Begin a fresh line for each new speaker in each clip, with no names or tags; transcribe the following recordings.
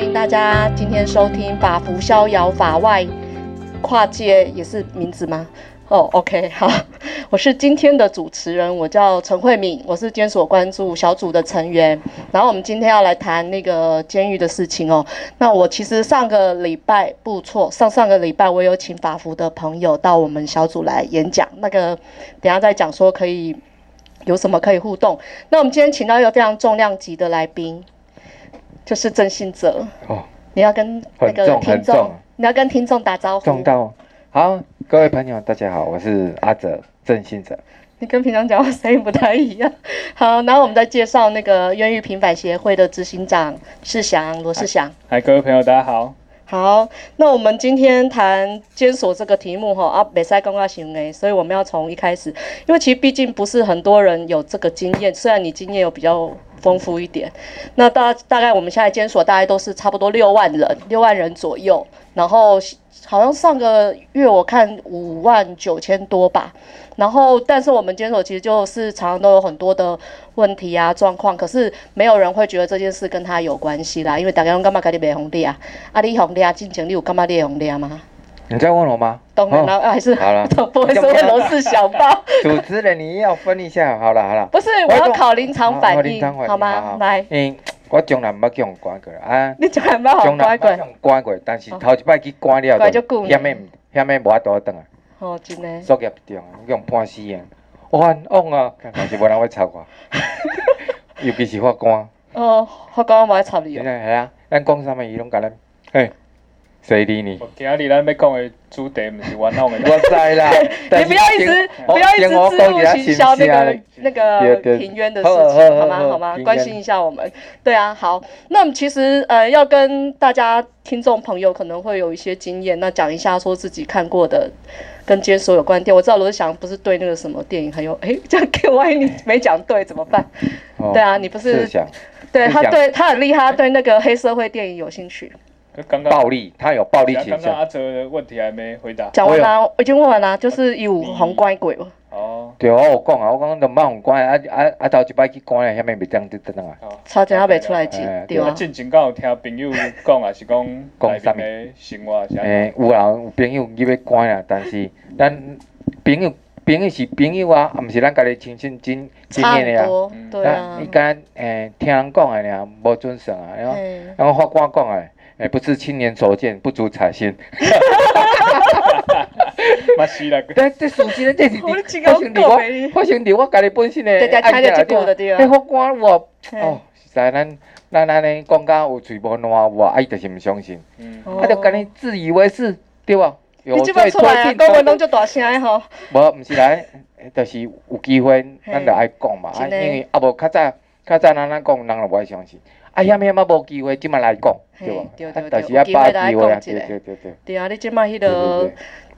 迎大家今天收听《法服逍遥法外》，跨界也是名字吗？哦、o k 好， 我是今天的主持人，我叫陈慧敏，我是监所关注小组的成员。然后我们今天要来谈那个监狱的事情哦。那我其实上个礼拜不错，上上个礼拜我有请法服的朋友到我们小组来演讲，那个等一下再讲说可以有什么可以互动。那我们今天请到一个非常重量级的来宾，就是郑信哲，
哦，
你要跟那
很
个
重
听
很
众
重，
你要跟听众打招呼
重。到好，各位朋友，大家好，我是阿哲郑信哲。
你跟平常讲话声音不太一样。好，然后我们再介绍那个冤狱平反协会的执行长世祥罗世祥。
嗨，各位朋友，大家好。
好，那我们今天谈监所这个题目哈啊，北塞公告行为，所以我们要从一开始，因为其实毕竟不是很多人有这个经验，虽然你经验有比较丰富一点，那大大概我们现在监所大概都是差不多六万人，六万人左右，然后好像上个月我看五万九千多吧，然后但是我们监所其实就是常常都有很多的问题啊状况，可是没有人会觉得这件事跟他有关系啦，因为大家拢干嘛跟你没红利啊？啊，你红利啊，进前你有干嘛你红利啊吗？
你在问我吗？
懂然
哦
后还是
好啦
不会是问罗志祥 吧？
主持人，你要分一下，好了好了，
不是，我要考临场反应，好吗？来，
嗯，我从来毋捌叫人关过啊，
你讲还蛮好
从来
乖乖
毋捌叫人关过，但是头一摆去关了，
哦关就久了
遐咩遐咩无法度转啊，
哦，真的。
作业重，用判死的，我很戆啊，但是无人要插 我，尤其是法官，
哦，我刚刚冇插你
你
哦
知。系啊，咱讲啥物，伊拢甲咱，嘿，谁理你？
我今日咱要讲的主题，毋是我弄的，
我知啦，
你不要一直不要一直自入行销那个那
啊对
个
对
庭院的事
好好
情，
好
好
啊
吗？
好
好吗
庭？院
关心一下我们。对啊，好。那我们其实呃，要跟大家听众朋友可能会有一些经验，那讲一下说自己看过的跟监所有关的电影。我知道罗志祥不是对那个什么电影很有哎，这样给万一你没讲对怎么办？对啊，你不
哦是
是
想
对
是
他
想
对他很厉害，他对那个黑社会电影有兴趣。
就刚刚
暴力，他有暴力倾
刚刚
向。
阿哲的问题还没回答。
讲
哎
完啦，我已经问完啦，就是有红乖鬼嘛。
哦，
对，我有讲啊，我讲都莫互关，啊啊啊，头一摆去关了，遐物袂当得得啊。
好。
超级要被出来挤
哎，
对
对
吗
我？进前刚有听朋友讲，也是讲内面的生活是安
诶，有人有朋友去要关啦，但是咱朋友朋友是朋友啊，啊，毋是咱家己亲身经经
差
验
很
的啊。
多，
嗯
对啊
咱伊。敢诶听人讲的尔，无准算啊。然后
嗯
然后法官讲的，诶，不是青年所见，不足采信。
尼，嘛是啦，
这这属实的，这是
我的真
发生
够白
伫我发生伫我家己本身的
哎
啊
对对
案件
听到这句就对了
迄法官我
嘿
哦，实在咱咱安尼讲到有嘴无烂话，啊伊就是毋相信，
嗯，
哦
啊就敢你自以为是，对无？有
你即摆
罪
出来啊，
推定
讲话拢足大声的吼，
无，毋是来，就是有机会
嘿
咱就爱讲嘛，啊
真
因
的
为啊无较早较早咱咱讲，人就无爱相信，啊险险啊无机会，即摆来讲，对无
嘿？对
啊
对
但
对
是要
有机会就
把
爱
握机会啊
讲，一
对
下
对对对。
对啊，你即摆迄
对对
个
对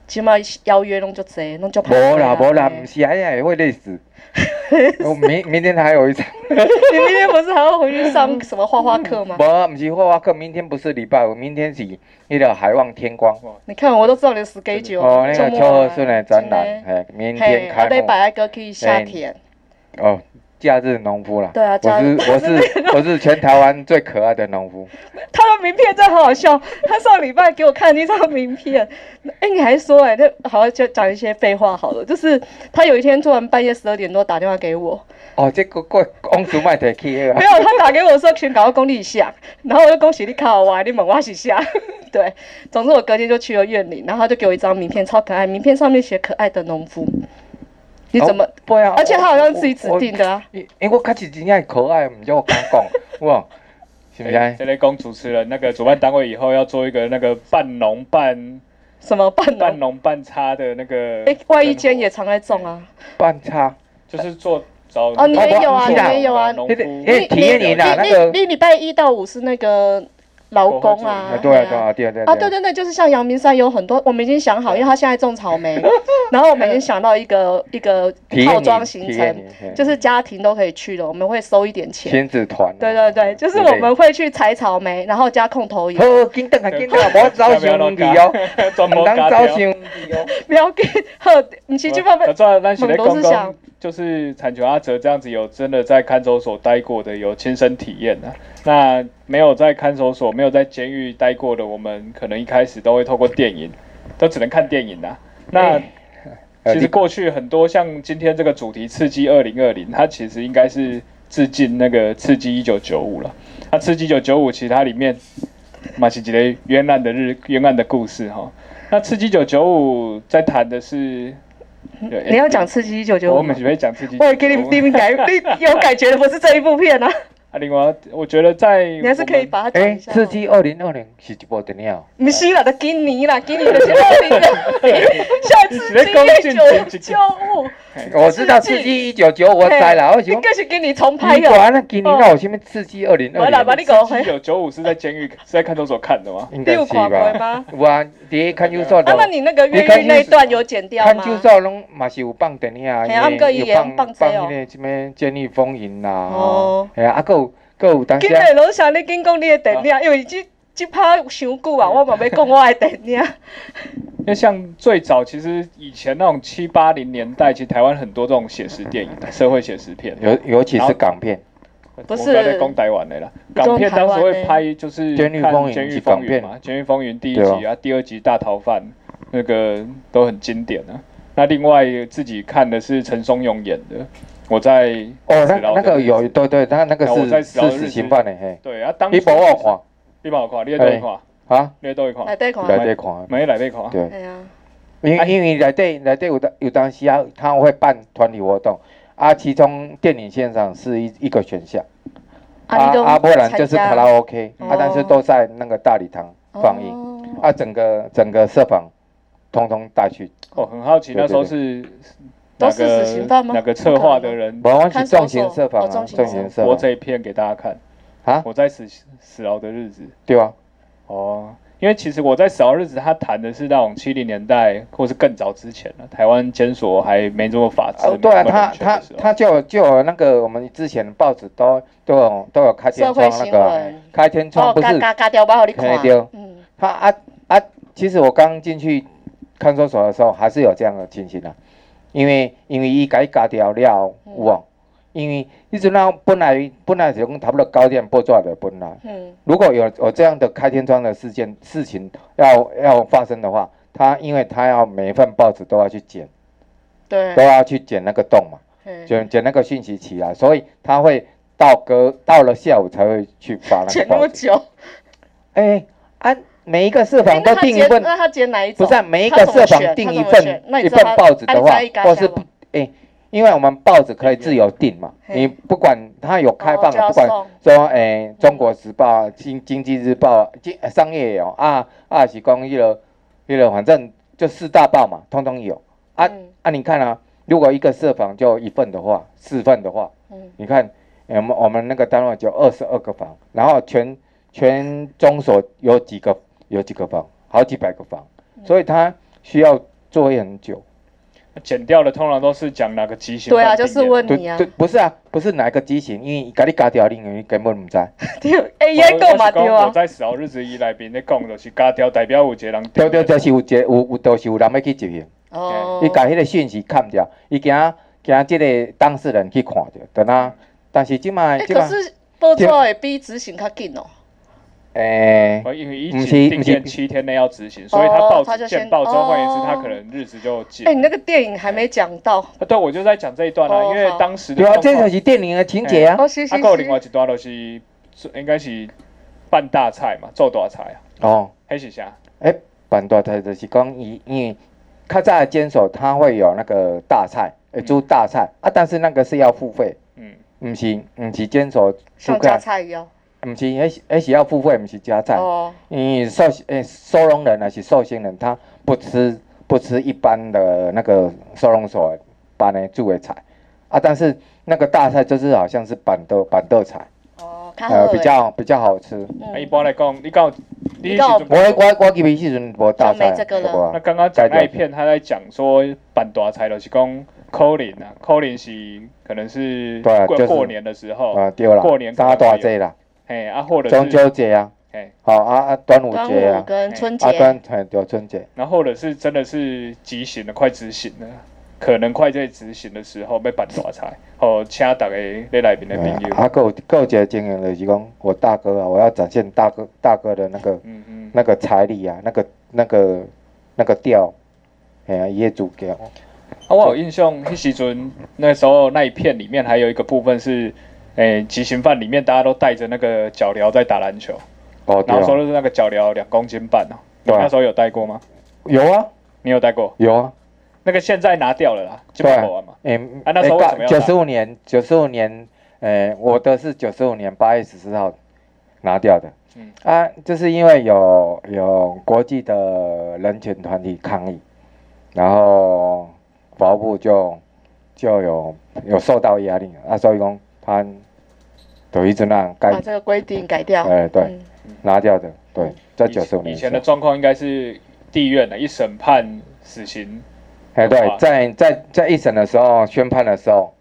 即摆邀约拢足侪，拢足 啊
无啦无啦，
嘿
毋是哎呀，也会 累死。我明明天还有一场，
你明天不是还要回去 上什么画画课吗？
无，毋是画画课，明天不是礼拜五，明天是迄个海望天光。
你看我都知道你的 schedule，
哦，那
周
个
末啊
邱和顺的展览，
真的
嘿，明
嘿，
天
我得
开幕。
摆在过去夏天，
哦，假日农夫啦。
对啊假
我
日
是我是 我是全台湾最可爱的农夫。
他的名片真的很好笑，他上礼拜给我看一张名片，哎、你还说哎、那好就讲一些废话好了，就是他有一天突然半夜十二点多打电话给我，
哦，这个个公主卖提起啊
没
那个。
有，他打给我说全搞到工地下，然后我就恭喜你考完，你猛挖几下。对，总之我隔天就去了院里，然后他就给我一张名片，超可爱，名片上面写可爱的农夫。你怎么？
哦？对啊。
而且他好像
我
自己指。定的啊。
我因因为我确实真正可爱，毋叫我敢讲，有无？是毋
这
哎
是？
这类公主持人，那个主办单位以后要做一个那个半农半
什么半
半
农？
农半差的那个，
哎，外衣间也常来种啊。
半差。
就是做找
哦你
也有啊
农夫
你
也有啊
农
那个
夫
那个体验
你
营啊，那
你
个。
你礼拜一到五是那个劳工啊
啊，对啊，对
啊。
啊，对啊，对
啊，对。对对，就是像阳明山有很多，我们已经想好，因为他现在种草莓，然后我们已经想到一个一个
体验
套
营
装行
体验
程，
营
就是家庭都可以去的，我们会收一点钱。
亲子团啊。
对对对，就是我们会去采草莓，然后加控投影。
好，紧等啊，紧等 啊，无走伤去哦，
专
毋
门
通走
加掉
伤去哦。
不要给呵，你是这方面
我知道咱是咧
猛龙
讲
是想
讲就是产权阿哲这样子有真的在看守所待过的，有亲身体验啊。那没有在看守所、没有在监狱待过的，我们可能一开始都会透过电影，都只能看电影啊。那
呃
其
你
实过去很多像今天这个主题“刺激二零二零”，它其实应该是致敬那个“刺激一九九五”了。那“刺激一九九五”其实它里面嘛是几个冤案的日冤案的故事哈。那“刺激一九九五”在谈的是，
嗯
呃
你要讲《刺激一九九五啊
我》们准备讲刺激。
我也给你第一感，第有感觉的不是这一部 片啊，
啊，另外我觉得在
你还是可以把它讲
诶，
一
《
下。
哎刺激二零二零》是一部电影哦，
不是啦，都今年啦，今年就是二零二零，下次
你在
今
讲
年
进
九
前
九五，
我知道《哦啊刺激一九九五》，我知啦，我想
应
讲，
该是给你重拍
奇
哦。
怪，那今年啊哪有什么《刺激二零二
我
零
来》？把你搞
我
回
们。一九九五是在监狱 是在看守所看的吗？
应
你
该
有
是
看过
吧？
吗？
有啊，伫看守所
啊，
就
那你那个越
你看
狱那一段有剪掉
看
吗？
守所拢嘛是有放电影啊，
嘿啊
因
不过
为
伊
有
会
放
放
放
这哦
迄个什么《监狱风云》啦，
哦
吼，嘿啊，啊，佫有佫有当时
今
啊
日拢想你紧讲你的电影，因为这这趴伤久啊，我嘛要讲我的电影。
因为像最早其实以前那种七八零年代，其实台湾很多这种写实电影、社会写实片，
尤尤其是港片，
不是
我们在攻台湾的啦。港片当时会拍就是
监狱风云
看监狱风云》嘛，《监狱风云》第一集
对
啊，第二集《大逃犯》那个都很经典啊。那另外自己看的是陈松勇演的，我在
哦，那
死牢
那
的
个
日子
有对对，他那个
然后我在
是
死
是
牢的日
死
子
刑犯的嘿，
对啊，当初
你无我
你帮我看，你也都会看，
看啊，
你也都会看
来，对看。
内底看，哎
没来被看。
对，
哎呀，
因为因为内底内底有当有当时啊，他会办团体活动啊，其中电影现场是一一个选项。
啊你都
啊，不然就是
参加
卡拉 OK，、
哦
啊，但是都在那个大礼堂放映，
哦
啊，整个整个社房通通带去，
我哦很好奇
对
那时候
对
是
都
哪
是
个
死刑犯吗
哪个策划的人
我们是
看守
重型社房啊，
所哦重型
重型社
播
房
这一片给大家看。
啊，
我在死死牢的日子
对啊，
哦，因为其实我在死牢日子，他谈的是那种七零年代或是更早之前了，台湾监所还没这么法治，
啊，对啊，
没这么
他
人权的
他
时候
他就有就有那个我们之前报纸都都有都有开天
社会
窗那
新
个啊
闻。
开天窗
哦，
不
嘎
是
嘎嘎掉包，你看
嘿对。
嗯，
他啊啊，其实我刚进去看守所的时候，还是有这样的情形啊，因为因为伊改加调了有
嗯
哦，因为你知道本来本来是讲差不多九点报纸的本来，
嗯，
如果有有这样的开天窗的事件事情要要发生的话，他因为他要每一份报纸都要去剪，
对
都，要去剪那个洞嘛，
嗯
剪剪那个讯息起来，所以他会到隔到了下午才会去发那个
剪那
报
么
纸。
久，
哎、啊，每一个社
哎
房都订一份
那他剪那他剪哪一种？
不是、啊、每一
他
个
怎
社
么选
房订一
他怎么
份
选那
一
你知道
份
他
报纸的话
按照一个，
或是
下吗
诶、因为我们报纸可以自由订嘛，
嘿
你不管它有开放啊
哦就嗯要
的，不管
送
说诶、中国时报》啊、《经经济日报》啊、经商业也有啊啊，是讲迄个迄个，反正就四大报嘛，通通有啊、
嗯
啊！你看啊，如果一个社房就一份的话，四份的话，
嗯，
你看、诶我们我们那个单位就二十二个房，然后全全中所有几个有几个房，好几百个房，
嗯
所以它需要作业很久。
剪掉的通常都是讲哪个极刑
对啊，
犯定
就
的
是问
对
你啊
对，，不是啊，不是哪一个机型，因为咖喱咖掉令你根本唔知道。
对，哎，
我
也够嘛
我是讲
对
我
啊，
在死牢日子以来，面咧讲就是家调代表有一个人
对对，就是有一个有有，就是有人要去执行，
嗯哦
伊，把迄个讯息砍掉，伊惊惊即个当事人去看着，等啊，但是即摆
哎，嗯
即
可
摆，
是报纸会比执行较紧哦，
诶，
因为一
不是不
起定
是
见七天内要执
哦
行，所以他报
哦他就
纸
先
见报之后，换言之，他
哦
可能日子就紧
哎，。你那个电影还没讲到，
啊，对，我就在讲这一段啊，
哦
因为
好
当时的
对啊，
状
这
况
就是电影的情节啊。
哦，行
啊，
行
还有另外
行，
一段就是应该是办大菜嘛，做大菜啊，
哦，
还是啥？
诶，板大菜就是讲伊因为较早的坚守，它会有那个大菜，
嗯
会煮大菜啊，但是那个是要付费，
嗯，
毋是毋是坚守
像加菜一样，
毋是迄是迄是要付费，毋是加菜。
哦，
因为受诶收容人还是受刑人，他不吃不吃一般的那个收容所办的住的菜啊，但是那个大菜就是好像是板豆板豆菜，
哦，看
呃
好，
比较比较好吃。
啊，一
嗯，
般来讲，你讲你
你讲
我我我记得时阵无大
就
菜，
没这个了
好不好
那刚刚讲那一片，他在讲说办大菜就是讲 calling 啊，calling 是可能是
对啊
过
就是
过年的时候，
啊对啦，
过年可
三
能会
大
有
节啦，
哎啊，或者
中
是
秋节啊，
哎，
好啊啊端午
端
节
午
啊，
跟春
啊
节，
端嘿对春节，
然后或者是真的是极刑了，快执行了，可能快在执行的时候要办大财，哦，请大家咧内面的朋友，
啊，还有还有一个经验就是讲，我大哥啊，我要展现大哥大哥的那个
嗯嗯，
那个财力啊，那个那个那个调，哎呀，业主调，
啊，我有印象，迄时阵那时候那一片里面还有一个部分是，诶、极刑犯里面大家都带着那个脚镣在打篮球，
哦，对
然后说
啊，
的是那个脚镣两公斤半哦、你
对啊
那时候有带过吗？
有啊
你有带过？
有啊，
那个现在拿掉了啦，基
对
本
啊
上玩嘛。，
哎
啊那时候为什么要打
九十五年九十五年，哎，我的是九十五年八月十四号拿掉的，
嗯
啊，就是因为有有国际的人权团体抗议，然后法务部就就有有受到压力啊，所以讲他有一直让该
把这个规定改掉。
哎对
嗯
拿掉的，对，啊在九十五
以
年
前
时
的
候
状况应该是地院的一审判死刑，
哎
话
对，在在在一审的时候宣判的时候，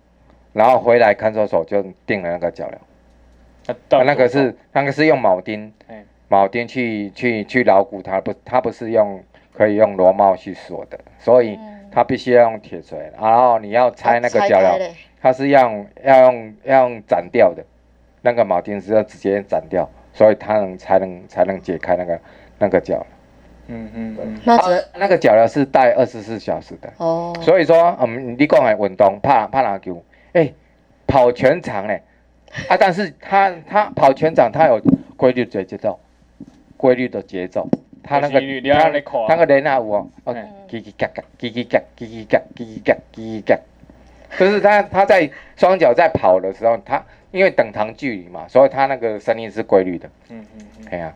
然后回来看守所就定了那个脚镣。
那到
啊那个是那个是用铆钉
哎，
铆钉去去去牢固它，不它不是用可以用螺帽去锁的，所以
嗯
它必须要用铁锤，然后你要拆那个
啊拆
脚
开
镣，
嘞
它是要用要用要用斩掉的，那个铆钉是要直接斩掉，所以它能才能才能解开那个那个脚。
嗯嗯嗯，
那只能
那个脚镣是戴二十四小时的，
哦，
所以说嗯，你讲的运动拍拍篮球，哎、跑全场嘞，啊，但是他他跑全场，他有规律的节奏，规律的节奏，他那个
有纪律你要
他
让你看
那个人啊，我哦
嗯，
叽叽嘎嘎，叽叽嘎，叽叽嘎，叽叽嘎，叽叽嘎，就是他他在双脚在跑的时候，他因为等长距离嘛，所以他那个声音是规律的。
嗯嗯嗯，
哎呀、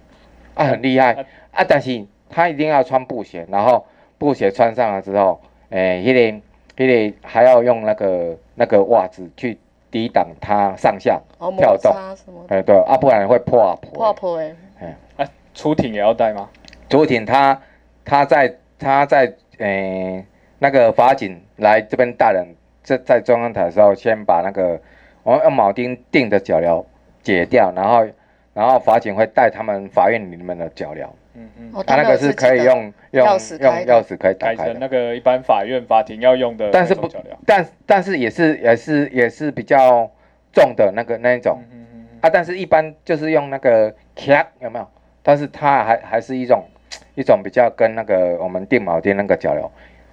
啊，很厉害
啊
啊！但是他一定要穿布鞋，然后布鞋穿上了之后，诶、迄、个、迄、个还要用那个那个袜子去抵挡它上下
哦摩
跳动，
擦什么的
哎、对，啊，不然会破皮。
破破哎，
啊，出庭也要带吗？
竹挺他他在他在诶、那个法警来这边大人在在中央台的时候，先把那个我用铆钉钉的脚镣解掉，然后然后法警会带他们法院里面的脚镣。
嗯嗯，
哦，
它
他
那个是可以用用
钥匙
用
开的
钥匙可以打
改
开
成
的，
那个一般法院法庭要用的那
但是
种
不
脚镣。啊
但但是也是也是也是比较重的那个那一种
嗯嗯嗯嗯，
啊，但是一般就是用那个 cap 有没有？但是它还还是一种一种比较跟那个我们定铆钉那个脚镣、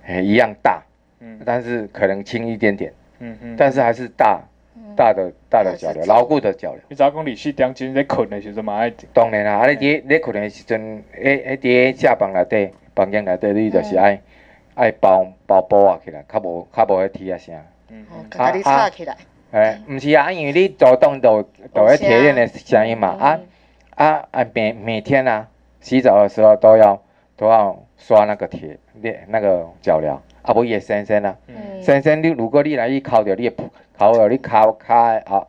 哎一样大，
嗯
但是可能轻一点点，
嗯嗯，
但是还是大
嗯
大的大的脚
还是
镣，
重
牢固的脚镣。
你只要讲你去当今在困的时候嘛，爱
当然啦，啊，你伫你困的时阵，迄迄伫下房内底、房间内底，你就是爱爱包包布啊起来，较无较无迄铁啊声。
嗯
哦
嗯，
把你插起来，
诶，毋是啊，因为你走动就就迄铁链的声音嘛，啊
嗯
啊啊每每天啊洗澡的时候都要都要刷那个铁链那个脚镣，啊无伊会生生啊，
嗯
生生你如果你来去抠着你的抠着你骹骹的后，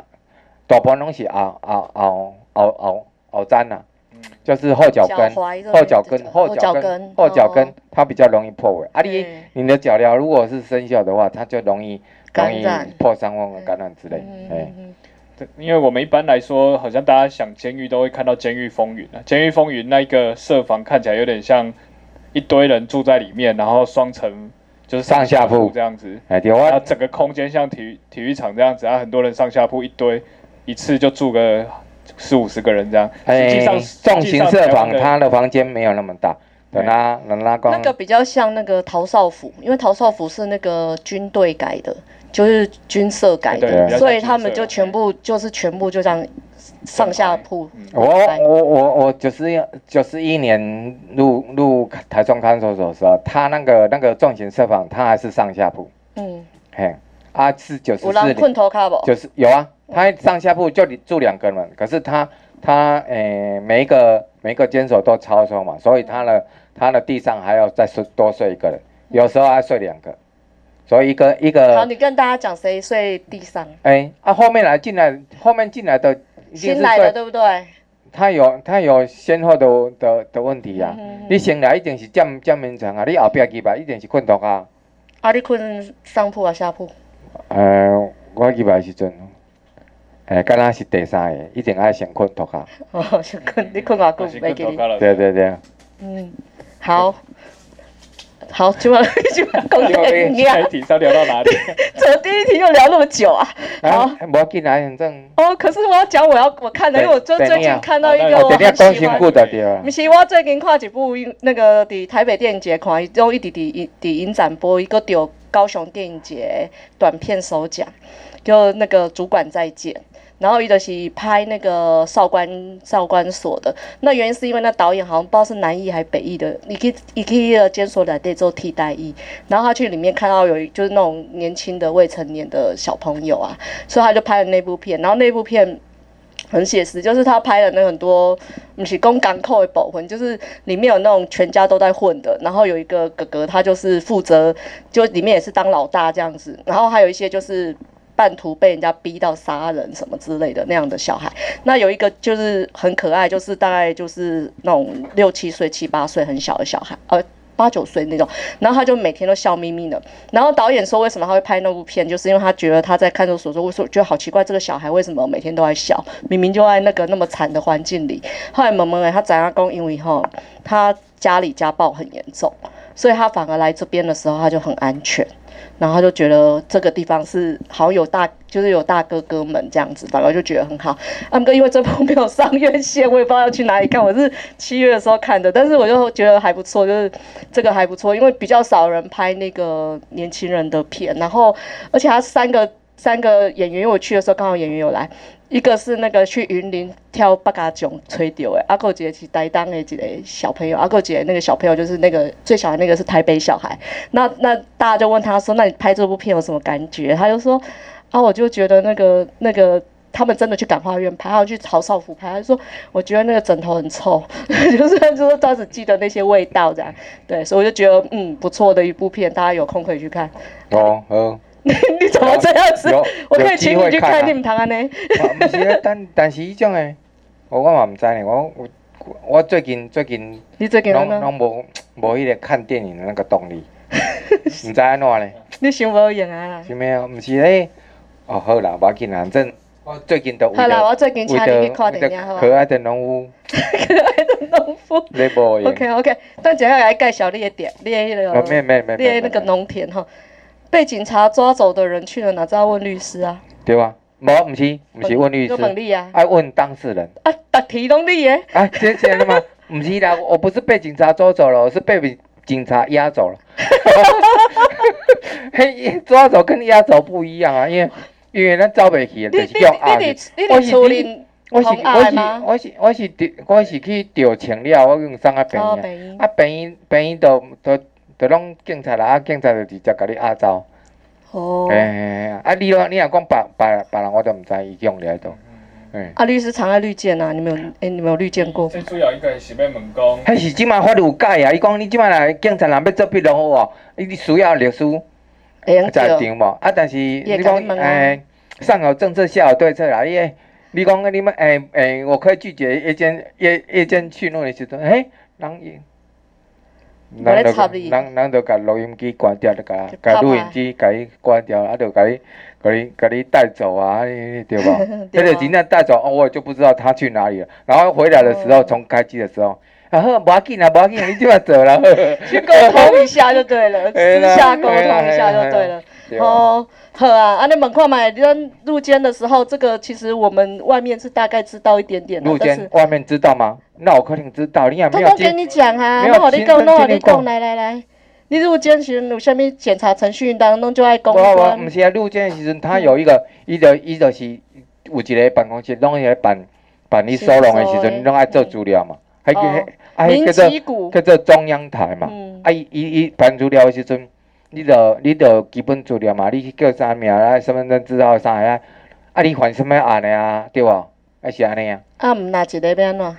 大部分拢是后后后后后后踭啊，
嗯
就是后脚跟。
踝这种
后脚跟，后脚跟，后脚跟
哦，
它比较容易破尾。啊，你
对
你的脚镣如果是生锈的话，它就容易容
感
易
染
破伤风啊、感染之类。
嗯
哎，
嗯
对因为我们一般来说，好像大家想监狱都会看到《监狱风云》啊，《监狱风云》那一个设防看起来有点像一堆人住在里面，然后双层就是
上下铺
这样子，
哎，对
然后
我
整个空间像体育体育场这样子，然后很多人上下铺一堆，一次就住个四五十个人这样。实际
哎，
上，
重型设防
实际上台湾的
它的房间没有那么大，等它等它
那
光
个比较像那个陶少府，因为陶少府是那个军队改的，就是军社改
对
对
比
的，
较
所
像
以
军
他
社
们就
改
全部就是全部就这样上下铺
嗯。
我我我我九十九十一年入入台中看守所的时候，它那个那个重型设防，它还是上下铺，
嗯，
嘿，啊是九十
有
四
人
年。
困头卡不？
就是有啊，他上下铺就住两个人，可是他他诶、呃每一个每一个坚守都超收嘛，所以他的他的地上还要再睡多睡一个人，有时候还睡两个，所以一个一
好，
个
你跟大家讲谁睡地上？
哎、啊后面来进来后面进来的一定
新
是
来的
对，
对不对？
他有他有先后的的的问题啊，
嗯
你先来一定是占占眠床啊，你后壁去吧一定是困床啊，
啊，你困上铺啊下铺？
呃我去吧的时阵，诶、敢若是第三个，一定爱先困床啊，
哦，是 困你困啊
我
困
是，
没
更
给
头
你。
高了
对对对。
嗯，好。好，今晚一起讲
另外
这
下一
个，
题是要聊到哪里？
怎么第一题又聊那么久啊？好
啊，无要紧啊，反正
哦，可是我要讲我要我看的，因为我就
怎
最近
样
看到一
哦
个
那
哦，
我
等下
很
讲
喜
辛
欢
苦就对啊
毋。是，我最近看一部那个伫台北电影节看，伊用伊伫伫伫影展播，伊个得高雄电影节短片首奖，就那个主管再见。然后伊就是拍那个少管少管所的，那原因是因为那导演好像不知道是南艺还是北艺的，你可以你可以监所来对做替代役，然后他去里面看到有一就是那种年轻的未成年的小朋友啊，所以他就拍了那部片，然后那部片很写实，就是他拍了那很多，不是公港口的保魂，就是里面有那种全家都在混的，然后有一个哥哥，他就是负责，就里面也是当老大这样子，然后还有一些就是半途被人家逼到杀人什么之类的那样的小孩，那有一个就是很可爱，就是大概就是那种六七岁、七八岁很小的小孩，呃。八九岁那种，然后他就每天都笑眯眯的。然后导演说，为什么他会拍那部片，就是因为他觉得他在看守所说，我说觉得好奇怪，这个小孩为什么每天都在笑，明明就在那个那么惨的环境里。后来萌萌哎，他长大公因为吼，他家里家暴很严重，所以他反而来这边的时候，他就很安全。然后他就觉得这个地方是好像有大，就是有大哥哥们这样子，反而就觉得很好。阿哥，因为这部没有上院线，我也不知道要去哪里看。我是七月的时候看的，但是我就觉得还不错，就是这个还不错，因为比较少人拍那个年轻人的片，然后而且他三个三个演员，因为我去的时候刚好演员有来，一个是那个去云林跳八嘎囧吹丢的，阿狗姐是台当的一个小朋友，阿狗姐那个小朋友就是那个最小的那个是台北小孩，那那大家就问他说，那你拍这部片有什么感觉？他就说，啊，我就觉得那个那个。他们真的去感化院拍，还有去曹少府拍。他就说：“我觉得那个枕头很臭， 就是就是当时记得那些味道这样。”对，所以我就觉得嗯不错的一部片，大家有空可以去看。
哦，好。
你怎么这样子
有？
我可以请你
有机
去
会看啊
看你们堂 安呢。
啊，毋是咧，但但是迄种诶，我我嘛毋知呢。我我我最近最近
你最近有
拢
呢？
拢无无迄个看电影的那个 动力，毋知安怎呢？
你想无用啊？
是咩啊？毋是咧，哦好啦，无要紧啦，反正我最近都为
好啦，我
着
最近请你去看电影，好
可
吧？
爱的农夫
农夫。
咧无用，
OK OK，等一下来介绍你的点，你的
哦没
那
有没有
个，你
没有没
的
有
那个农田哈，被警察抓走的人去了哪？知道问律师啊？
对吧？无毋是毋是问律
就问
师，
你啊。
爱问当事人。
啊，答题拢你的。
啊，谢谢了吗？ 不是啦，我不是被警察抓走了，我是被警察押 走了。嘿，抓走跟押走不一样啊，因为因为咱走袂去，
你
就
你
是用押
你
去
你。你
我
你
是
处理
我是
红押的吗
我是我是我是调我是去调情了，我用送啊病
哦，
院，
北医
啊病院病院都都都拢警察啦，啊警察就直接甲你押走。
哦
嘿。嘿，嘿啊你若你若讲别别别人，我都毋知伊用了
嗯
倒。嘿，
啊，律师常爱绿箭啊，你们有哎，你们有绿箭过吗？
最主要应该是要问 讲，
迄是即摆法律有改啊，伊讲你即摆若警察若要做笔录好无，伊哦需要律师。
会用哎对。
在
哦
场无？啊，但是
也
你
跟
讲
你问啊
诶，上有政策，下有对策啦。你诶，你讲你们诶诶，我可以拒绝夜间夜夜间去弄的时阵，诶，人伊，
没在
人
插
就
你
人人就甲录音机关掉，就甲
就啊
甲
拍
录
拍
音机甲伊关掉，啊，就甲伊甲伊甲你带走啊，你对吧？
对
那就
啊
真正带走，哦，我就不知道他去哪里了。然后回来的时候，
哦
从开机的时候，啊，好，无要紧啊，无要紧啊，你即马走啦。
去沟通一下就对了，
嘿
私
啦
下沟通一下就对
嘿啦嘿
了。
哎对吧
哦，好啊，啊，你们看嘛，咱入监的时候，这个其实我们外面是大概知道一点点的，
入
但
监
是
外面知道吗？那我肯定知道，你也没
通
有
通跟
经，
你讲啊，
没有
那我你讲，
亲身
那我
经
你
历过
讲，来来来，你入监时有下面检查程序，当中就爱讲
我我
关嗯
唔是啊，入监的时阵，他有一个，伊就伊就是有一个办公室，拢迄个办办理收容的时
收容的
阵，拢爱做资料嘛，迄
哦
个啊，迄
民
叫做
企股，
叫做中央台嘛，
嗯，
啊伊伊伊办资料的时阵，你就你就基本资料嘛，你去叫啥名啊，身份证字号啥啊，啊你犯什么案的啊，对无？啊是安尼啊，
啊，唔那一个要安怎？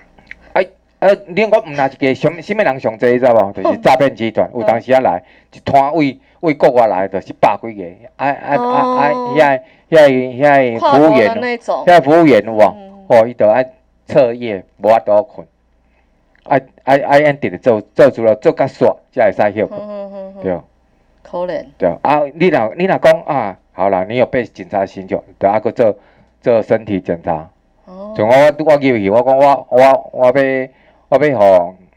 啊，恁我毋若一个什么什么人上济，你知无？
哦
就是诈骗集团，有当时啊来一摊位位国外来，就是百几个，啊啊啊啊，
哦
遐遐遐
跨
服务
国的
员，
那种，
遐服务员有无？
嗯，
吼，伊着爱彻夜无法度困，啊啊啊，安直直做做出了做甲煞，才会使休
嗯
困，
嗯嗯嗯，
对
可怜，
对。啊，你若你若讲啊，好啦，你有被警察寻求，着啊，搁做做身体检查。
哦，
像我我我入去，我讲我我我要我要互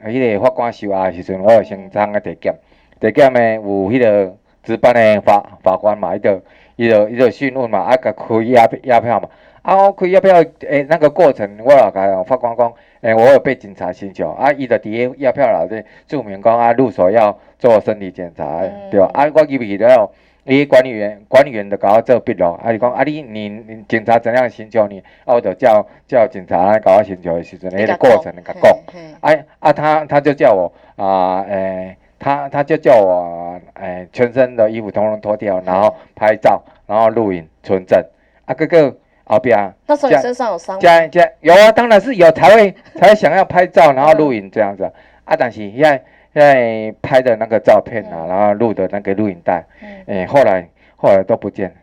迄个法官收押的时阵，我有先参个体检，地检的有迄个值班的法法官嘛，伊就伊就伊就讯问嘛，啊，甲开押押票嘛，啊，我开押票诶、那个过程，我也甲法官讲，诶、我有被警察请求，啊，伊就伫咧押票内底注明讲啊，入所要做身体检查的，
嗯
对吧？啊，我入去了。伊管理员，管理员就甲我做笔录，啊，伊讲啊你你你警察怎样寻求你，啊，我就叫叫警察甲我寻求的时阵，迄个过程甲讲。
嘿，嘿
哎啊，他他就叫我啊，诶、他他就叫我诶、全身的衣服通通脱掉，然后拍照，然后录影存证。啊，哥哥后边啊
那时候你身上有伤吗？
加加有啊，当然是有才会 才会想要拍照，然后录影这样子啊。啊，但是现在现在拍的那个照片啊，
嗯
然后录的那个录影带，
嗯
诶、后来后来都不见了。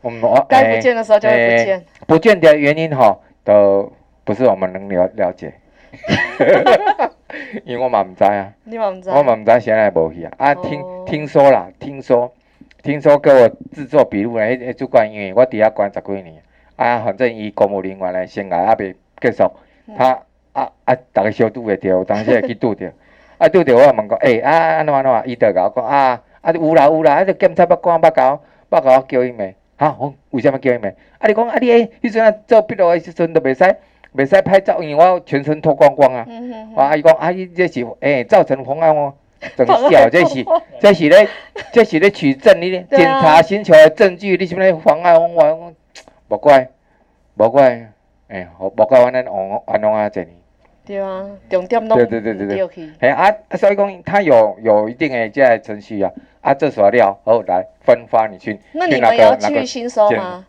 我们我
该不见的时候就会不见。
诶不见的原因吼，都不是我们能了了解， 因为我嘛唔知啊，
你嘛不知道？
我嘛唔知谁来无去啊。啊，听
哦
听说啦，听说，听说给我制作笔录的迄迄主管，因为我伫遐关十几年，啊，反正伊公务人员的生涯啊未结束，
嗯
他啊啊，逐个小拄会着，有当时会去拄着， 啊拄着我也问讲，诶、啊安怎安怎样，伊就甲我讲啊啊有啦有啦，啊就检察官捌甲我捌甲我叫伊名，哈、我讲为什么叫伊名？啊你讲啊你诶，迄阵啊做笔录的时阵都袂使袂使拍照，因为我全身脱光光啊。
嗯哼
啊，
哼，
伊讲啊，伊这是诶、造成妨碍 哦，整小这是这是咧这是咧取证，你咧
对啊
检查寻求的证据，你是不是妨碍啊我？我讲，无怪无怪，诶、无怪我咱王安龙啊这里。
对啊，重点拢
对对对对对
丢去，
嘿啊，所以讲他有有一定的这些程序啊，啊这所料，后来分发你去
那
去
你
那
们
个
要
那个
去新收吗？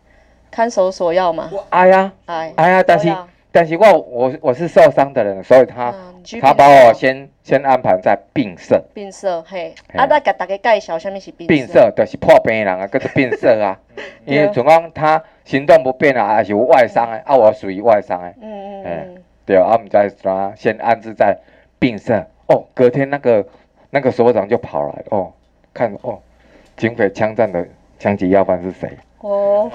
看守所要吗？
我哎呀
哎，
哎呀，但
都
是
要
但是我我我是受伤的人，所以他、
嗯你去
他
病
把
舍
我先先安排在病舍。
病舍嘿，
嘿
啊，咱给大家介绍什么是病
变色就是破病的人 啊，叫做变色啊。
嗯
因为总讲他行动不便啊，也是有外伤
嗯
的，啊，我属于外伤的，
嗯嗯
哎
嗯，
对啊，我们在怎么先安置在病舍？哦，隔天那个那个所长就跑来哦，看哦，警匪枪战的枪击要犯是谁？
哦，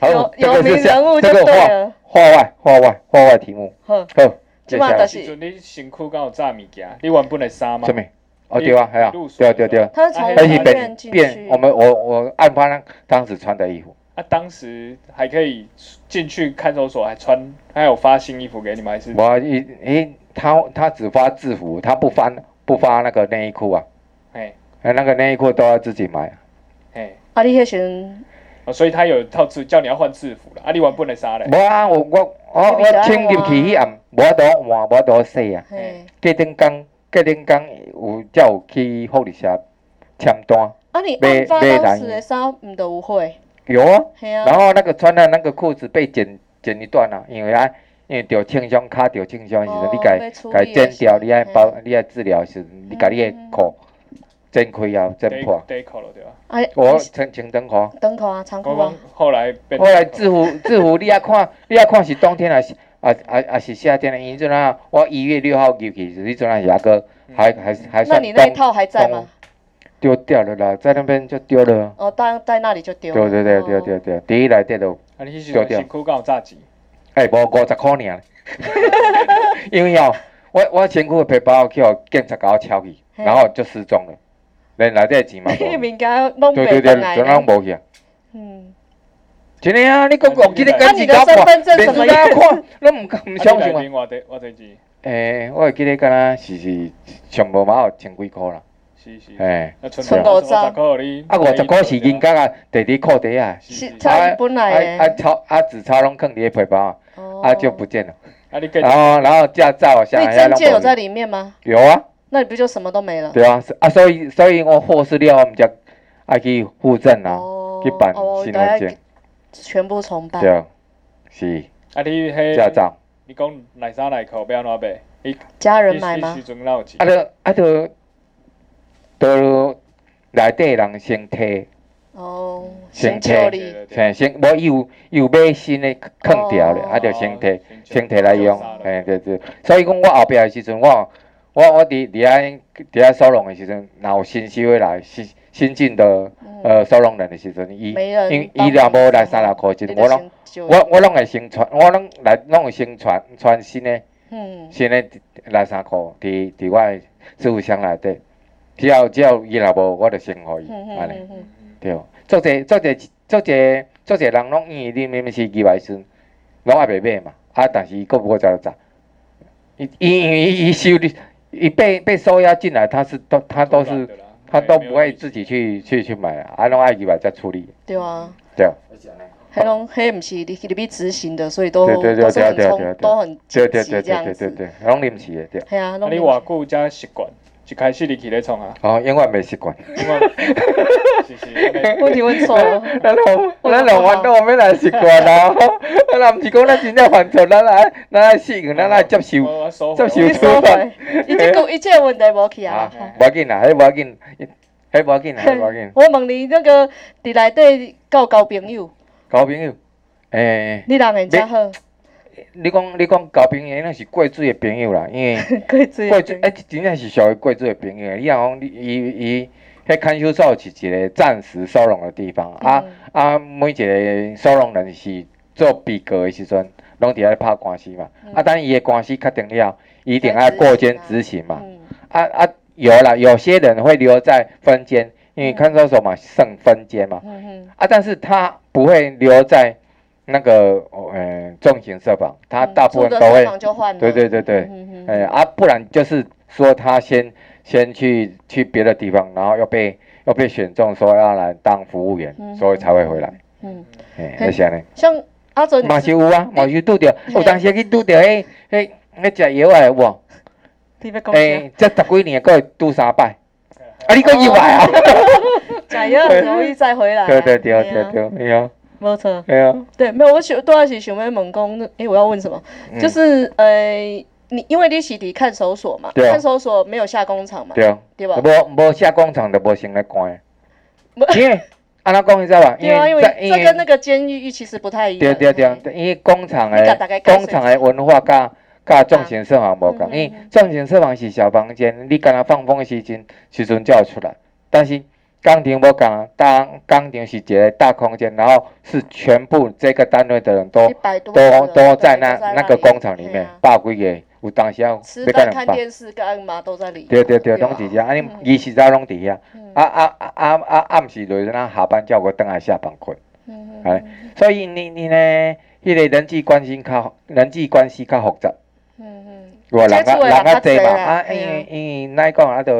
哦
有
这
有
个是
名人物就
这个
对
话
了，
话外话外话外题目，
呵，
好，接
这
下
嘛
来
就是是
时阵你身躯敢有炸物件，你原本会杀吗
什？么？哦，对啊，还有对
入，所
啊，对啊，对啊，
他是从
啊
但
那
是
医
变
院进
变，
去
我，们我我按他那当时穿的衣服，
啊，当时还可以进去看守所，还穿，还有发新衣服给你们，还是
我一诶，他他只发制服，他不发不发那个内衣裤啊，
哎
哎，那个内衣裤都要自己买。
哎、
啊，你迄时阵
哦，所以他有一套制，叫你要换制服了，啊，你原本会杀嘞，
无啊，我我我
你不
我
是
穿入去迄暗，无法度换，无法度洗啊。
嘿，
隔天工，隔天工有才有去福利社签单，
啊，你
买
案发
买
当
人
时
的
的衫毋着有血，
有啊。
嘿啊，
然后那个穿的那个裤子被剪剪一段啊，因为啊，因为着轻伤，骹着轻伤的时阵，
哦
你家
要处
家
理的
剪掉，
时候
你爱
嘿
包，你爱治疗的时候，你家你的裤
嗯
剪开啊，剪破。
对口了对吧？
啊，
我
你是
穿穿短裤。
长裤啊，长
我
裤啊
讲，后来变，
后来制服制服，你也看，你也看是冬天还是啊啊啊是夏天的？因为阵啊，我一月六号入去，你阵啊牙哥
嗯
还还还
那
算
你那一
冬，
套还在吗？
丢掉了啦，在那边就丢了。
哦，当在那里就丢
对
了，
对对
哦
对对对，第一来第就
啊，你迄时阵身躯敢有炸钱？
哎，无五十块 尔，因为哦，我我身躯的皮包去互警察甲我敲去，
嘿
然后就失踪了，连内底的 钱嘛
迄
无。
物件拢
对
袂
对对
回，来
全
呢
拢。无去啊。
嗯，
真的啊，你讲讲即个
那
跟
你
警
的
察
身份证
连
怎么
警察
样
看，拢毋毋相信
啊
我
你。内面偌多偌多钱？
诶、我会记得敢若是是上无嘛有千几箍啦，
是啊是，
诶、
那存
剩
五
五
十
十
块你，
啊啊五十箍是银角啊，第二裤袋啊，
是，
是
是
差
啊
伊本
啊
来的
啊钞啊纸钞拢放伫咧皮包啊，
哎哦
啊就不见了，
啊，你更
然后然后驾照啊
所
啥
以
的啊
证
拢
件有
无
在
去，
里面吗？
有啊，
那你不就什么都没了？
对啊，是啊所以所以我获释了，我们才爱去户政啊，
哦
去办
哦
身
大
份
家
证，
全部重办。
对，是
啊，你迄
驾照，
你讲内衫内裤要安怎买？你
家人
你
买
你
吗
时？阵哪有钱
啊？都啊都都内底人先摕。
哦，
先
先
贴
救你。
啊嘿，先无伊有伊有买新的空调咧，
哦
啊，着先摕先摕
摕
来用，嘿，对对。所以讲，我后壁的时阵，我我我伫伫遐伫遐收容的时阵，若有新收的来新新进的
嗯，
呃收容人的时阵，伊
没人
因
帮
伊
你
若无来
送
三六箍
你
钱，
就
我拢
先救你。
我我拢会先传，我拢来拢会先传传新的
嗯，
新的来三箍，伫伫我的置物箱内底。只要只要伊若无，我就先互伊，
嗯嗯
安尼
嗯嗯，
对。做者做者做者做者人拢愿意啉明明是几百孙，拢也袂买嘛，啊，但是伊佫无在赚。伊伊因为伊伊收的，伊被被收押进来，他是都他都
乱
是
的啦
他都
没有
不会
意思
自己去去去买啊，啊，拢爱几百再处理，
对啊，
对啊。
黑龙黑不是你你被执行的，所以都
对对对
都是很
对对
冲
对对
都很
对
积
对
极这
对对
样
对对
子。
对，拢啉起的对。
系啊，
啊，
拢
你偌久才习惯？一开始你去咧创啊？
哦，永远袂习惯。
因为是是，安尼
问题 问错 了。
咱老咱老烦恼，要来习惯啊！ 咱若毋是讲咱真正犯错，咱来咱来适应，咱来接受。
我我收
接
回
受
你
我
收回，已经讲一切问题无去啊
啊。，无要紧啦，迄无要紧，迄无要紧啦， 迄无要紧。
我问你，那个伫内底交交朋友，
交朋友，诶、
你人缘真好，
你讲你讲交朋友，那是过水的朋友啦，因为
过水
过水，哎、真正是属于过水的朋友。你若讲你伊伊，迄看守所是一个暂时收容的地方，啊
嗯
啊，每一个收容人是做被告的时阵，拢伫遐拍官司嘛。啊，等伊的官司确定了，伊一定爱过监执行嘛。
嗯，
啊啊，有啦，有些人会留在分监，因为看守所嘛剩分监嘛。
嗯嗯
啊，但是他不会留在那个哦呃重型社房，他
嗯
大部分
住的
都会
地，方就换了
对对对对，
嗯嗯嗯
哎啊，不然就是说他先先去去别的地方，然后又被又被选中，说要来当服务员
嗯，
所以才会回来，
嗯，
哎，
嘿
那些呢，
像阿准，
嘛是有啊，嘛是拄着，
嘿
有当时去拄着迄迄迄食药的有无？
你要讲啥？哦
哎，这十几年还会拄三摆，啊，你讲意外啊？
假药很容易再回来啊。
对对对
嘿
对
啊，
对，哎呀，
没错。
哎呀，
对，啊没有，我想多少是想要问讲，诶、我要问什么？
嗯
就是呃，你因为你是伫看守所嘛，
对啊
看守所没有下工厂嘛，
对啊。
对吧？
无无下工厂就无先来关
无，
因为安怎讲你知道吧？
对啊，因为
在
这跟那个监狱其实不太一
对
样。
对啊对，因为工厂
你甲
的
大家解释
工厂的文化甲甲重型设防无
嗯
共，
嗯
因为重型设防是小房间，你干若放风的时阵时阵才有出来，但是钢厂无共啊，当钢厂是一个大空间，然后是全部这个单位的人都
一百多
哦都
个
都在
对都
那
里
那个工厂里
对
面
啊，
百几个，有当时啊，
吃
要干
饭、
两
看
百
电视、干嘛都在里面。
对对对，
吧
拢伫遮，啊，你
嗯
伊是早拢伫遐，
嗯
啊啊啊啊啊，暗时就是咱下班叫我等下下班困，
嗯
哎，所以你你呢，迄个人际关系较人际关系较复杂，
嗯嗯
我人
接
较
触的
人较
人较
济嘛，
多啦
啊，
嘿
因
啊
为因为咱讲啊，就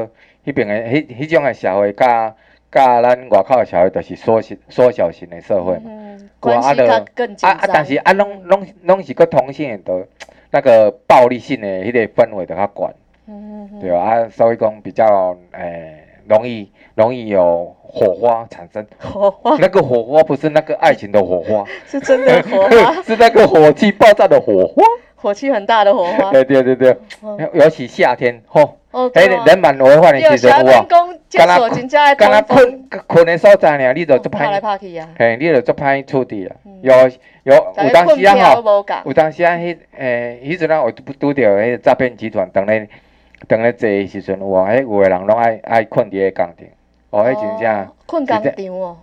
迄边诶迄迄种诶社会，甲甲咱外口诶社会，就是缩小缩小型诶社会嘛，
嗯，关系
啊
较
就
更紧张。
啊
嗯
啊，但是啊，拢拢拢是个同性诶，就那个暴力性诶迄个氛围就较悬。
嗯，嗯嗯
对 吧啊，所以讲比较诶、容易容易有火花产生。
火花
那个火花不是那个爱情的火花，
是真的火花，
是那个火气爆炸的火花。哎
火气很大的火 花。
对对对对，
嗯
尤其夏天吼，
哦，
哎、
对啊
人满为患的
你有
时
时
阵
候
有啊
跟，讲厕
敢若
所真正爱
敢若
通风，
困困的所在尔，你就足
怕来
歹，
怕去啊。
嘿，你就足歹处理啊
嗯。
有有有当时啊
大
吼
家困觉。都无共
有当时啊，迄诶，迄阵啊，有拄拄着迄诈骗集团，当咧当咧坐的时阵，有啊，迄有个人拢爱爱困伫个工厂，哦，迄真正，
哦困工场哦，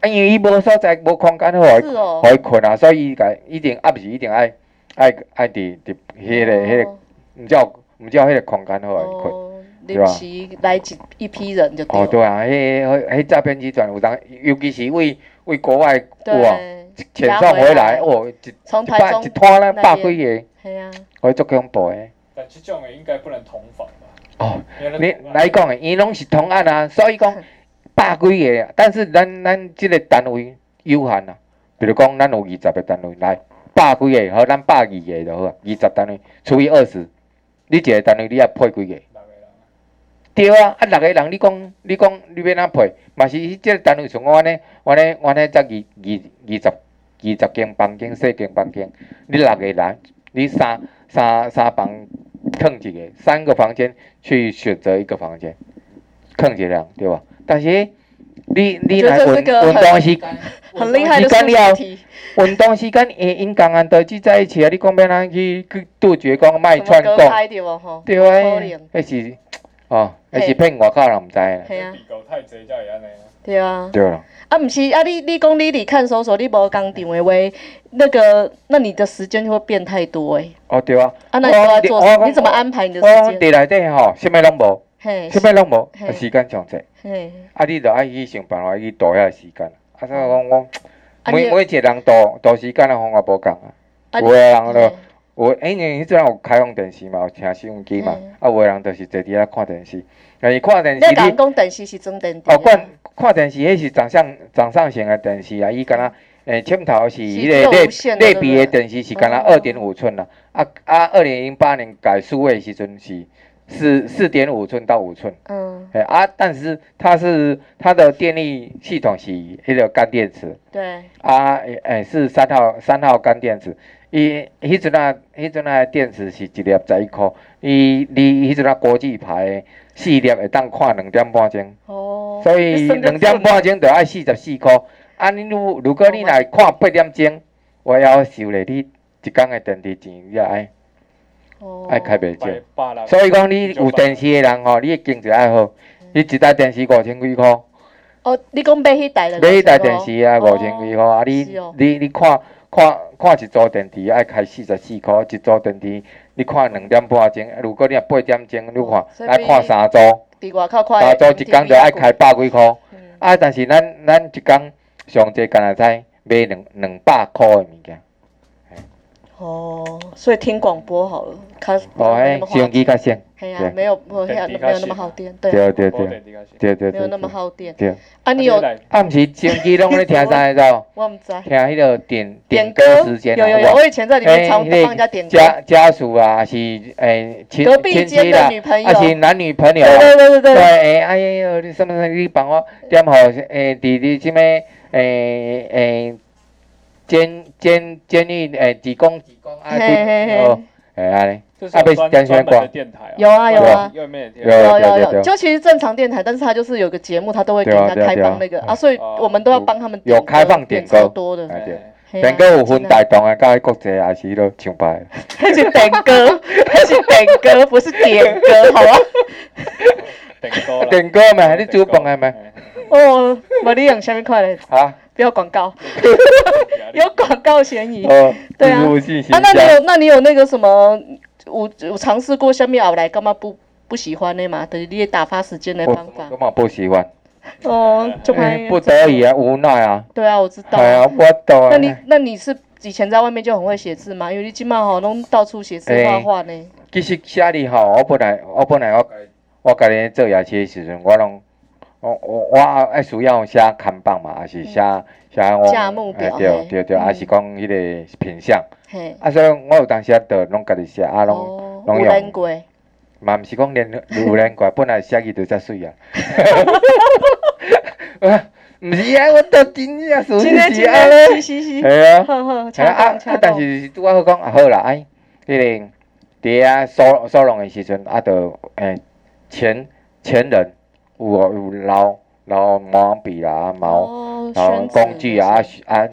啊，因为伊无所在，无空间互
是
伊
哦
互，伊困啊，所以伊家一定暗时一定爱爱爱伫伫迄个迄个，毋只有毋只有迄个空间互伊困。
哦，
对吧
临时来一一批人就对
哦，对
了，
啊，迄迄迄诈骗集团有当，尤其是为为国外有啊，
对，
遣送回来，
拿
哦，一一
从台
百
中
一，拖咱百
那
几
边
个，
系啊，
哦，足恐怖诶。
但这种的应该不能同房吧？
哦。
因为咱
你
同房
来讲诶，伊拢是同案啊，所以讲百几个，但是咱咱即个单位有限啊。比如讲，咱有二十个单位，来百几个，好，咱百二个就好啊。二十单位除以二十，你一个单位你也配几个？
六个人啊
对啊，啊六个人，你讲你讲你要哪配？嘛是即个单位像我安尼，我安尼我安尼才二二二十二十间房间，四间房间，你六个人，你三三三房坑一个，三个房间去选择一个房间，坑一个人对吧？但是你你
我觉得
来
这是个很
运运动时间，
很厉害的
你干
数学
了
题，
运动时间，因因工安都聚在一起啊！你讲要哪去去杜绝讲卖
什么
哎串
歌
供？
拍对无哦吼？
对
可
啊
怜，
迄是哦，迄
嘿
是骗外口人毋知啦。
系啊
比，狗太侪才会安尼啊。
对啊，
对啦。
啊，毋是啊，你你讲你离看守所，你无工场的话，那个那你的时间就会变太多诶。欸
哦，对啊。
Ờ,
哦
啊，那你都要做什
我
么？你怎么安排你的
我
时间？
地内底吼，啥物拢无，
嘿，
啥物拢无，
嘿
啊时间上济，
嘿，
啊你着爱去想办法去度遐时间。啊，所以讲我
啊
每
你
每一个人度度时间的方法无共啊。
啊
有诶人
嘿
就有诶，因为迄阵有开放电视嘛，有听收音机嘛
嗯，
啊有诶人就是坐伫遐看电视，但是看电
你
视
甲
你
人讲电视是装电视啊，
哦看看电视迄是掌上掌上型诶电视啊，伊敢若诶镜头是迄
是
个
做
类
无线的
类
对不
比
对
诶电视是敢若
哦
二点五寸啦，啊啊二零零八年改数位的时阵是四四点五寸到五寸。
嗯，
哎啊，但是它是它的电力系统是迄个干电池
对，
啊，诶、诶是三号三号干电池。伊迄阵啊，迄阵啊电池是一粒十一箍，伊你迄阵啊国际牌的四粒会当看两点半钟，
哦，
所以
你算得
两点半钟就爱四十四箍。啊，你如如果你来看八点钟，我要收咧你一工的电池钱，你也爱
准，
爱开袂少
百。八啦，
所以讲，你有电视的人吼，你的经济爱好，你一台电视五千几箍。
哦，哦，你讲买迄台了，
买一台电视啊，
哦
五千几块啊！你
是哦
你你看看看一组电视爱开四十四块，一组电视你看两点半钟，如果你若八点钟，
哦
你
所
看
以
爱看三组，
伫外口看
三
的，
组一工就爱开百几块。
嗯，
啊，但是咱咱一工上济干若知买两两百块的物件，
哦，所以听广播好了，看，
哦，
没那么
迄
花
收音机较省，
嘿呀
对，
没有，没有那样
电梯
没有
较
那么
小
耗电，对，
对对
对
对
对
对
对。
对
没有那
对
么
对。
耗电。
对，
啊，你有
啊，毋是收音机拢咧听啥个？
我唔知道。
听迄个点
点
歌
歌
时间
有
啊
有有，
有无
我以前在里面常
那
帮人家点歌。
家家属啊，是诶亲
隔壁
亲
间
戚
的
啦
女，朋友
啊，是男女朋友
对
啊，
对对对
对，
对，
诶，哎呀，你什么什么，你帮我点好，诶，弟弟什么，诶诶，监监监狱诶几公几公啊，
嘿嘿嘿
哦，诶安尼，
这是
啊被
专
电视
专门
广
的电台啊，
有啊有啊
外面的
有
电台
有
对对
有
对
有，就其实正常电台，但是他就是有个节目，他都会给
对啊
人家
对啊
开放
对
那
啊
个
嗯
啊，所以我们都要帮他们
有
点歌
开放点歌
超多的，
哎对，
嘿啊
点歌有分
真的
大档的，甲国际也是咧唱牌，
那是点歌，那是点歌，不是点歌，好 吧？
点歌啦，
点歌嘛，你主办的嘛，
哎？
哦，无你用下面快嘞，
啊，
不要广告，
哎
有广告嫌疑。
哦，
对啊
自入性
啊，
行
那你
销，
有那你有那个什么，我我尝试过下面后来干嘛不不喜欢的嘛？就是你的打发时间的
我
方
什么
法
都。嘛不喜欢，
哦，就拍
不得已啊，无奈啊，
对啊，我知道。
系啊，我懂啊。
那你那你是以前在外面就很会写字吗？因为你今嘛吼拢到处写字
哎
画画呢。
其实写字吼，我本来我本来我我家己做夜市的时阵，我拢我我我爱需要写看板嘛，还是写写我
嗯价目表
哎
嘿
对对对，
嗯
还是讲迄个品相。
嘿。
啊，所以我有当时啊，就拢家己写，啊，拢
哦，
拢
有
用嗯
难过。
嘛毋是讲连有连怪，本来写字就 遮水啊。 毋是啊，我到真正属
今天
于
今
是安
天是是
尼。
是。
系啊。
呵呵，
吓
恰
啊
当
啊
恰！
但
当。
是拄仔好讲啊，好啦，哎，迄个伫啊收收容的时阵，啊，着诶前前人有哦有留留毛笔啦、啊毛，
哦，
然后
宣纸
工具啊
那
啊哦
些，
啊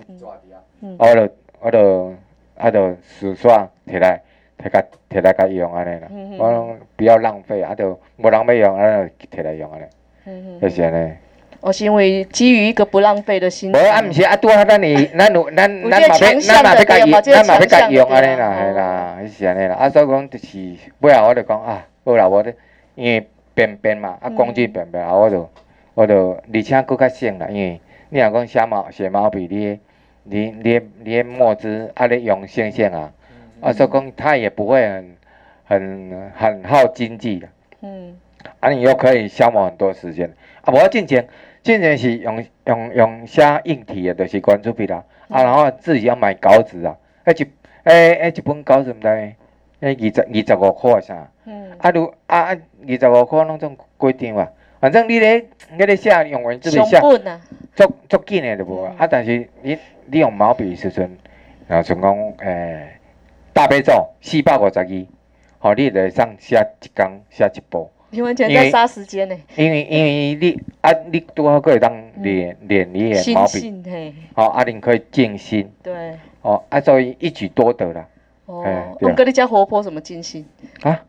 嗯嗯
我着我着啊着手刷摕来摕甲摕来甲用安尼啦
嗯嗯，
我拢不要浪费，啊着无人要用，啊就摕来用安尼，
嗯
就是安尼。
我是因为基于一个不浪费的心
无
情。
啊，毋是啊，拄啊，咱是咱有咱
有
咱
这
嘛
强
要
项
咱嘛
就
要甲
对
用，
嘛这个
咱嘛要
强
甲
项
用
就
安
对
尼啦，
啊
嘿
哦
啦，迄是安尼啦。啊，所以讲就是尾后我就讲啊，好啦，我咧因为便便嘛，啊
嗯
工具便便啊，我就我就而且佫较省啦，因为你若讲写毛写毛笔，你的你你的你的墨汁啊咧用省省啊，啊所以讲它也不会很很很耗经济啦。
嗯
啊，你又可以消磨很多时间。啊，无进前进前是用用用写硬体的，就是关注笔啦。啊，然后自己要买稿纸啊，迄一诶诶一本稿纸毋知迄二十二十五块啥？
嗯。
啊，如啊啊二十五块拢总几张啊？反正你咧你咧写用文字笔
熊
写，
本啊，
足足紧的就无啊。啊，但是你你用毛笔的时阵，然后像讲诶、大悲咒四百五十二，吼、你就会上写一工写一部。
你完全
因
在
为
杀时间呢，
因为因为你啊，你拄好可以当练练你的
嗯心
毛笔，
性嘿，
吼、啊，恁可以静心，
对，
哦啊，所以一举多得啦，
哦
哎，对
我
啊
跟你讲活泼什么精心，
啊，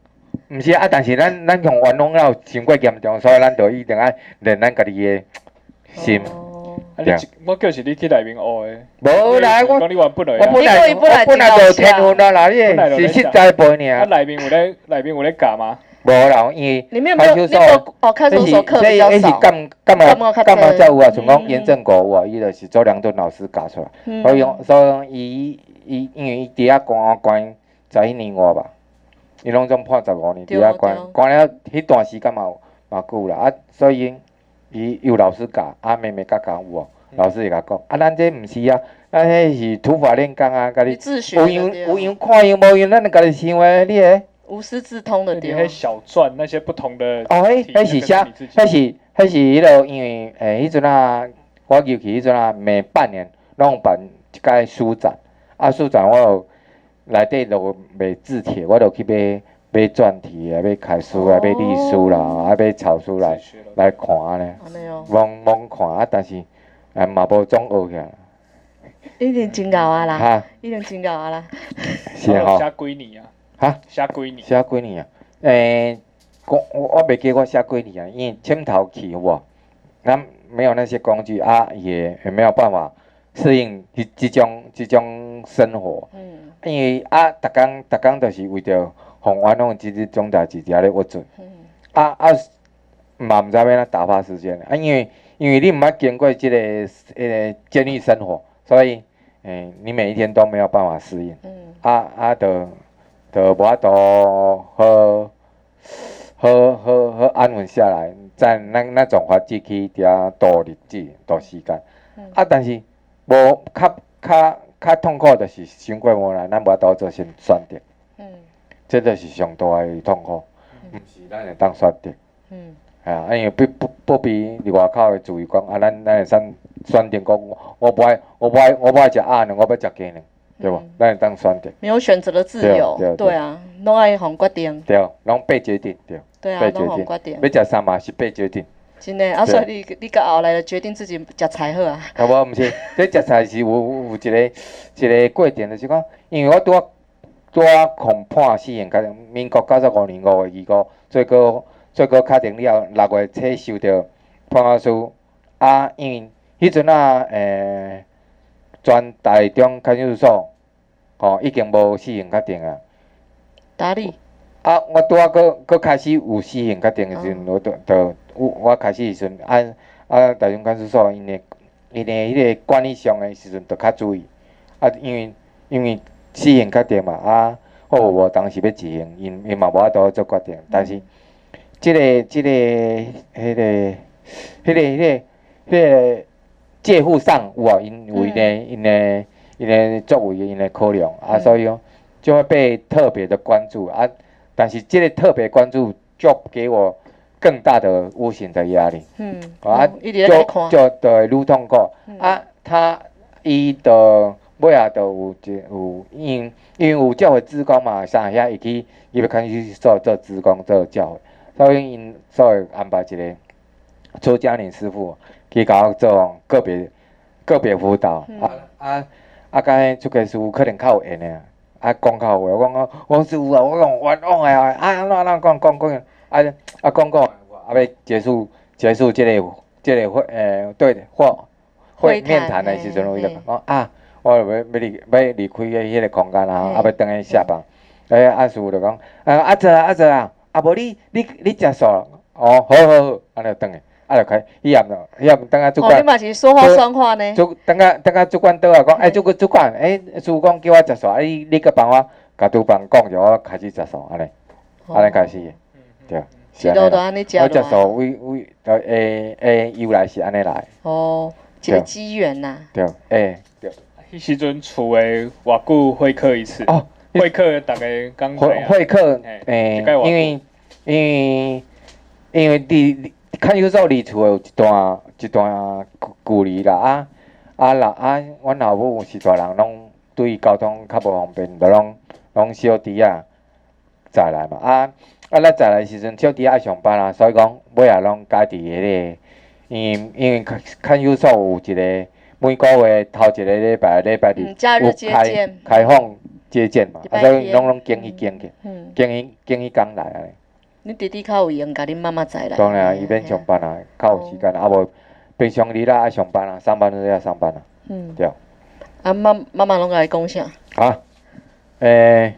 毋是啊，但是咱咱用玩弄了伤过严重，所以咱就一定爱练咱家己的心。
哦
啊你
对
一我叫是你去内面学的，
无、啦，我
讲
我
你玩不来啊
本来
你
我
本来
啊本来就有天分啦啦，你
本来
的
就是在
实在背
啊
尔，
内面有咧内面有咧教吗？
无啦，因为
里面有没有
看守
你
所
有没有哦，看守
这
所
是
课
这
比较
是
少，
干
干
干
嘛
嘛
较
干嘛
多
才有啊？像
嗯
讲严正国有啊，伊就是周良敦老师教出来，
嗯
所以讲所以讲伊伊因为伊伫遐关关十一年外吧，伊拢总判十五年伫
对哦
遐关
对
关了迄段时间嘛有嘛久啦啊，所以伊有老师教，啊妹妹教教有哦，
嗯
老师会甲讲，啊咱这毋是啊，咱迄是土法炼钢啊，家
你
己
自学
有
的
样
对哦
有样看样无样，咱就家己想诶，你诶。
无师自通的
你
对哦
还。小赚那些不同的
哦，迄
体验
迄是
跟
啥
你自？己
迄是迄是迄落，因为诶，迄阵啊，我尤其迄阵啊，每半年拢有办一届书展，啊，书展我有内底就卖字帖，我就去买买篆体啊，买楷书啊，买隶书啦，
哦
啊，买草书来
自学了
来看啊咧，
安尼哦，
懵懵看啊，但是啊嘛无总学起来，
一定真牛啊啦，
哈，
一定真牛啊啦。
是
然后
吼，
下归你啊，
哈，
下归你，
写几年啊？诶、我我我袂记我写几年啊，因为签头去有无，咱没有那些工具啊，也也没有办法适应即即种即种生活，
嗯
因为啊，逐工逐工都是为着宏远弄即即种代志伫遐咧活做，
嗯
啊啊，嘛毋知道要安怎打发时间啊，因为因为你毋捌经过即、个呃监狱生活，所以诶、你每一天都没有办法适应。
嗯，
啊啊，就就无法度好好好好安稳下来，在那那种环境去遐度日子、度时间
嗯。
啊，但是无较较较痛苦，就是伤过无奈，咱无法度做选选择，
嗯
这就是上大的痛苦，毋
嗯
是咱会当选择。
嗯
吓，啊，因为不不不比伫外口的自由讲，啊，咱咱会选选择讲，我不爱我不爱我不爱食鸭卵，我要食鸡卵，对无
嗯？
咱会当选择，
没有选择的自
对啊
由
对啊，对
对啊，拢爱互决定，
对，拢被决定，对。
对啊
被，决
拢互
定
决定，
要食啥嘛是八九点，
真的。啊，
对
所以你你到后来就决定自己食菜好啊。
啊无毋是，这食菜是有有有一个一个过程，就是讲，因为我拄啊拄啊恐判死刑，甲民国九十五年五月二五，最高最高确定了六月七收到判决书，啊，因为迄阵啊，诶、全台中看守所，吼、已经无死刑确定啊。
达利，
啊，我拄啊，搁搁开始有死刑决定的时阵，我就就有我开始的时阵，按啊，大众看守所因的因的迄个管理上的时阵，就较注意。啊，因为因为死刑决定嘛，啊，好有无当时要执行，因因嘛无法度做决定，但是即、个即、个迄、个迄、个迄、个迄、个借户上有啊，因有因的因的因的作为因的考量，啊，
嗯
所以讲就会被特别的关注啊。但是这个特别关注就给我更大的无形的压力，
嗯，
啊
哦一直
就
在看，
就就会愈痛苦。
嗯
啊，他伊的尾啊，就有一有因因为有教会职工嘛，上遐伊去伊要开始做做职工做教会，所以因所以安排一个周嘉玲师傅去甲我做个别个别辅导、
嗯
啊啊啊！甲迄出家师傅可能较有闲诶，啊讲较有话，我讲我讲师傅啊，我讲冤枉诶啊，啊安怎安怎讲讲讲，啊啊讲讲，啊要结束结束即、个即、个会诶、对或。
会
会面谈
谈欸嗯嘿
的时阵，我就
嘿
讲啊，我要要离要离开迄个空间啊，
嘿
啊要等伊下班。哎，阿叔就讲，啊阿泽啊阿泽啊，啊无你你你食素咯？哦，好好好，安尼等下，啊就开，伊也毋伊也毋等下主
哦，你
管，
嘛是说话算话呢，
主等下等下主管倒来讲，哎
嘿
主管主管，哎师傅讲叫我食素，啊你你去帮我甲厨房讲者，我开始食素，安尼安尼开始的，
嗯
对，
一路哦都安尼食
我食
落来，
素为为就诶诶由来是安尼来的，
哦，一
对
个机缘呐，
对，诶对，
迄时阵厝的偌久会客一次，
哦。
会客大概刚
会
来啊，
会客，
嘿
哎
诶、
一概瓦
因为因为因为离看守所离厝有一段一段距离啦啊啊老啊，阮老母有时大人拢对交通较无方便，就拢拢小弟啊载来嘛啊啊，咱载来的时阵小弟爱上班啊，所以讲尾啊拢家己迄、个，因因为看看守所有一个每个月头一个礼拜礼拜日
嗯假日
有
接
开
见
开放接见嘛，
礼
啊
拜
所以
天
拢拢经去经去。
嗯，
经伊经伊工来啊，
你弟弟较有闲，甲恁妈妈载来，哦
当然啊，
嘿
伊免上，班啊，较有时间啊，啊无平常日啦爱上班啊，上班日要上班啊，
嘿嗯，
对。
啊妈妈妈拢甲伊讲啥？
啊，诶、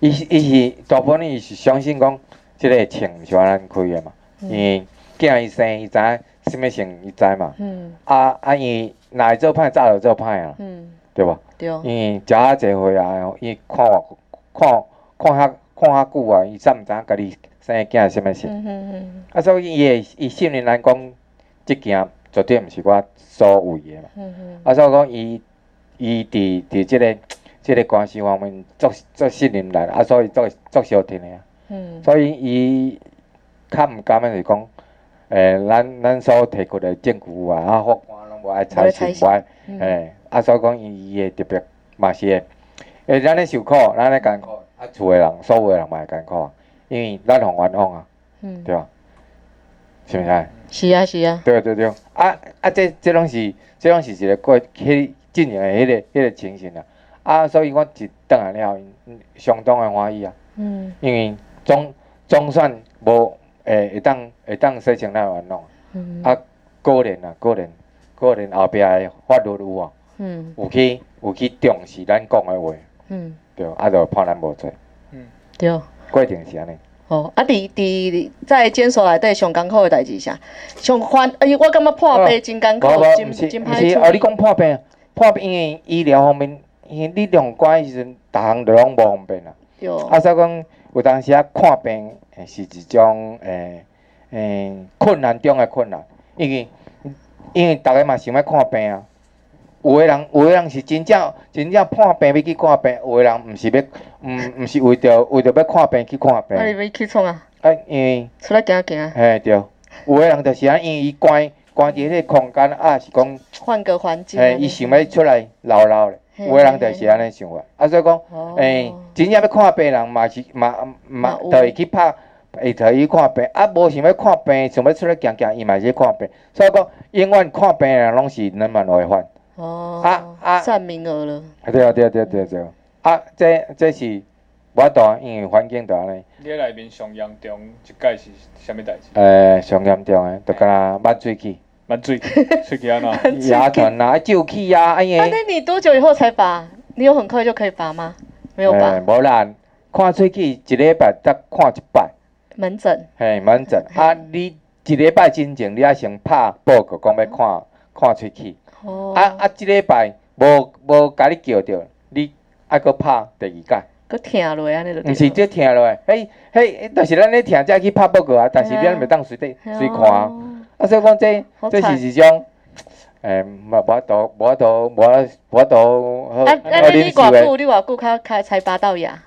伊是伊是大部分伊是相信讲，即个枪毋是我咱开的嘛，
嗯
伊囝伊生伊知影什物枪伊知嘛，
嗯
啊啊伊若会做歹早就做歹啊，
嗯，
对无？
对，
伊食啊侪岁啊，伊看偌看看遐看遐久啊，伊煞毋知影家己生的囝是什物性，
嗯嗯嗯
啊所以伊会伊信任咱讲，即件绝对毋是我所为的嘛。
嗯嗯，
啊，所以讲伊伊伫伫即个即个关系方面足足信任来，啊，所以足足小天的啊，
嗯
所以伊较毋甘的就是讲，诶、咱咱所提出的证据有啊，啊，法官拢无爱采
无爱采
信，
信
无爱，
嗯
诶，啊，所以讲伊伊会特别嘛是会，诶，咱咧受苦，咱咧艰苦，啊，厝的人，所有的人嘛会艰苦啊，因为咱互冤枉啊，
嗯，
对吧？是毋是啊？
是啊是啊，
对对对，啊啊，这这拢是这拢是一个过迄进行的迄、个迄、个情形啦。啊，所以我一倒来了，因相当的欢喜啊，
嗯
因为总总算无会会当会当洗清咱冤枉。
嗯
啊，果然啊，果然果然后壁的法律有哦，
嗯
有去有去重视咱讲的话，
嗯，
对，啊，就判咱无罪，
对。
过程是安尼。
哦，啊，伫伫在监所内底上艰苦的代志啥？上烦，哎、我感觉破病真艰苦
啊无无，，
真
毋是
真
毋
歹
是，
处
哦，你
理。
讲破病，破病因为医疗方面，因为你量管的时阵，逐项都拢无方便啦。
对，
啊，所以讲有当时啊，看病诶是一种诶诶困难中诶困难，因为因为大家嘛想要看病啊。有诶人，有诶人是真正真正看病要去看病，有诶人毋是要，毋毋是为着为着要看病去看病。
啊，你要去创啊？
啊，因为
出来行行，
嘿对，有诶人就是啊安，因为伊关关伫迄个空间啊，是讲
换个环境。啊
哎嘿，伊想要出来闹闹咧。
嘿
有诶人就是安尼想法，啊，所以讲。
哦，
诶、真正要看病人嘛是嘛嘛
嘛，有
就会去拍，会就去看病。啊，无想要看病，想要出来行行，伊嘛是去看病。所以讲，永远看病的人拢是两万外患。
哦，
啊啊
占名额了，
啊，对啊，对啊，对啊，对啊，对啊。啊，这这是无法度，因为环境就安尼。
你内面上严重一届是啥物代志？
诶、呃上严重诶，就敢若捌水气、
蛮水，喙齿安怎？
牙疼啊、酒气啊，安尼。
啊，那你多久以后才拔？你有很快就可以拔吗？没有
诶
拔，
无啦，看喙齿一礼拜才看一摆，
门诊。
嘿，门诊。啊，你一礼拜之前，你啊先拍报告，讲要看看喙齿。
哦，
啊啊，即礼拜无无甲你叫着，你还佫拍第二届，
搁疼啊落安尼就对
毋
了。
是即听落来，迄迄，但是咱咧听者去拍报告啊，但是
嘿啊
咱袂当随地
嘿啊
随看啊。啊，所以讲这
好
这
惨
是一种，诶，无无法度，无法度，无法无法度，好
啊啊，那你偌久？，你偌久才才才拔到牙？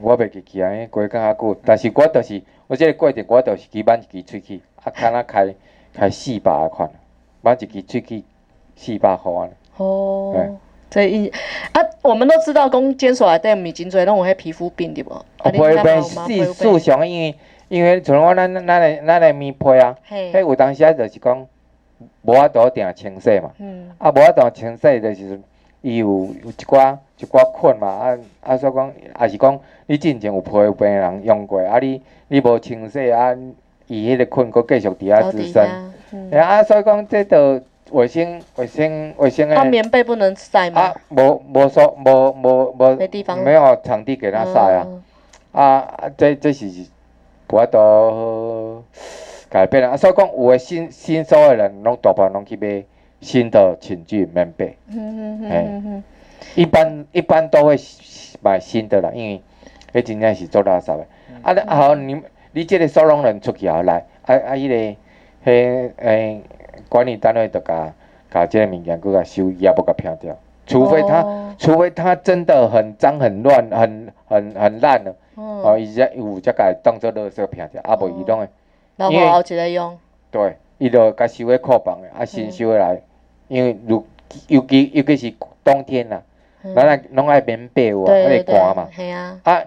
我袂记起安尼过较久，但是我就是我即个过程，我就是去挽一支喙齿，啊，敢若开开四百的款，挽一支喙齿四百箍安尼。嗯
哦，所以啊，我们都知道讲监所内底毋是真侪拢有迄皮肤病对无？啊，
哦不会
敢有吗
变，事事，上因为因为像我咱咱的咱的面皮啊，迄
嘿，
有当时啊就是讲无法度定清洗嘛，
嗯
啊无法度清洗就是伊有有一寡一寡菌嘛，啊啊所以讲也是讲你之前有皮肤病的人用过，啊你你无清洗啊，伊迄个菌佫继续伫遐
到
滋
底
生，
呀，嗯
哎啊所以讲这着卫生卫生卫生
啊，
诶。
棉被不能晒吗
哎啊？，无无所无无无，
没地方
没有场地给他晒啊。
嗯，
啊，啊这这是无法度改变啊。所以讲，有诶新新手诶人，拢大部分拢去买新的寝具棉被，
嗯嗯嗯
哎
嗯嗯，
一般一般都会买新的啦，因为迄真正是做垃圾诶。啊，
嗯
那啊好，你你即个收容人出去后来，啊啊，迄、个迄诶管理单位就甲甲即个物件佫甲收伊，也无甲撇掉，除非他。
哦
除非他真的很脏、很乱、很很很烂了，哦，
嗯，哦
伊才有才甲当做垃圾片者，啊无伊拢会，
然
因为
后熬一个用，
对，伊就甲收咧库房的，啊
嗯
新收的来，因为如尤其尤其是冬天啦，
嗯
咱来拢爱棉被有啊，啊
对对
会
对
寒，嘛，
系啊，
啊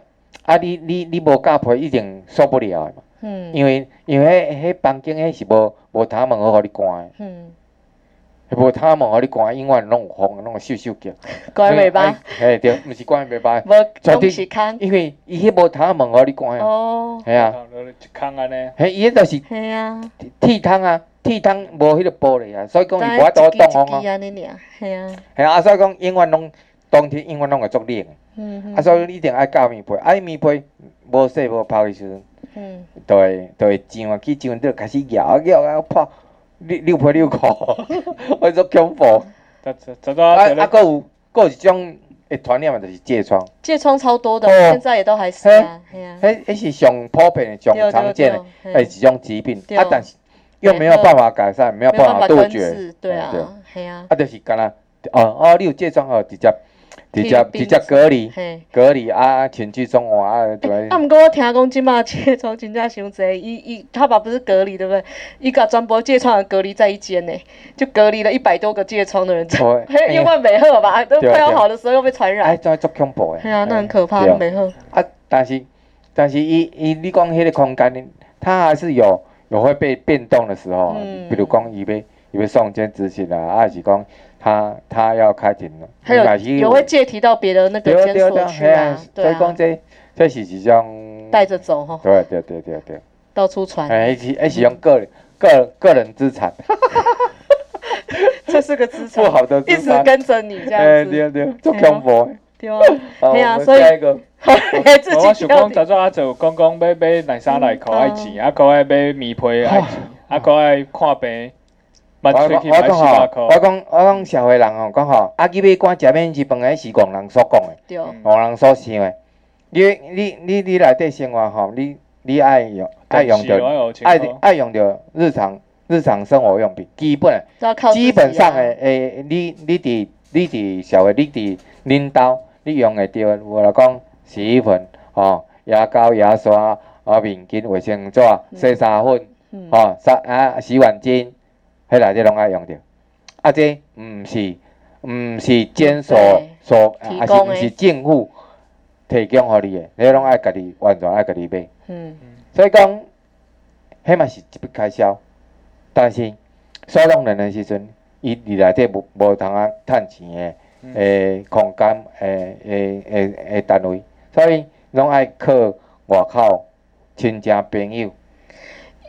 啊你你你无加被一定受不了的嘛，
嗯
因为因为迄迄房间迄是无无窗门好互你关
嗯，
的，无窗门互你关，永远拢有风，拢有嗅嗅叫，
关尾巴
哎，，嘿对，毋是关尾巴，
无
绝
拢
对
是空，
因为伊迄无窗门互你关的。
哦，
系啊，
一空安尼，
嘿，伊迄就是
系啊，
铁窗啊，铁窗无迄个玻璃啊，所以讲伊无法
大
度
概
挡风
一支一支
啊。
安尼尔，系啊，
嘿啊，所以讲永远拢冬天永远拢会作冷的，
嗯，嗯
啊，所以你一定爱盖棉被，啊，伊棉被无洗无泡的时阵，
嗯，
都会都会上去上到开始摇摇啊拍六六皮六裤， 我做恐怖。
他他他他
啊
啊
啊，佫有佫有一种会传染嘛，就是疥疮，
疥疮超多的，
哦
现在也都还是啊，嘿啊，
迄迄是上普遍的、
对
上常见的，
对对，
诶一种疾病。
对
啊，但是又没有办法改善，没有
没有
办
办
法
法
杜
根
绝。
治，对
对
啊，嘿啊，
啊，就是干那哦哦，你有疥疮哦，直接直接
病
直接隔离
嘿。
隔离啊，请去中华啊，对
啊，。毋过我听讲即马疥疮真正伤侪，伊伊他爸不是隔离对不对？伊甲全部疥疮的隔离在一间呢，就隔离了一百多个疥疮的人 在，
哦哎
嘿，因为没好吧，都
对啊
快要
对啊
好的时候又被传
哎，
染，
真足恐怖诶！
嘿啊，那很可怕，
对啊
没好，
啊，但是但是伊伊你讲迄个空间，它还是有有会被变动的时候，啊
嗯
比如讲伊被伊被送监执行啊，还是讲他他要开庭了，
还
你嘛
有
是
有会借题到别的那个
对
监
对
所
对，
去
嘿啊
啊，，
所
对
以讲
啊，
这这是一种
带着走吼，
对对对对对，
到处传，
哎，是哎是用个人个个人资产，
这是个资产
不，好的
一
资
直
产，
跟着你这
哎
样子，
对对，做恐怖。
对啊，
好
嘿啊
我们
所以
下一个
自
我
己嗯
想
要
讲，早早啊，就讲讲要买奶沙来扣爱钱，啊，佫爱买棉被
哦
爱钱，啊，佫爱看病，
我
嘛出
讲
去
我
买
讲
四百
吼，
箍
我。讲我讲社会人吼，讲吼，啊，去买官食面是饭，迄是戆人所讲的，
对，
嗯
戆哦人所想的。你你你你内底生活吼，你你爱用爱用
哦
着哎爱爱用着日常日常生活用品，基本
都要靠自己
基
啊
本上的哎诶，你你伫你伫社会，你伫恁兜，你用会着，我来讲洗衣粉吼，牙膏、牙刷、啊面巾、卫生纸、洗衫粉。
嗯
吼、洗啊洗碗巾，迄内底拢爱用着。啊，这毋是毋是监所
对
所，
提
啊是
供
毋
的
是政府提供互你诶，你拢爱家己完全爱家己买。
嗯，
所以讲，迄嘛是一笔开销，但是所弄人诶时阵，伊伫内底无无通啊趁钱诶
嗯
诶空间诶诶诶诶单位，所以拢爱靠外口亲戚朋友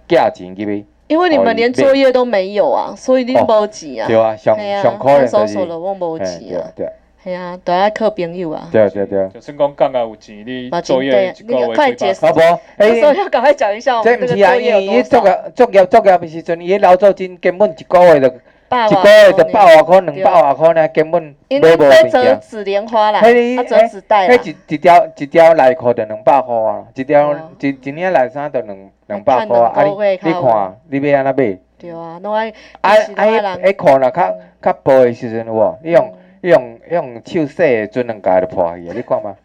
寄钱去买。
因为你们连
哦你
作业都没有啊，所以你
哦
无钱啊。
对啊，上
嘿啊，
上可能就
手
是
手，了，我无
嘿
钱啊，
哎对
系啊，都爱靠朋友啊。
对对对，
就算讲讲啊有钱，你
嘛真
作业
对
一个
你快
月
解
几
释
百
啊
块，
无，
嗯所以
哎，
要赶快讲一下我
这
们
毋
这个
是啊，
作
伊
业有多
伊作
少。
业作业作业的时阵，伊老做金根本一个月就一
爸爸
个月就百
哦，
外箍、两百外箍呢，根本
因
买
为
无物
在折
件。
纸莲花啦，
嘿
啊折纸袋啦
迄，一一条一条内裤就两百箍啊，一条
哦
一一领内衫就两两百箍啊，啊
看
你
两个月
你
较有
看，你要安怎买？
对啊，拢爱
啊
其实
啊，
拢爱
迄
人嗯
迄裤若较较薄的时阵有无？你用你用用手洗的，阵两家就破去啊，你看嘛，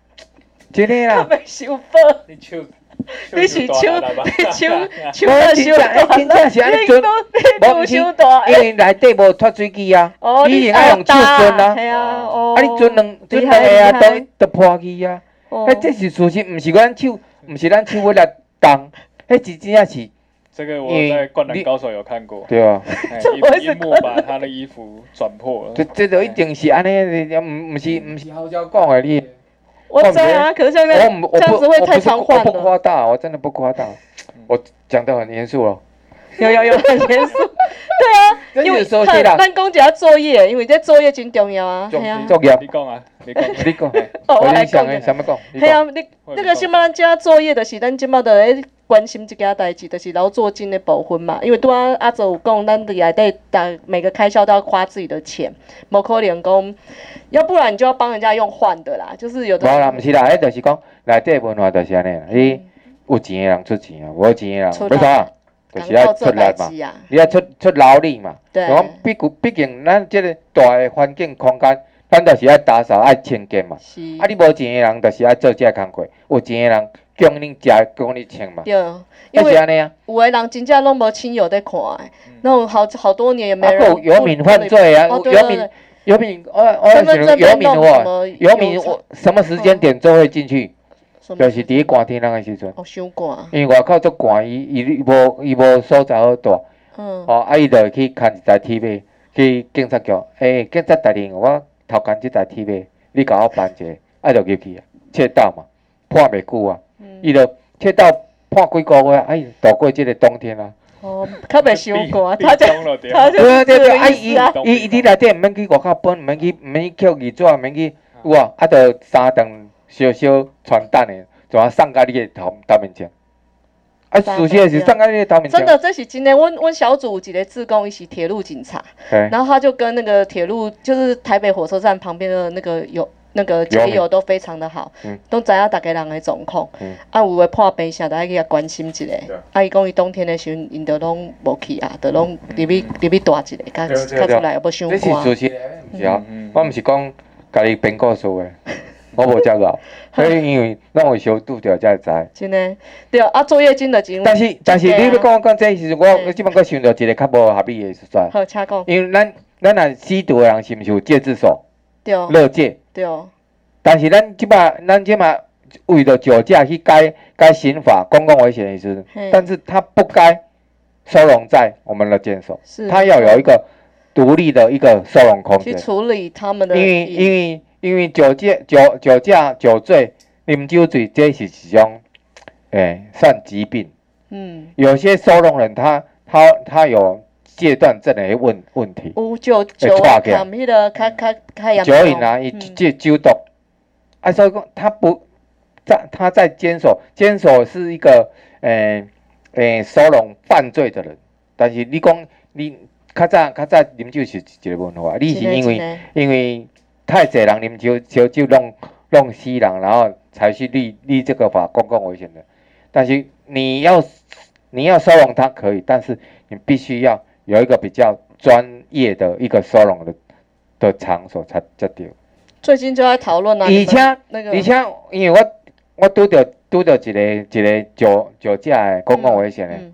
真诶啦。
被收报，
你手
你 是手你手手
无
到
真
收大
正哎真正是安尼
你
准
都
无
你都
毋是
收大，
因
哎
为内底无脱水机啊，
哦，
你
你
用爱用手
搭啊
准啊，
嘿啊，哦，
啊你准两准
厉
两
害
个啊，
厉害
都都破去啊，
哦
迄这是事实，毋是咱手，毋是咱手尾来 动，迄是真正是
这个我在《灌篮高手》有看过，
对啊，
哎
这不会是
樱木把他的衣服转破了，
这这就一定是安尼的，毋毋是毋是好笑讲的你，
我知啊，可是像那
我唔我
这
不
样子会
我
太
不是
常
我
换
不
了。
夸大，我真的不夸大，我讲得很严肃哦，
有有 有很严肃，对啊，
跟
因
你
为
说些啦，
咱讲一下作业，因为这作业真重要啊，
重
系啊，
作业
你，讲啊，你讲，
你讲，
哦，我
我
来
你
讲
想
一
的
下，
想要讲，你
系啊，
讲，
你
我也
那个
不懂
现在咱遮作业就是咱即摆就咧关心即件代志，就是劳作金的部分嘛，因为拄啊阿祖有讲，咱内底大每个开销都要花自己的钱，无可能讲，要不然你就要帮人家用换的啦，就是有的
无啦，毋是啦，迄就是讲内底文化就是安尼啦，伊。有钱的人出钱啊，无钱的人
出
要啥？就是要出力嘛，
志啊，
你要出出劳力嘛。
对
讲毕竟毕竟咱即个大的环境空间，咱就是爱打扫、爱清洁嘛。
是，
啊，你无钱的人就是爱做这个工课，有钱的人供你食、供你穿嘛，
对，因
就是
为
安尼啊。
有的人真正拢无亲友在看的，
嗯
那种好好多年也没
啊，还
人
有游民犯罪啊，
哦，对
游
对对
民，游民，我我
身份证
想游
被
民
弄什
我
么
游民我什么时间点做会进去？
什么
就是伫寒天人的时阵，
哦，伤寒，
因为外口足寒，伊伊无伊无所在好住。
嗯，
哦，啊，伊就去牵一台 T V 去警察局，诶、警察大人，我头牵即台 T V，你甲我办一个，啊，就入去啊，窃盗嘛，判袂久啊，伊、就窃盗判几个月，啊，伊度过即个冬天啊，
哦，较袂伤 寒，他就
讲了对
他
吧，
就
对啊，
是
对
这
对，
个
啊，
意
伊
思啊，
伊伊伫内底毋免去外口搬，毋免去毋免去捡二纸，毋免去，有啊，啊，就三顿小小传单的，就啊送到你的头头面前，啊，事实是上安尼头面
真的，这是今天温温小组有一个志工一起铁路警察，
嘿，
然后他就跟那个铁路，就是台北火车站旁边的那个有那个街友都非常的好，
啊嗯
都知影大家人的状况，
嗯
啊有的破病啥，大家去遐关心一下。啊，伊讲伊冬天的时阵，因都拢无去啊，都拢
嗯
入去入去大一个，较
啊
对对
较出来无伤
这是
寒。
事实的，毋是啊
嗯嗯，
我毋是讲家己编故事的， 我无 遮个，所以因为咱有小拄着才会知。
真的，对啊，作业金的钱。
但是但
啊
是你要讲讲这时阵，
嗯
我即摆搁想到一个较无合理的所在，
好，请讲，
因为咱咱若吸毒的人是毋是有戒治所、
对
乐戒？
对
但是咱即摆咱即摆为了酒驾去改改刑法，公共危险的时阵，
嘿
但是他不该收容在我们的监所，
是。
他要有一个独立的一个收容空
去
间，
处理他们的
因为因
疑，
为因为酒驾酒酒驾酒醉、啉酒醉，这是一种诶、算疾病。
嗯，
有些收容人他他他有戒断症的问问题，
有酒
哎
酒啊，含迄个较较较严
酒
重。
瘾啊，伊
嗯
戒酒毒，啊，所以讲他不在他在监守，监守是一个诶诶、呃收容犯罪的人，但是你讲你较早较早啉酒是一个文化，你是
真的
因
真
为
的
因为太侪人啉酒烧酒弄弄死人，然后才去立立这个法公共危险的，但是你要你要收容他可以，但是你必须要有一个比较专业的一个收容的的场所才才对。
最近就在讨论啊，
而且
你们那个
而且，因为我我拄着拄着一个一个酒酒驾的公共危险的，
嗯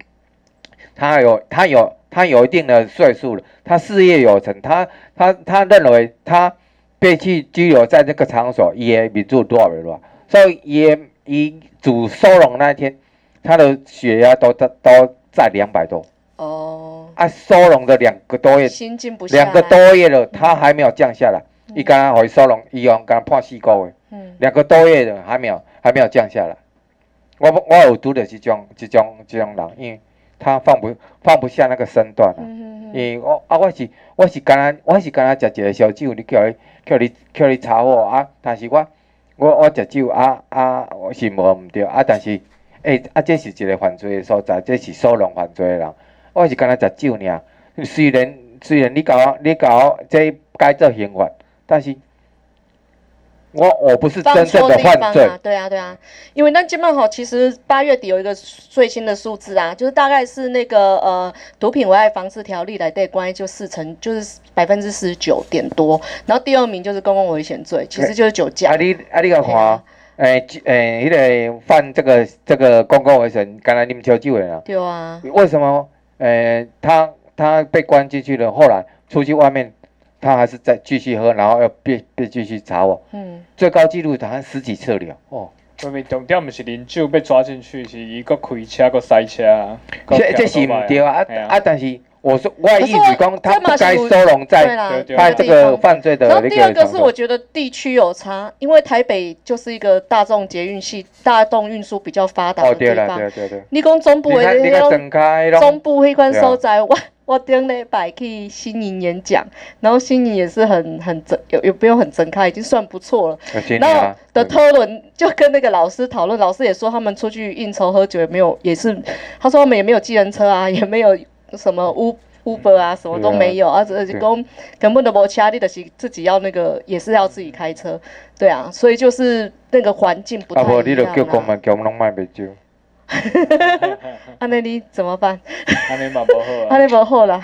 他有他有他有一定的岁数了，他事业有成，他他他认为他被去拘留在这个场所，也民主多少人了，所以也以主收容那一天，他的血压都都都在两百多，
哦，
啊，收容的两个多月，
心静不下来
两个，多月了，他还没有降下来，伊刚刚回收容，伊用刚判四个月。
嗯，
两个多月了，还没有还没有降下来。我我有拄着这种这种这种人，因为他放不放不下那个身段啊。
嗯嗯
因
嗯
为我啊，我是我是敢若我是敢若食一个烧酒，你叫伊叫你叫你查我啊，但是我我我食酒啊啊，我是无毋对啊，但是诶、啊，这是一个犯罪的所在，这是收容犯罪的人，我是敢若食酒尔。虽然虽然你甲我你甲我这改做刑法，但是我我不 是
放
真正
错
的
地
犯
方
罪
啊，，对啊对啊，因为那今麦吼，其实八月底有一个最新的数字啊，就是大概是那个呃毒品危害防治条例来对关于就四成，就是百分之四十九点多，然后第二名就是公共危险罪，其实就是酒驾
啊，你啊你甲
嘿啊
看，欸诶诶，迄、个犯这个这个公共卫生，敢若啉烧酒的人。
对啊，
为什么？呃，他他被关进去了，后来出去外面，他还是在继续喝，然后要被被继续查我，
嗯，
最高纪录好像十几次了。哦，
因为重点毋是啉酒被抓进去，是伊搁开车搁塞车啊。搁
这这是
跳
唔
到外
对啊啊
嘿啊
啊！但是我说我的意
可
思
是我
讲，他
这嘛
不
是
该
有
收容
对
在
啦，
对对
他
个
这
地
个
方。
犯罪的
然
那
后
个
第二个
场
是我
所。
觉得地区有差，因为台北就是一个大众捷运系、大众运输比较发达
哦，
的
对
地
了，
方。
对对对。
你讲中部
你
的
看，
那
你看，
种
整开
中
拢，
部迄款
对啊
所在，我我顶礼拜去新营演讲，然后新营也是很很整，有有不用很整开，已经算不错了。
我今
然
年
后
啊
的讨论就跟那个老师讨论，老师也说他们出去应酬喝酒也没有，也是他说他们也没有计程车啊，也没有什么 U Uber 啊，什么都没有，啊，而且讲根本都没车，你就是自己要那个也是要自己开车，对啊，所以就是那个环境不太
啊
一
无你就
样
叫公
啊。
安局拢卖白酒，
啊，那你怎么办？
安尼嘛无好
啊，
啊。
那不好啦。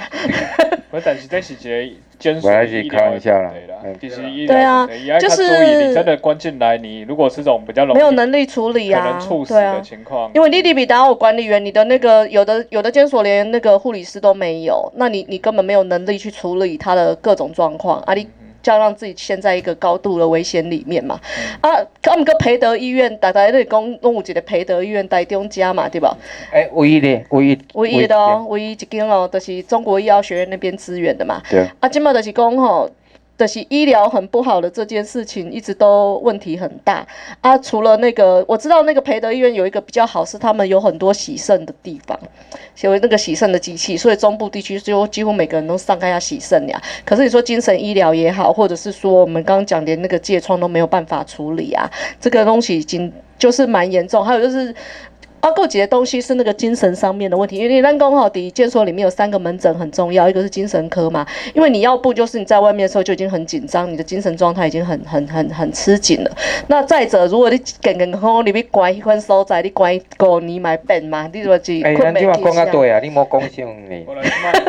不，但是这是一个监
我
所
还
的
是
医疗
开玩笑啦
问题啦
嗯。
其实医
对啊
疗问题也要
就
较注
是
意，你真的关进来，你如果是这种比较容易
没有能力处理
可
啊
能猝，死
对
的
啊。
情况，
因为利利比达有管理员，你的那个有的有的监所连那个护理师都没有，那你你根本没有能力去处理他的各种状况啊！
嗯
你就要让自己陷在一个高度的危险里面嘛。
嗯
啊，他们跟培德医院，大家在讲弄有一个培德医院台中家嘛，对吧？
哎，唯一的，唯一，
唯一的哦，唯一一间哦，就是中国医药学院那边支援的嘛。
一间，
啊，今麦就是讲吼，就是医疗很不好的这件事情，一直都问题很大啊。除了那个，我知道那个培德医院有一个比较好，是他们有很多洗肾的地方，有那个洗肾的机器，所以中部地区就几乎每个人都上开要洗肾呀。可是你说精神医疗也好，或者是说我们刚刚讲连那个疥疮都没有办法处理啊，这个东西已经就是蛮严重。还有就是。啊，够几个东西是那个精神上面的问题，因为咱讲吼，底监所里面有三个门诊很重要，一个是精神科嘛，因为你要不就是你在外面的时候就已经很紧张，你的精神状态已经很很很很吃紧了。那再者，如果你健健康康，你要关迄款所在，你关五年买变嘛，你就是
哎，
困
咱
袂
即话讲
起
啊
身。
对啊，你莫讲伤呢。
我来看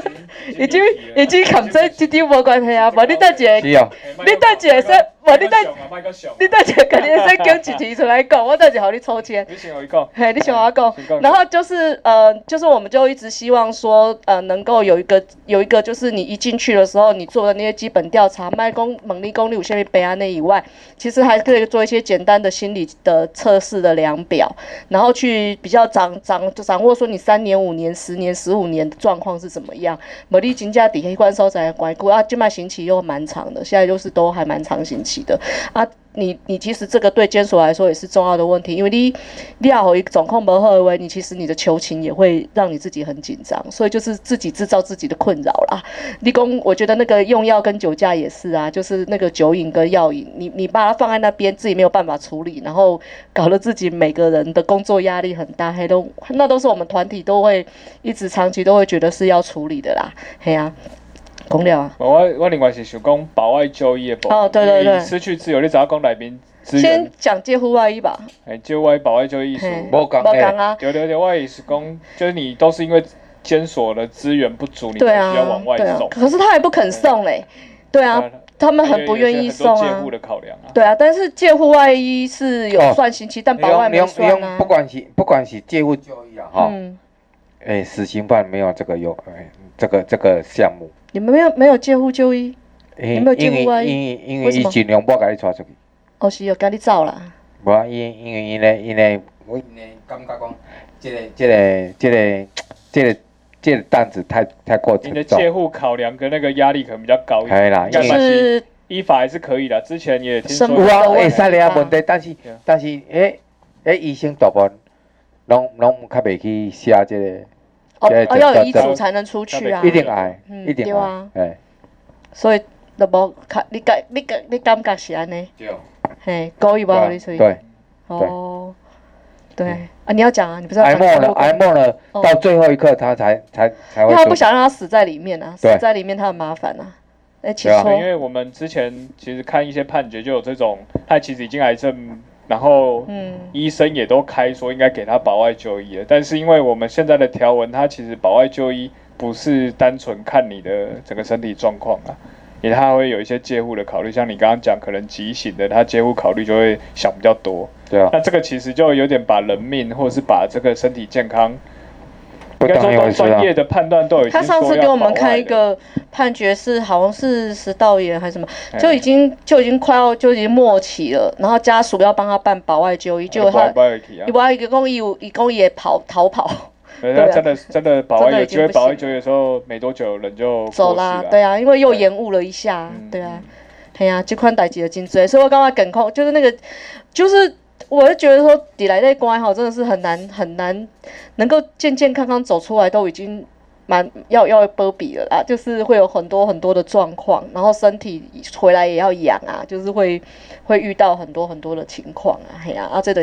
已经已经跟这一点无关系啊，无你等一下
是哦，
你等一下说无你等
麦克哎熊，啊
你等一下肯定先讲一题出来讲，我等一下互你抽签。
你先有一个，
嘿，你想要讲
哎请讲，
然后就是呃，就是我们就一直希望说，呃，能够有一个有一个，就是你一进去的时候，你做的那些基本调查，麦公、猛力功力、五线力、北安内以外，其实还可以做一些简单的心理的测试的量表，然后去比较掌掌掌握说你三年、五年、十年、十五年的状况是怎么样。某力金价底黑关收窄关顾啊，静脉刑期又蛮长的，现在就是都还蛮长刑期的啊。你你其实这个对监所来说也是重要的问题，因为你你要有一种控不合为，你其实你的求情也会让你自己很紧张，所以就是自己制造自己的困扰啦。立功，我觉得那个用药跟酒驾也是啊，就是那个酒瘾跟药瘾，你你把它放在那边，自己没有办法处理，然后搞得自己每个人的工作压力很大，还都那都是我们团体都会一直长期都会觉得是要处理的啦，嘿啊，讲了啊。
我我另外是想讲保外就业部
哦对对对
因为失去自由，你只要讲内面资
先
源，
讲介户外医吧，
哎，就外保外就业意思。
嘿
无讲
不讲
诶，
啊，
对对对，我也是讲，就是你都是因为监所的资源不足，你才
对
需要
啊
往，外
对啊
送，。
可是他也不肯送嘞，对啊，他们很不愿意送
因为有
啊
些很多借户，的考量啊。
对啊，但是借户外医是有算刑期，但
你
保外
哦用你
没
用你
算
用，
啊
不。管是不管是借物交易啊，哈，
嗯，
哎，死刑犯没有这个有哎这个这个项目，
你们没有没有借户就医，
因
有没有
为
借
因
物
为
啊
因为因
为
为
什
伊
么
尽量不甲你带出去。
哦是有跟你走啦，
无啊，因因为因咧因咧，我因咧感觉讲，即个即个即个即个即个担子太太过
你
沉
的
重
借，户考量跟那个压力可能比较高一
系
点，
啦，因
就
干嘛
为
是
依法还是可以的。啊之前也听
生
有
活
说，
啊，
的
会
问题
使了
吧
问题，但是
对啊
但是诶诶，医生大部分拢拢较袂去写即个，
哦
对
哦
对
要有
对
遗
对
嘱才能出去啊
对
一，定爱
嗯，
一定
对啊
爱，诶，
所以就无看你感你感你感觉是安尼，
对，
嘿，故意把你出去，
对，
哦，对啊，你要讲啊，你不是要
挨
讲
默了，
过
挨默了，
哦
到最后一刻他才才才
因
会
为他不
出
想让他死在里面啊，
对
死在里面他很麻烦啊。哎，起
对啊
错
对，因为我们之前其实看一些判决就有这种，他其实已经癌症，然后
嗯，
医生也都开说应该给他保外就医了，但是因为我们现在的条文，它其实保外就医不是单纯看你的整个身体状况啊，也它会有一些介护的考虑，像你刚刚讲可能急醒的，他介护考虑就会想比较多，
对啊，
那这个其实就有点把人命或者是把这个身体健康，
不
应该
当
说
一回
都
事
专
啊，
业的判断都已经
他上次
说要
给我们
保外
看一
了，
个判决是，好像是食道炎还是什么，
哎
就已经就已经快要就已经末期了，然后家属要帮他办保外就医，结果
哎保
他
外保外体啊
你，把一个公益一公益也跑逃 跑
对
对啊
他真的真的保外
真的
有
已
机
经
会
不
保外
行
就医的时候，没多久人就过
走
世
啦，
了
对啊，因为又
对
延误了一下
嗯，
对啊。哎呀、这款代志的真多，所以我感觉梗控就是那个，就是我就觉得说，抵来内关哈，真的是很难很难能够健健康康走出来，都已经蛮要要波比了啦，就是会有很多很多的状况，然后身体回来也要养啊，就是会会遇到很多很多的情况啊，哎呀、啊，这个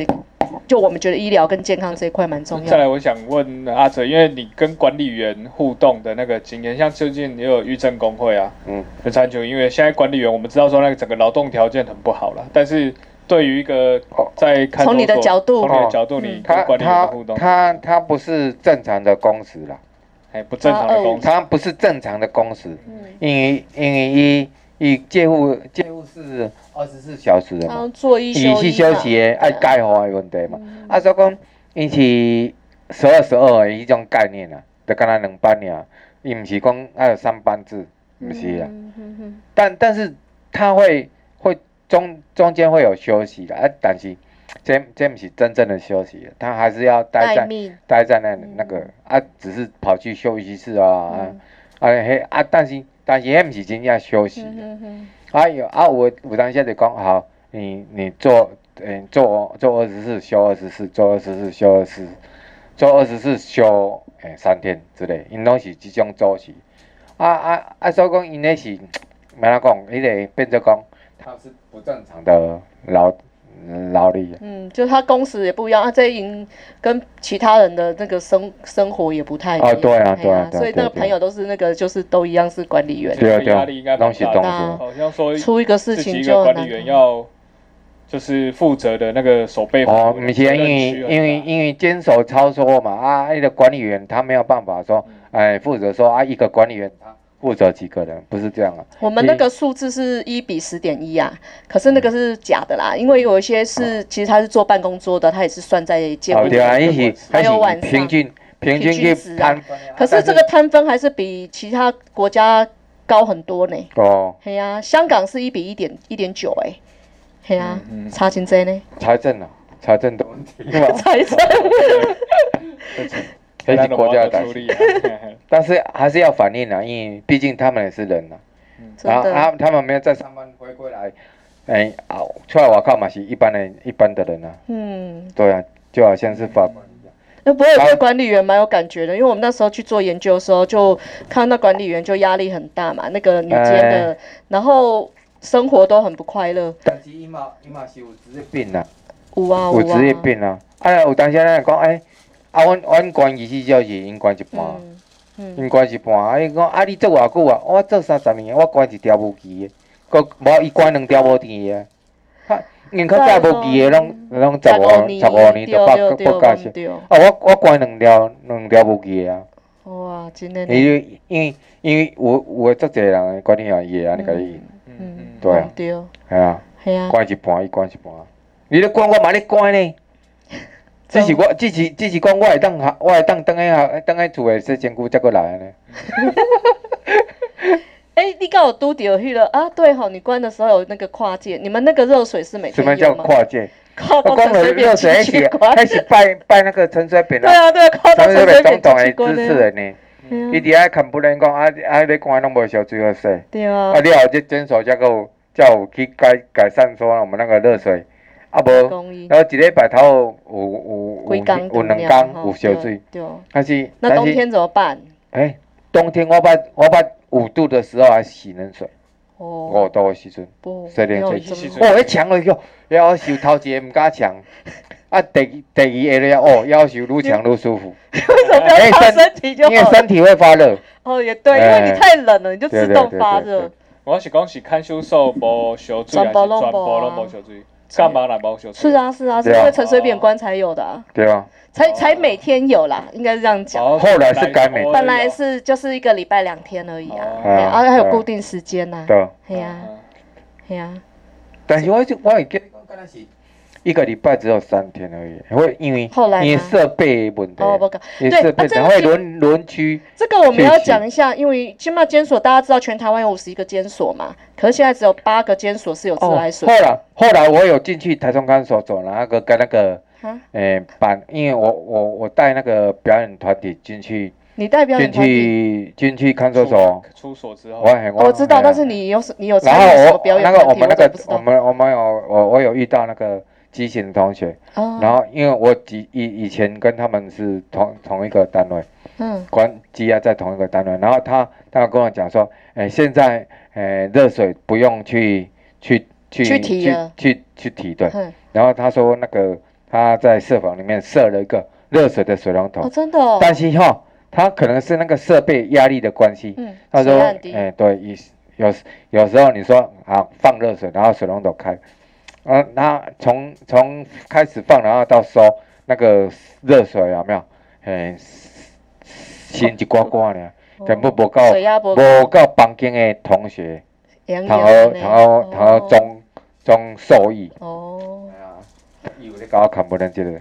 就我们觉得医疗跟健康这一块蛮重要
再
的，
来，我想问阿哲，因为你跟管理员互动的那个经验，像最近也有郁症工会啊，
嗯，
很残久，因为现在管理员我们知道说那个整个劳动条件很不好了，但是对于一个
哦
在看守所
从你的角度
从你的角
哦
度，你
他
跟管理员
他
互动，
他他不是正常的工时啦。
哎，不正常的工作，
它不是正常的工时，
嗯，
因为因为一一介护介护是二十四小时的
然
嘛
后，做哦医
伊
休
是
医
休
嘛
息的，爱
对啊
钙化的问题嘛。
嗯
啊，所以讲伊是十二十二的迄种概念啊，就敢若两班尔，伊毋是讲爱有三班制，毋是啊。
嗯嗯嗯
但但是他会会中中间会有休息的，啊，但是这这不是真正的休息，他还是要待
待
在
命，
待在那里
嗯
那个啊，只是跑去休息室啊啊。
嗯
啊嘿啊，但是但是迄毋是真正休息
嗯
的，
嗯嗯。
啊有啊有的有当下就讲好，你你做诶、做做二十四休二十四，做二十四休二十四，做二十四休诶、三天之类，因拢是即种周期。啊啊啊，所以讲因迄是，安怎讲，迄个变做讲，他是不正常的劳嗯劳力啊。
嗯，就他工时也不一样，啊，这一营跟其他人的那个生生活也不太一样。
哦对啊
嘿
对啊对啊
所以那个
对啊
朋友都是那个，就是都一样是管理员，
对啊
这个压力应该蛮大
对
啊
的
弄起
好像说
出一个事
自己
情
一
就
个
很
管理员
难。
要就是负责的那个手背
哦，
负
以前因
啊
为因为因为坚守操作嘛啊，那个管理员他没有办法说，哎，负责说啊，一个管理员他负责几个人，不是这样啊。
我们那个数字是一比十点一啊，可是那
嗯
个是假的啦，因为有一些是其实他是坐办公桌的，他也是算在建
哦，
物。
对啊，一起
还
一
有晚上
起平均平均去
平均值啊
摊分啊。
可是这个摊分还是比其他国家高很多呢。
但是哦，
嘿呀、香港是一比一点一点九哎，嘿呀、
嗯嗯
差真多呢，，
财政啊，财政的问题 嘛
才
啊
真
还是国家的担心
的处理啊。嘿嘿
但是还是要反映啊，因为毕竟他们也是人啊，
真
然后
的。
他他们没有在上班回归来，哎啊，出来我靠嘛是一般人一般的人啊，
嗯，
对啊，就好像是法官一样。
那不会对管理员蛮有感觉的，因为我们那时候去做研究的时候，就看到管理员就压力很大嘛，那个女监的，然后生活都很不快乐。
但是伊嘛伊嘛是有职业病啊，
有啊
有
有啊。
职业病啊。啊，有当时咱讲，哎、啊，阮阮关二十四小时，因关一半，
嗯嗯，
因关一半。啊，伊讲，啊，你做偌久啊？我做三十年，我关一条无期的，佫无伊关两条无甜的啊。较因较早无期的，拢拢十五十五年就八
对
八加
对
些。
对，
啊，我我关两条两条无期的啊。
哇，真的呢。
伊就因为因为有有诶足侪人的管理员伊会安尼甲你，
嗯
对啊，
对啊，
系啊。
系啊，
关一半，伊关一半。你咧关，我嘛咧关呢。只是我，只是只是讲我会当下，我会当等下下等下厝诶洗身躯才过来呢。
哎、你刚有都丢去了啊？对吼，你关的时候有那个跨界，你们那个热水是每
什
天
么
有
叫
吗？
跨界？
靠
我
到陈
讲了
水扁
热水
进
一起
去关，
啊开始拜拜那个陈水扁
对，啊对啊，靠到
陈
陈
水
水
扁
扁
总统
进
诶
去关
支持
的，
人呢。伊
对啊
伫遐看不能讲啊啊咧关拢无烧水好洗。
对啊
啊，，了后这诊所才有才有去改改善说我们那个热水，啊无，
公益，
然后一礼拜头有有有
几工
有有
重
两
量
工
吼
有烧水，，
对对。
但是
那
但
冬
是。
天怎么办？
哎、冬天我捌我捌五度的时候还洗冷水，五
哦，
度的时阵，
不，
洗冷
没有
水
这么
洗水
哦，迄强了哟，要求头一个毋 敢强，啊第二第二个了哦，要求愈强愈舒服，
为什么 不要擦身体就
哎因为哎
好？
身体会发热。
哦，也对，因为你太冷了，你就自动发热。
我是讲是看守所无烧水，
全
还是
部
全
拢无啊
部拢无烧水？干嘛啦？无烧
是
水？，
啊，是啊，是
对啊
因为陈水扁关才有的啊，
对啊，
才才每天有啦，应该是这样讲。
哦嗯
后来是改美
本来是就是一个礼拜两天而已啊
哦，
对啊
啊
然后还有
对啊
固定时间呐，
对啊。
嗯
嘿呀，嘿呀，
但是我就我会记得讲，敢若是一个礼拜只有三天而已，会因为
后来吗
因为设备的问题，
哦，不搞，
因为
对
设备
啊这
然
个
后
其
会
实
轮轮区，
这个我们要
确实
讲一下，因为金马监所大家知道全台湾有五十一个监所嘛，可是现在只有八个监所是有自
哦，
来水
后，来后来我有进去台中看守所，然后跟跟那个
啊
诶、把，因为我我我带那个表演团体进去
你代表你
进
团体，嗯哦
去进去看
出
守所，
出所之后
我，很
我知道，但是。
嘿啊
你有你有
然
参与什么
后
表
我
演
那个
团
我
体，我
们那
怎么
个
不知
我
道？
们我们有我我有遇到那个畸形同学，然
哦，
后因为我以以以前跟他们是同同一个单位，
嗯，
关羁押在同一个单位，然后他他跟我讲说，哎、现在哎热、水不用去去去
去提
去
了
去去提对，
嗯，
然后他说那个他在设防里面设了一个热水的水龙头，
哦，真的哦，
但是哈，他可能是那个设备压力的关系，
嗯，
他
水
说
岸低，
哎、对，有有时有时候你说啊放热水，然后水龙头开，啊，那从从开始放然后到收那个热水有没有？哎、心一刮刮呢，
哦
全部不够
水压不
无够房间的同学，
洋
他
洋
好
的
他好他好
哦
中中受益。
哦
伊有咧甲我看无咱即个，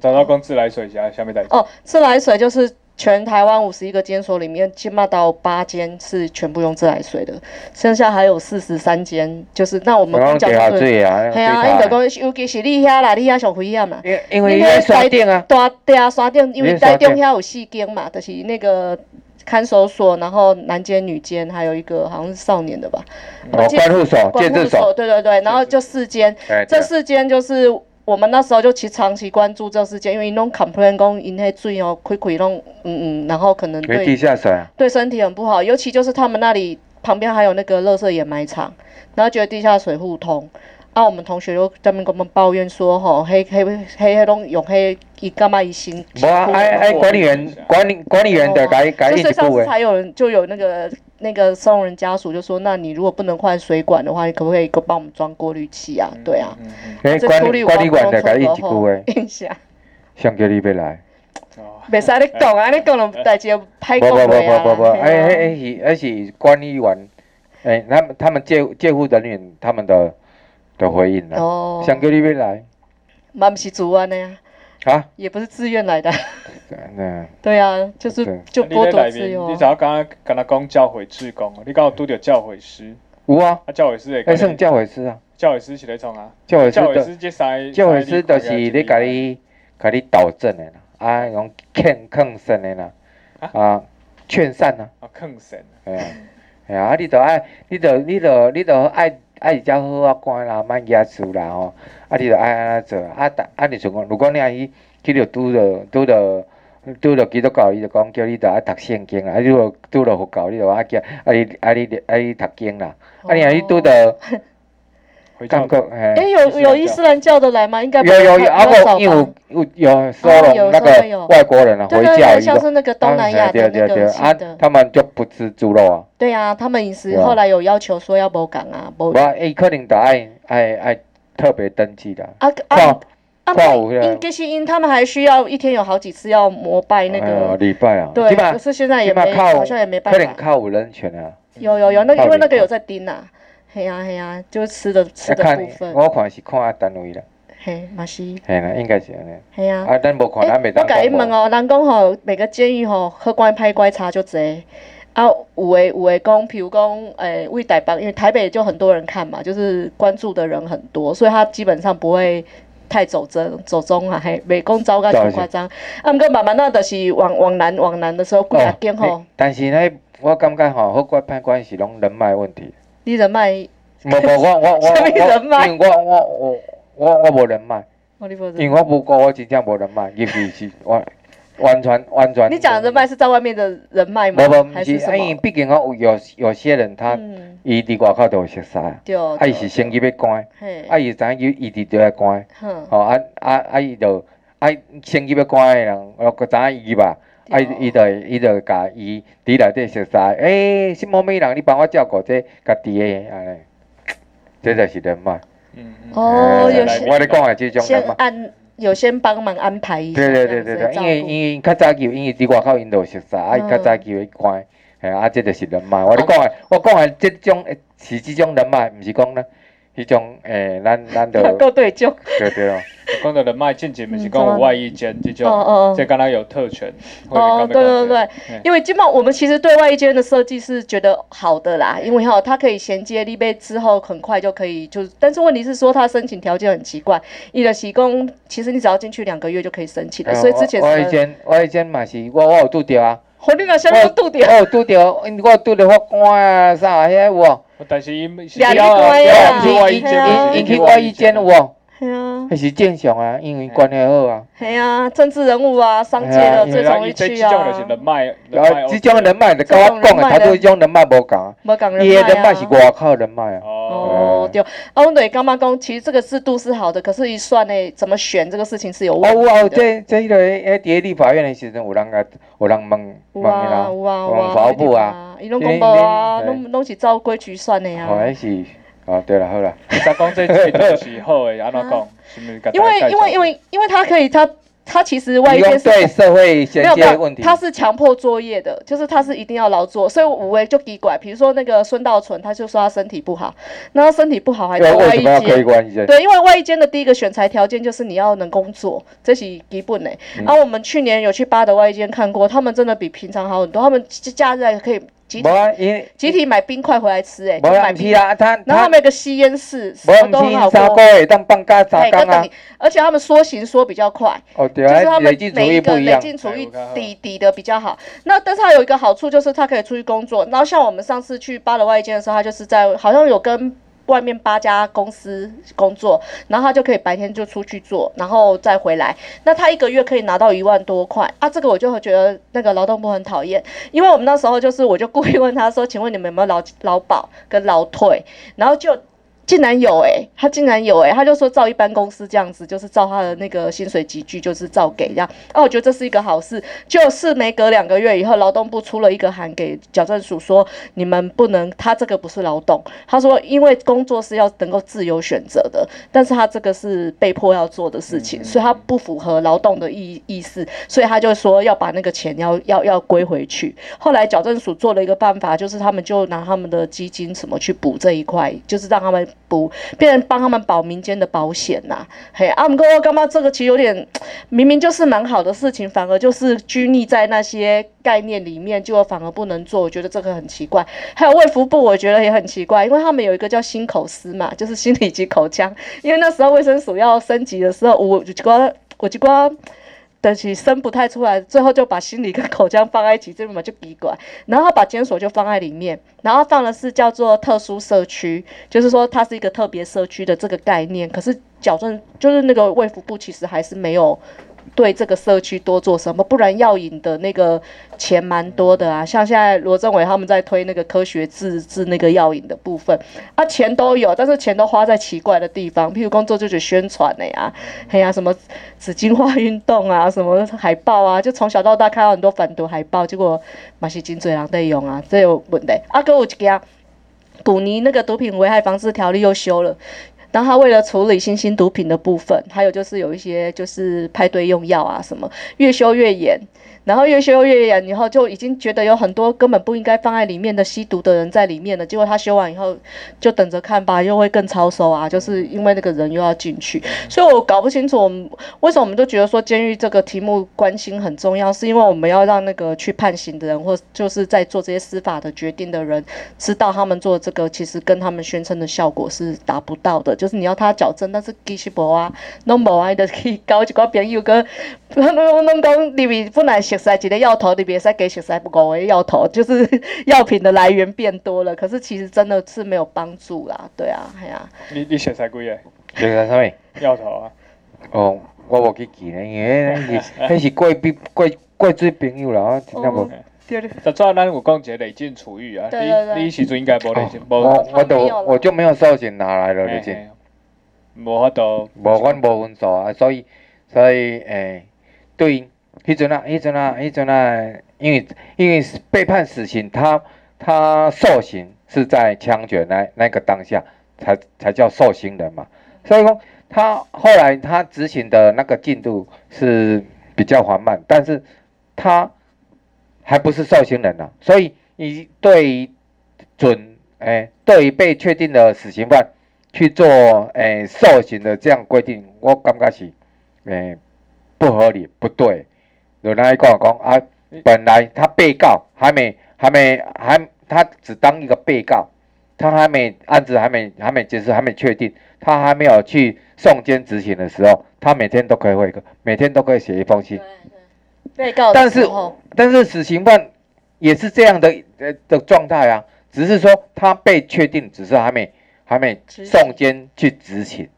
找到讲自来水侠下面代。
哦，自来水就是全台湾五十一个监所里面，起码到八间是全部用自来水的，剩下还有四十三间，就是那我们
然后
讲
给
的
下
对，
水啊，
嘿啊，因为讲尤其是你遐啦，你遐上危险嘛。
因为因为
你
伊
那
咧
个
山
台
顶啊，
大对啊，山顶因为
你是山
台
顶
中遐有四间嘛，就是那个看守所，然后男监、女监，还有一个好像是少年的吧，
哦，
戒
关护所、
管
戒
护
治所，
对对对，然后就四间，
哎，
这
对
事件就是我们那时候就其实长期关注这事件，因为拢 complain 讲因迄水哦，开开拢嗯嗯，然后可能
没地
对
下水啊，
对身体很不好，尤其就是他们那里旁边还有那个垃圾掩埋场，然后觉得地下水互通。啊，我们同学就在那边跟我们抱怨说，吼，黑黑黑黑拢用黑，伊干嘛伊辛
无啊，哎哎，管理员管理管理员的改改
就
一
所
句
以上次
话，
才有人就有那个那个送人家属就说，那你如果不能换水管的话，你可不可以给我帮我们装过滤器啊？对啊，
嗯，嗯
哎
这
管
处
理
理
管理员的改一
我
句话，
印象，
上叫你要来，
嗯哦
袂使你讲啊，你讲了代志歹
不
讲
不不
话啊。
不不不，
嘿啊
哎哎哎是哎是管理员，哎他们他们介介护人员他们的的回应啦，
哦，
上叫你要来
嘛不是主安的呀，
啊，
也不是自愿来的。
那
对啊，就是
对
就
你在
剥夺
内
自由
面，你
啊
只。要刚刚跟他讲教诲志工哦，你刚有拄着教诲师，
有啊，
啊教诲师会
哎
跟
算
你
教委师啊，
教诲师是咧创啊，
教委师
教诲
的
师这三
教委师就是你家己家己导正的啦，啊用劝劝善的啦，啊劝善啊。
啊坑神啊，
哎呀，哎呀，啊，你着爱，你着，你着，你着爱爱只好啊管啦，莫野输啦吼。啊，你着爱安尼做啊，啊，啊，你想讲，如果你安尼去着拄着拄着拄着基督教，伊就讲叫你着爱读圣经啦；啊，你若拄着佛教，你着爱叫啊你啊你啊你读经啦。啊，你安尼拄着
回教
感觉
哎，
嘿，
有有伊斯兰教的来吗？应该不
有有有，啊
太
不，
少
因
吧
为有有收
哦
容那个外国人啊，
对
回
对
教
对，
伊
像
个。
是那个东南亚
对
的
对
那
对，
个
啊
新的，，
他们就不吃猪肉啊。
对啊，他们饮食
对啊
后来有要求说要无港啊，无
我伊可能得爱爱爱特别登记啦。
啊
看
啊啊！
看有那个
因其实因他们还需要一天有好几次要膜拜那
哎呦
个，
礼拜啊，
对，
起码
可是现在
起
也
码
没
靠
好像也没办
可能
法。
靠有人权啊。
有有有，那个
靠
因为那个
人
有在盯呐，嘿呀嘿呀，就是吃的吃
啊
的
看
部分，
我看是看啊单位啦，
嘿马西，
嘿啦，应该是安尼。
嘿呀。
啊，咱无看，
欸
咱袂
我
当
甲
讲
你问
无。
哦，人讲吼，每个建议吼，好乖歹乖差就侪。啊，有诶有诶讲，譬如讲，诶、为台北，因为台北就很多人看嘛，就是关注的人很多，所以他基本上不会太走针走中啊，嘿，袂讲走甲太夸张。啊，毋过慢慢啊，就是往往南往南的时候，几啊间吼
你，哦但是呢，我感觉吼，好怪判官是拢人脉问 题。
你人脉，
无无，我我我
什么人
我，
脉
因为我我我我我无人脉，
我哦你不知
因为我无过，我真正无人脉，入去是 完完全完全。
你讲的人脉是在外面的人脉吗
无？无，
还
毋
是
是，
什
啊，因为
么？
毕竟吼有有有些人他
嗯，
伊伫外口都有熟识啊，
哦对，
啊伊是先去要关，
嘿，
啊伊知影伊伊伫倒来关，
哼，
吼啊啊啊伊就啊先去要关诶人，我个知影伊吧，啊
对
伊伊就伊就甲伊伫内底熟识，诶，什么物人你帮我照顾这家己诶安尼，这就是人脉。
嗯嗯
哦
嘿
有
些
我咧讲诶，即种
先
人脉。
按有先帮忙安排一下，
对对对
这
对
样
对，
子照顾
因为因为较早期，因为伫外口因都有熟识，啊，伊较早期会关，嘿，啊，这就是人脉。我咧讲诶，我讲诶，即种诶是即种人脉，毋是讲咱迄种诶，咱咱就
够对 就，
对对咯。
讲到人脉进阶，不是讲有外衣间这
嗯哦
种，
哦
这刚刚有特权。
哦，对对对，
嗯
因为基本上我们其实对外一间的设计是觉得好的啦，因为哈、它可以衔接立贝之后，很快就可以就，但是问题是说它申请条件很奇怪，你的喜工其实你只要进去两个月就可以申请了，所以之前
哎我我以
是，
前我以前嘛是，我我有拄着啊，
我那个下面度点
我，有拄着，因我有拄着法官啊啥遐有无？
我哦但是伊
两个
对
月
啊
啊
不是
外
因
衣间
啊
因，因去我意见有无？
嘿啊，
迄是正常啊，因为关系好啊。
嘿啊，政治人物啊，商界
哎
的
嗯
最容易
这
去
种就是
啊，
人 脉，人
啊
脉，
即种人脉就甲我讲诶，他对即种人脉无共啊，
没讲人
伊诶人
脉
脉
啊
是。外口人脉啊。
哦，
哦，对，啊，
嗯
我对刚刚讲，其实这个制度是好的，可是一算呢，怎么选这个事情是有
哦，
问题
有
的。
啊，有这这迄个诶，伫咧立法院诶时阵，有人甲有人问
有
问伊
啊
啦，
有啊有
问
啊，
法务部啊，，
伊拢讲无啊，
你你
拢拢是照规矩算的
吼，
啊。
迄是哦，对啦，好啦，
咱讲这制度是好诶，安怎讲？ 是不是？
因为因为因为因为他可以，他他其实外
你
界
讲
是
对社会衔
没有没
接的问
有，
题，
他是强迫作业的，就是他是一定要劳作，所以五位就给拐。比如说那个孙道存，他就说他身体不好，那他身体不好还
对
到
为
外
什
一
么要
间
开。关医生？
对，因为外一间的第一个选材条件就是你要能工作，这是基本的。
嗯
然后、我们去年有去巴德外一间看过，他们真的比平常好很多，他们假日还可以集体
无啊，因
集体买冰块回来吃、哎，
无
就
啊，
买
毋
冰
是啊，他
然后他
他
们有个吸烟室，什
无啊，
么
毋
都很
是
好
三
过
个。月当放假三
哎，
工
跟
啊
你，，而且他们缩型缩比较快，
哦对
就是
啊，
他
累
们
进主
每
义
一
不
个
一
累
样，
进
哎
主义
我看到
抵抵的比较好。那但是它有一个好处就是它可以出去工作。然后像我们上次去巴勒外一间的时候，他就是在好像有跟外面八家公司工作，然后他就可以白天就出去做，然后再回来。那他一个月可以拿到一万多块啊，这个我就觉得那个劳动部很讨厌，因为我们那时候就是我就故意问他说，请问你们有没有劳劳保跟劳退？然后就。竟然有哎、他竟然有哎、他就说照一般公司这样子，就是照他的那个薪水集聚，就是照给这样。哦、我觉得这是一个好事。就是没隔两个月以后，劳动部出了一个函给矫正署说，你们不能，他这个不是劳动，他说因为工作是要能够自由选择的，但是他这个是被迫要做的事情，所以他不符合劳动的意意思，所以他就说要把那个钱要要要归回去。后来矫正署做了一个办法，就是他们就拿他们的基金什么去补这一块，就是让他们补，变成帮他们保民间的保险呐、嘿，啊，不过我干嘛这个其实有点， 明明就是蛮好的事情，反而就是拘泥在那些概念里面，结果反而不能做，我觉得这个很奇怪。还有卫福部，我觉得也很奇怪，因为他们有一个叫心口司嘛，就是心理及口腔，因为那时候卫生署要升级的时候，我就光我就光。但是生不太出来，最后就把心理跟口腔放在一起，这边嘛就比管，然后把监所就放在里面，然后放的是叫做特殊社区，就是说它是一个特别社区的这个概念。可是矫正就是那个卫福部其实还是没有对这个社区多做什么，不然药引的那个钱蛮多的啊。像现在罗政委他们在推那个科学治治那个药引的部分，啊钱都有，但是钱都花在奇怪的地方，譬如工作就是宣传的呀、嘿呀、什么紫金花运动啊，什么海报啊，就从小到大看到很多反毒海报，结果嘛是真侪人在用啊，这有问题。啊，搁有一件，古尼那个毒品危害防治条例又修了。然后他为了处理新兴毒品的部分，还有就是有一些就是派对用药啊什么，越修越严，然后越修越严以后，就已经觉得有很多根本不应该放在里面的吸毒的人在里面了。结果他修完以后，就等着看吧，又会更超收啊，就是因为那个人又要进去，所以我搞不清楚我们为什么我们都觉得说监狱这个题目关心很重要，是因为我们要让那个去判刑的人，或就是在做这些司法的决定的人，知道他们做这个其实跟他们宣称的效果是达不到的，就是你要他矫正，但是其实无啊，拢无啊，伊就去交一个朋友个，拢拢讲你面本来熟悉一个药头，你袂使给熟悉五个药头，就是药品的来源变多了，可是其实真的是没有帮助啦，对啊，哎呀、
你你写晒几个
就是啥物？
药头啊？
哦，我无去记咧，因为迄是迄是怪比怪怪水朋友啦，我真正无。
对对
早早咱有讲一个累进处遇啊，
对对对
你你时阵应该无累进，无
我我
没
都
有了
我就没有寿险拿来了，
嘿
你知？
嘿无法度，
无，阮无分数啊，所以所以诶、对，迄阵啊，迄阵啊，迄阵啊，因为因为被判死刑，他他受刑是在枪决那那个当下才才叫受刑人嘛，所以说他后来他执行的那个进度是比较缓慢，但是他还不是受刑人呐、所以你对于准诶、对于被确定的死刑犯。去做诶、受刑的这样规定，我感觉是诶、不合理、不对。有人来跟我讲啊，本来他被告还没、还没、还他只当一个被告，他还没案子还没、还没结束、还没确定，他还没有去送监执行的时候，他每天都可以回个，每天都可以写一封信
对。，被告的
但
时
是
候，
但是死刑犯也是这样的呃的状态啊，只是说他被确定，只是还没还没
执行
送监去执行，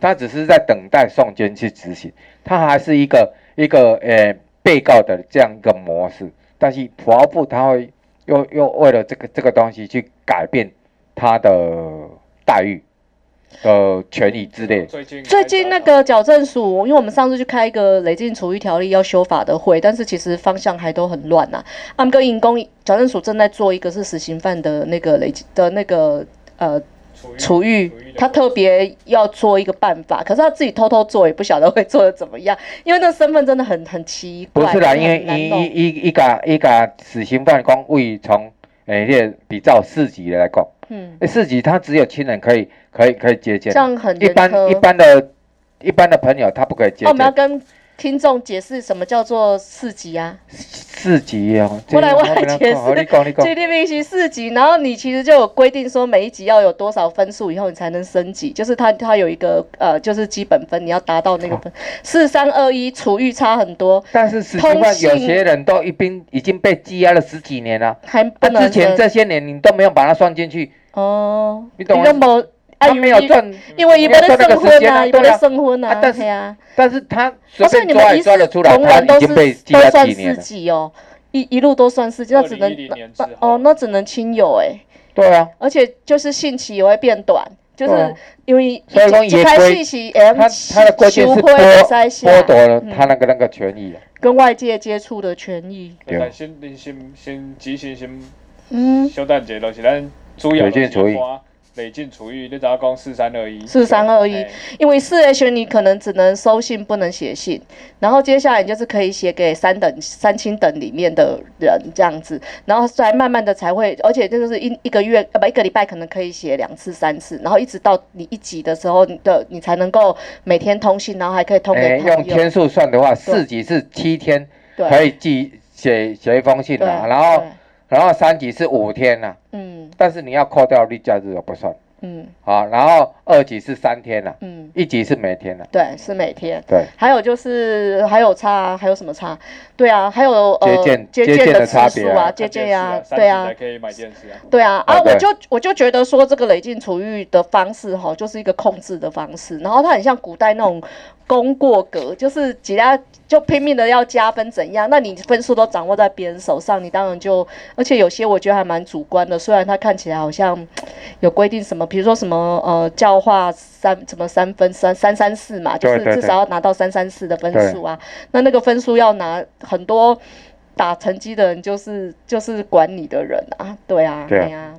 他只是在等待送监去执行，他还是一个一个呃被告的这样一个模式，但是法务部他会又又为了这个这个东西去改变他的待遇的权益之类的，
最近啊
最近那个矫正署，因为我们上次去开一个累进处遇条例要修法的会，但是其实方向还都很乱啊呐、他们跟营工矫正署正在做一个是死刑犯的那个累进的那个呃
处
处
遇
遇
的，
他特别要做一个办法，可是他自己偷偷做，也不晓得会做的怎么样，因为那身份真的很很奇怪，
不是啦，
很
因为
难
伊
弄
伊伊伊甲伊甲死刑犯讲为从诶，迄个比照四级的来讲，
嗯，
诶四级他只有亲人可以可以可以接见
这，样很
一
严
般
苛。
一般的一般的朋友他不可以接
哦那我们要
见。
跟听众解释什么叫做四级啊？
四级哦，
后来我还
这个
解释
好你讲你讲，
GDP 四级，然后你其实就有规定说每一级要有多少分数，以后你才能升级，就是它它有一个呃，就是基本分，你要达到那个分。哦四三二一，除遇差很多，
但是死刑
通
犯
信
有些人都一边已经被羁押了十几年了，
还不
他
能
之前
升
这些年你都没有把他算进去，
哦，
你懂吗
都没
他没有，赚，
因为啊一
没有
般在
赚那
证
个时
婚
间
啊，
啊，
一
对
般在
啊，
证婚啊
啊，但是
对啊。
但是他随
哦，所以
便
你
抓
们
也
一
抓
视
得出来，
同
他
仁
已
都
经被
是
羁
都
押
算
几年
四
了，
级哦，一一路都算四级，那只能哦
2010年之
那
后
哦，那只能亲友哎、
对啊。
而且就是刑期也会变短，就是因为
啊所以讲
一开始是 M
他他的关键
球
是
会
剥
比赛
剥夺了
嗯
他那个那个权益啊。
跟外界接触的权益。
对
咱先恁先先只先先
嗯，
小等者，就是咱主要
累进厨艺
就是累进厨艺，你知影讲四三二一，
4321
嘿
因为四 H 你可能只能收信不能写信，然后接下来你就是可以写给三等三亲等里面的人这样子，然后再慢慢的才会，而且这就是一一个月呃不一个礼拜可能可以写两次三次，然后一直到你一级的时候你的你才能够每天通信，然后还可以通
哎，
给
用
朋友。
天数算的话，四级是七天
对
可以寄写写一封信
对
啦，，然后
对
然后三级是五天啦，
嗯
但是你要扣掉例假日哦不算
嗯
啊，然后二级是三天啦，
嗯，
一级是每天啦，
对，是每天。
对，
还有就是还有差啊，还有什么差？对啊，还有呃
接见
接
接见
的
的差
次
别
数啊，
啊
接见
呀
呀，，对
30
啊
才，可以买电视啊。
对啊，
啊
啊，
对
我就我就觉得说这个累进储育的方式哈，就是一个控制的方式，然后它很像古代那种功过格，就是几家就拼命的要加分怎样，那你分数都掌握在别人手上，你当然就，而且有些我觉得还蛮主观的，虽然它看起来好像有规定什么，比如说什么呃教化三什么三分三三三四嘛，就是
对对对
至少要拿到三三四的分数啊，那那个分数要拿很多。打成绩的人就是就是管你的人啊，对啊，
对啊
哎呀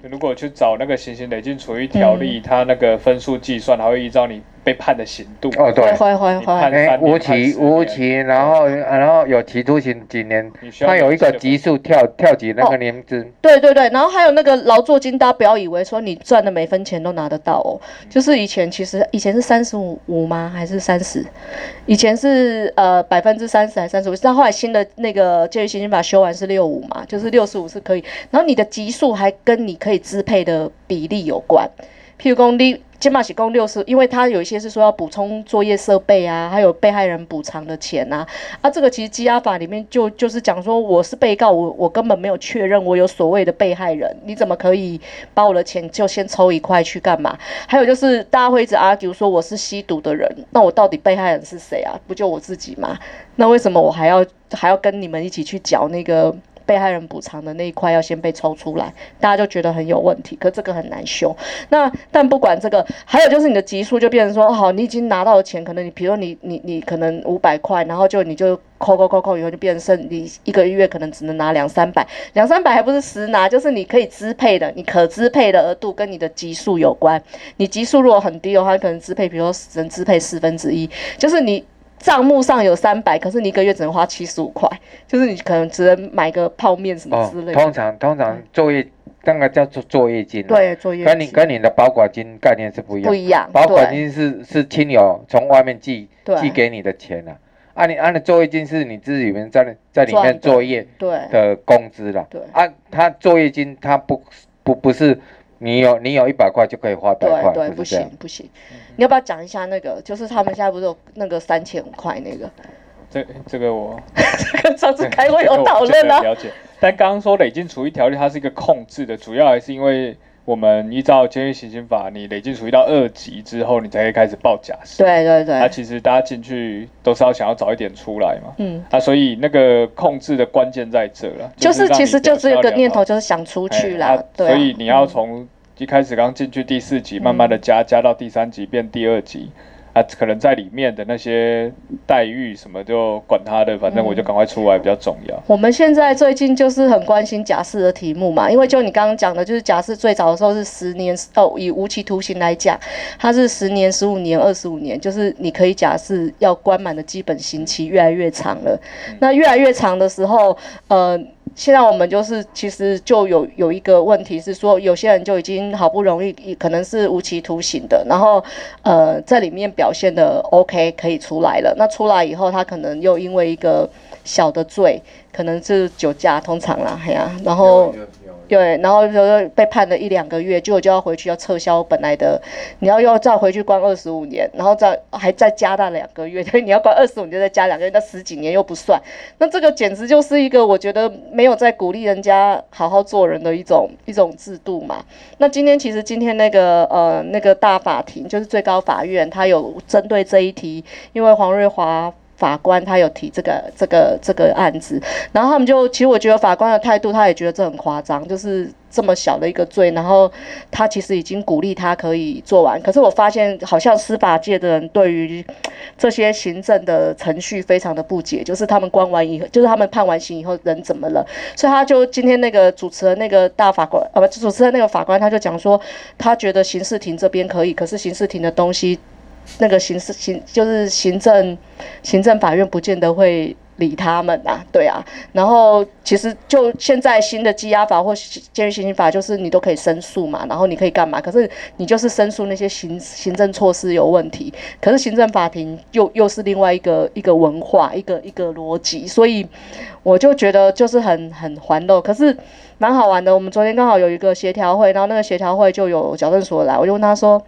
如果去找那个行刑累进处遇条例，它那个分数计算，它会依照你被判的刑度。
哦对
会。啊会会
你判
会，
哎，
三年
无
判
期
十年
无期，然后然后有期徒刑几年，
你需要
他有一个
累积的
级数跳跳级那
哦
个年资，
对对对，然后还有那个劳作金，大家不要以为说你赚的每分钱都拿得到哦，就是以前其实以前是三十五五吗？还是三十？以前是呃百分之三十还是三十五？但后来新的那个教育基金法修完是六五嘛，就是六十五是可以，然后你的级数还跟你可以支配的比例有关，譬如说你。金马喜共六十，因为它有一些是说要补充作业设备啊，还有被害人补偿的钱啊，啊，这个其实羁押法里面就就是讲说，我是被告，我我根本没有确认我有所谓的被害人，你怎么可以把我的钱就先抽一块去干嘛？还有就是大家会一直 argue 说我是吸毒的人，那我到底被害人是谁啊？不就我自己吗？那为什么我还要还要跟你们一起去缴那个？被害人补偿的那一块要先被抽出来，大家就觉得很有问题，可这个很难修。那但不管这个，还有就是你的级数就变成说，哦好，你已经拿到的钱，可能你比如说你你你可能五百块，然后就你就扣扣扣扣，以后就变成剩你一个月可能只能拿两三百，两三百还不是实拿，就是你可以支配的，你可支配的额度跟你的级数有关。你级数如果很低的话，可能支配，比如说只能支配四分之一，就是你。账目上有三百，可是你一个月只能花七十五块，就是你可能只能买个泡面什么
哦
之类，的。
通常通常作业那个叫做作业金啊，
对，作业
跟你
金
跟你的保管金概念是不一
不
样。
一样，
保管
对
金是是亲友从外面寄
对
寄给你的钱啊，啊你啊你作业金是你自己里面在在里
赚
面
的
作业
对
的工资啦
对，
啊他作业金他不不不是你有你有一百块就可以花百
对
块，
对，
不
不
是这
行
样。
不行，你要不要讲一下那个？就是他们现在不是有那个三千块那个？
这这个我
这个上次开会
这个
有
我
讨
真
论
的
啊
很。了解，但刚刚说累进处遇条例，它是一个控制的，主要还是因为我们依照监狱刑刑法，你累进处遇到二级之后，你才可以开始报假释。，
对对
那、
对，
其实大家进去都是要想要早一点出来嘛。
嗯，
啊，所以那个控制的关键在这了，
就是
让你
其实
不要
就是一
需要
个
哦
聊
念
到
头，就是想出去
哎
啦
啊，
对啊。
所以你要从一开始刚进去第四集，慢慢
嗯
的加加到第三集变第二集。啊，可能在里面的那些待遇什么就管他的，反正
嗯
我就赶快出来比较重要。
我们现在最近就是很关心假释的题目嘛，因为就你刚刚讲的，就是假释最早的时候是十年，哦，以无期徒刑来讲，它是十年、十五年、二十五年，就是你可以假释要关满的基本刑期越来越长了。那越来越长的时候，呃。现在我们就是，其实就有有一个问题是说，有些人就已经好不容易，可能是无期徒刑的，然后呃，在里面表现的 OK 可以出来了。那出来以后，他可能又因为一个小的罪，可能是酒驾，通常啦，嘿呀、然后对，然后就是被判了一两个月，结果就要回去要撤销本来的，你要要再回去关二十五年，然后再还再加大两个月，对，你要关二十五，你就再加两个月，那十几年又不算，那这个简直就是一个我觉得没有在鼓励人家好好做人的一种一种制度嘛。那今天其实今天那个呃那个大法庭就是最高法院，它有针对这一题，因为黄瑞华。法官他有提这个这个这个案子，然后他们就其实我觉得法官的态度，他也觉得这很夸张，就是这么小的一个罪，然后他其实已经鼓励他可以做完，可是我发现好像司法界的人对于这些行政的程序非常的不解，就是他们关完以后，就是他们判完刑以后人怎么了？所以他就今天那个主持人那个大法官，呃，不，主持人那个法官他就讲说，他觉得刑事庭这边可以，可是刑事庭的东西，那个刑事行就是行政行政法院不见得会理他们啊，对啊。然后其实就现在新的羁押法或监狱刑刑法，就是你都可以申诉嘛，然后你可以干嘛？可是你就是申诉那些行行政措施有问题，可是行政法庭又又是另外一个一个文化，一个一个逻辑，所以我就觉得就是很很环漏，可是蛮好玩的。我们昨天刚好有一个协调会，然后那个协调会就有矫正所来，我就问他说。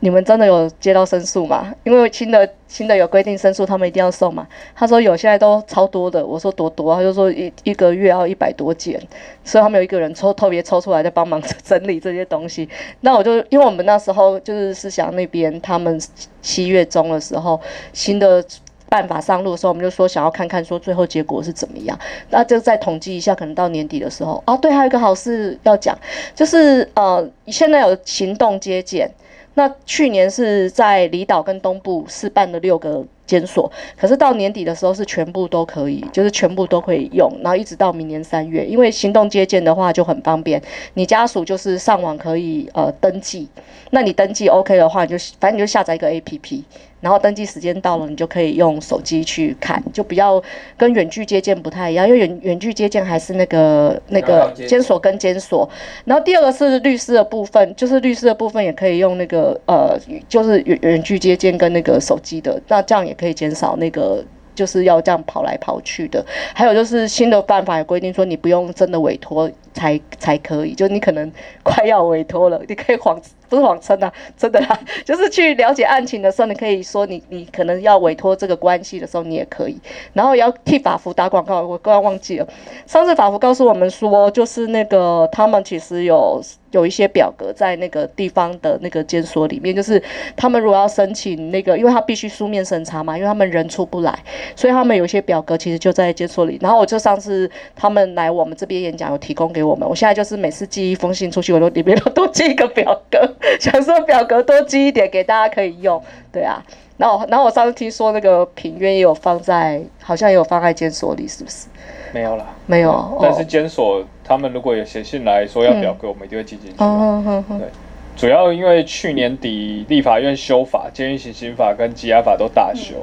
你们真的有接到申诉吗？因为新的新的有规定申诉，他们一定要送嘛。他说有，现在都超多的。我说多多啊，他就说一一个月要一百多件，所以他们有一个人抽特别抽出来在帮忙整理这些东西。那我就因为我们那时候就是思想那边，他们七月中的时候新的。办法上路的时候，我们就说想要看看说最后结果是怎么样，那就再统计一下，可能到年底的时候啊，对，还有一个好事要讲，就是呃，现在有行动接见，那去年是在离岛跟东部试办了六个监所，可是到年底的时候是全部都可以，就是全部都可以用，然后一直到明年三月，因为行动接见的话就很方便，你家属就是上网可以呃登记， 那你登记 OK 的话，你就反正你就下载一个 APP，然后登记时间到了，你就可以用手机去看，就不要跟远距接见不太一样，因为远远距接见还是那个那
要
个
要接
监所跟监所，然后第二个是律师的部分，就是律师的部分也可以用那个呃，就是远远距接见跟那个手机的，那这样也可以减少那个。就是要这样跑来跑去的，还有就是新的办法也规定说，你不用真的委托才才可以，就你可能快要委托了，你可以谎不是谎称啊，真的啦，就是去了解案情的时候，你可以说你你可能要委托这个关系的时候，你也可以，然后也要替法服打广告，我刚刚忘记了，上次法服告诉我们说，就是那个他们其实有有一些表格在那个地方的那个监所里面，就是他们如果要申请那个，因为他必须书面审查嘛，因为他们人出不来，所以他们有一些表格其实就在监所里。然后我就上次他们来我们这边演讲有提供给我们，我现在就是每次寄一封信出去，我都里面都多寄一个表格，想说表格多寄一点给大家可以用，对啊。然后，然后我上次听说那个平冤也有放在，好像也有放在监所里，是不是？
没有啦。
没有，哦
但是监所他们如果有写信来说要表格，我们一定会记进去啊嘛。
嗯哦，哼哼
对主要因为去年底立法院修法，监狱刑刑法跟羁押法都大修，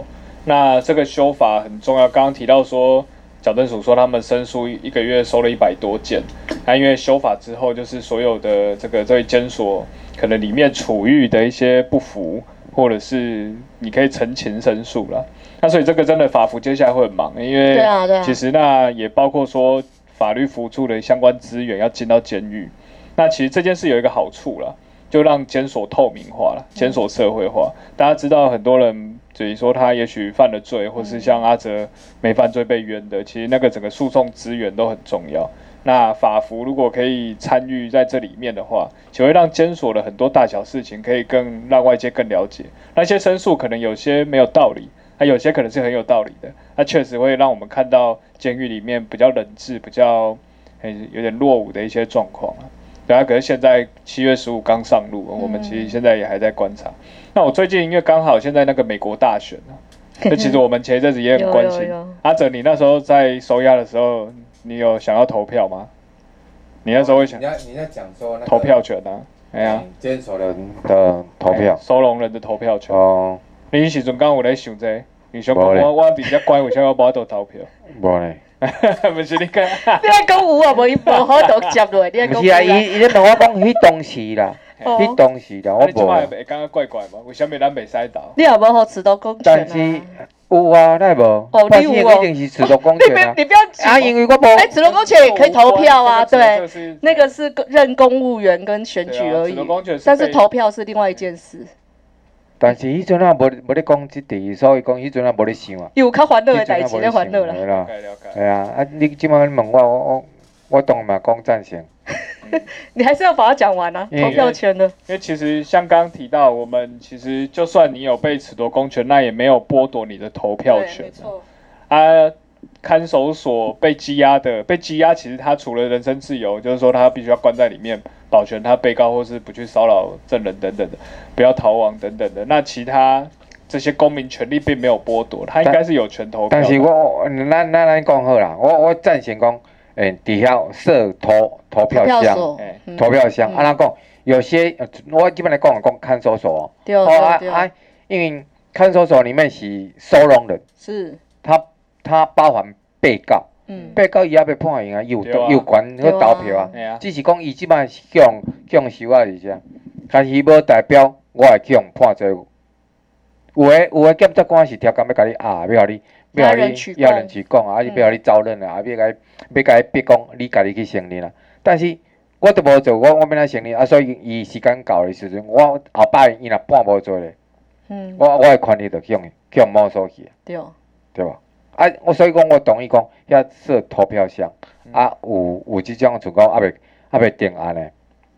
那这个修法很重要。刚刚提到说，矫正署说他们申诉一个月收了一百多件，那因为修法之后，就是所有的这个这位监所可能里面处遇的一些不服，或者是你可以陈情申诉啦。那所以这个真的法服接下来会很忙，因为
对啊对啊
其实那也包括说法律辅助的相关资源要进到监狱。那其实这件事有一个好处啦，就让监所透明化了，监所社会化。大家知道很多人，至于说他也许犯了罪，或是像阿哲没犯罪被冤的，其实那个整个诉讼资源都很重要。那法服如果可以参与在这里面的话，就会让监所的很多大小事情可以更让外界更了解。那些申诉可能有些没有道理，那有些可能是很有道理的。那确实会让我们看到监狱里面比较冷质、比较诶有点落伍的一些状况啊。对啊，可是现在七月十五刚上路，我们其实现在也还在观察。那我最近因为刚好现在那个美国大选啊， 那其实我们前一阵子也很关
嗯有
心
有有。
阿哲，你那时候在收押的时候，你有想要投票吗？你那时候会想
你要你要讲说那个
投票权啊？哎呀、
坚守人的投票
收容人的投票权。
哦，
你时阵刚有咧想这个你想讲
没咧
我我伫遮关，为啥我无度投票？
无咧。
毋是你讲，
你爱讲有啊，无伊无好度接落，你爱
毋
讲
是啊，伊伊咧同我讲，迄当时啦，
哦
迄当时啦，我
啊你即
无
摆
啊。
会感觉怪怪无？为啥物咱袂使投？
你也无好持到公权
但是
啊。
有啊，奈无
哦，
但
你
是
有哦
一定是自动公
你别
权啊。
你不要指
啊，因为我
哎，
无，
子龙公权也可以投票啊，
这个
对
这个，是
那个是任公务员跟选举而已
对啊子龙公权是被，
但是投票是另外一件事。
但是迄阵啊无无咧讲即题，所以讲迄阵啊无咧想啊。
有较欢乐的
迄
代
阵
志
啊无
咧
咧
欢
想，
乐啦，
对啦
了解了解。
系啊，啊你即摆问我，我我我当然嘛讲赞成，
你还是要把它讲完啊，
嗯
投票权的，
因为其实像刚刚提到，我们其实就算你有被褫夺公权，那也没有剥夺你的投票
对
权
没错
啊。看守所被羁押的，被羁押其实他除了人身自由，就是说他必须要关在里面，保全他被告或是不去骚扰证人等等的，不要逃亡等等的。那其他这些公民权利并没有剥夺，他应该是有权投票
但
的。
是我咱咱咱讲好啦，我我赞成讲，诶、底下设投投
投
票
票
箱，
所
哎，
嗯
投票箱，
嗯
啊，咱讲有些，呃我基本来讲讲看守所，
对
哦，
对
啊
对，
啊，因为看守所里面是收容人，
是，
他他包含被告，
嗯，
被告伊也被判刑啊，伊有
对啊
有权去
对啊
投票啊，
哎呀，
只是讲伊即摆是向向收啊而且，但是无代表我会去向判罪。有诶有诶检察官是超工要甲你压，要甲你要甲
要人
你
取供嗯
要人去讲啊，还是要甲你招认啊，啊要甲伊要甲伊逼讲你家己去承认啊。但是我都无做，我我要哪承认啊？所以伊时间到诶时阵，我后摆伊若判无做咧，
嗯，
我我诶权利就向向没收去。
对，
对吧？啊，我所以讲，我同意讲要设投票箱，啊，有有即种就讲啊未啊未定案嘞。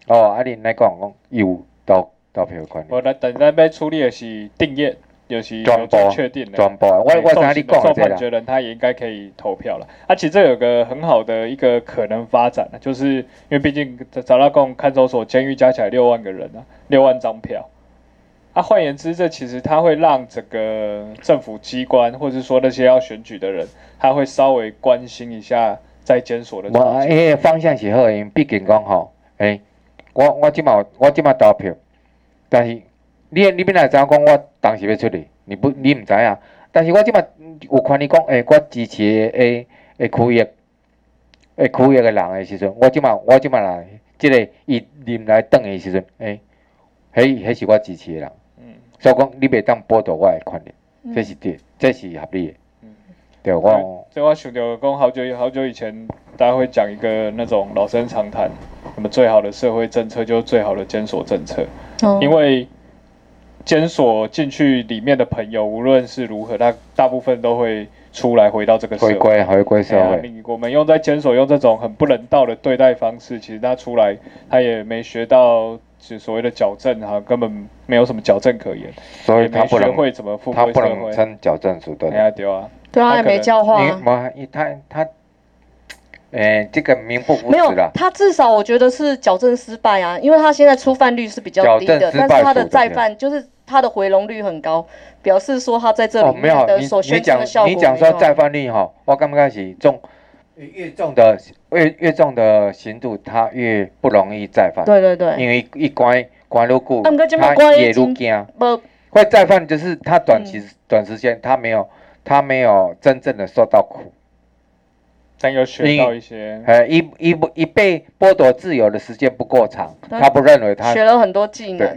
哦，啊，恁来讲讲有投投票权利，
我来等咱被处理的是定业，就是有
全部
罪确定的。
全部的。我我知影你讲
哎
的
受
这
判
啦，
决人他也应该可以投票了。啊，其实这有个很好的一个可能发展啊，就是因为毕竟找到共看守所、监狱加起来六万个人啊，六万张票。啊，换言之，这其实它会让整个政府机关，或者说那些要选举的人，他会稍微关心一下在监所的处
我
境。
迄个方向是好的，因为毕竟讲吼，诶、我我即满我即满投票，但是你你本来知影讲我当时要出去，你不你毋知影，但是我即满有权利讲，诶、我支持诶诶区域诶区域诶人诶时阵，我即满我即满来，即、个伊临来转诶时阵，诶、迄迄是我支持诶人，
嗯，
所以讲你袂当剥夺我诶权利，
嗯
这是对，这是合理诶
嗯。
对，我
所以我想到讲好久好久以前，大家会讲一个那种老生常谈，什么最好的社会政策就是最好的监所政策。
哦
因为监所进去里面的朋友，无论是如何，他大部分都会出来回到这个社
回
会。
归回归社
对啊，
会，
你我们用在监所用这种很不人道的对待方式，其实他出来他也没学到就所谓的矫正哈、根本没有什么矫正可言，
所
也
以
没
他不
学
能
会怎么复
他
归
不
社
能
会。
称矫正手段
哎。呀，对啊，
对啊，
他
也
可能
没教化啊
你。妈，你他他，诶、这个名不符
没有
实，啦。
他至少我觉得是矫正失败啊，因为他现在初犯率是比较低
矫正
的，
失败
但是他的
数
再犯就是他的回笼率很高，表示说他在这
哦，
里
没有
面，的
你
所
你
宣
讲
称的效果
你讲
没
说
有
再犯率哈，我刚开始重越重的越越重的刑度，他越不容易再犯，
对对对，
因为一关关越久
啊不过现，在
他
关已
也越
经嗯
惊。
不
会再犯就是他短期、短时间他没有他没有真正的受到苦，
但有学到一些。
呃，一一不一被剥夺自由的时间不够长，
他
他不认为他
学了很多技能
对，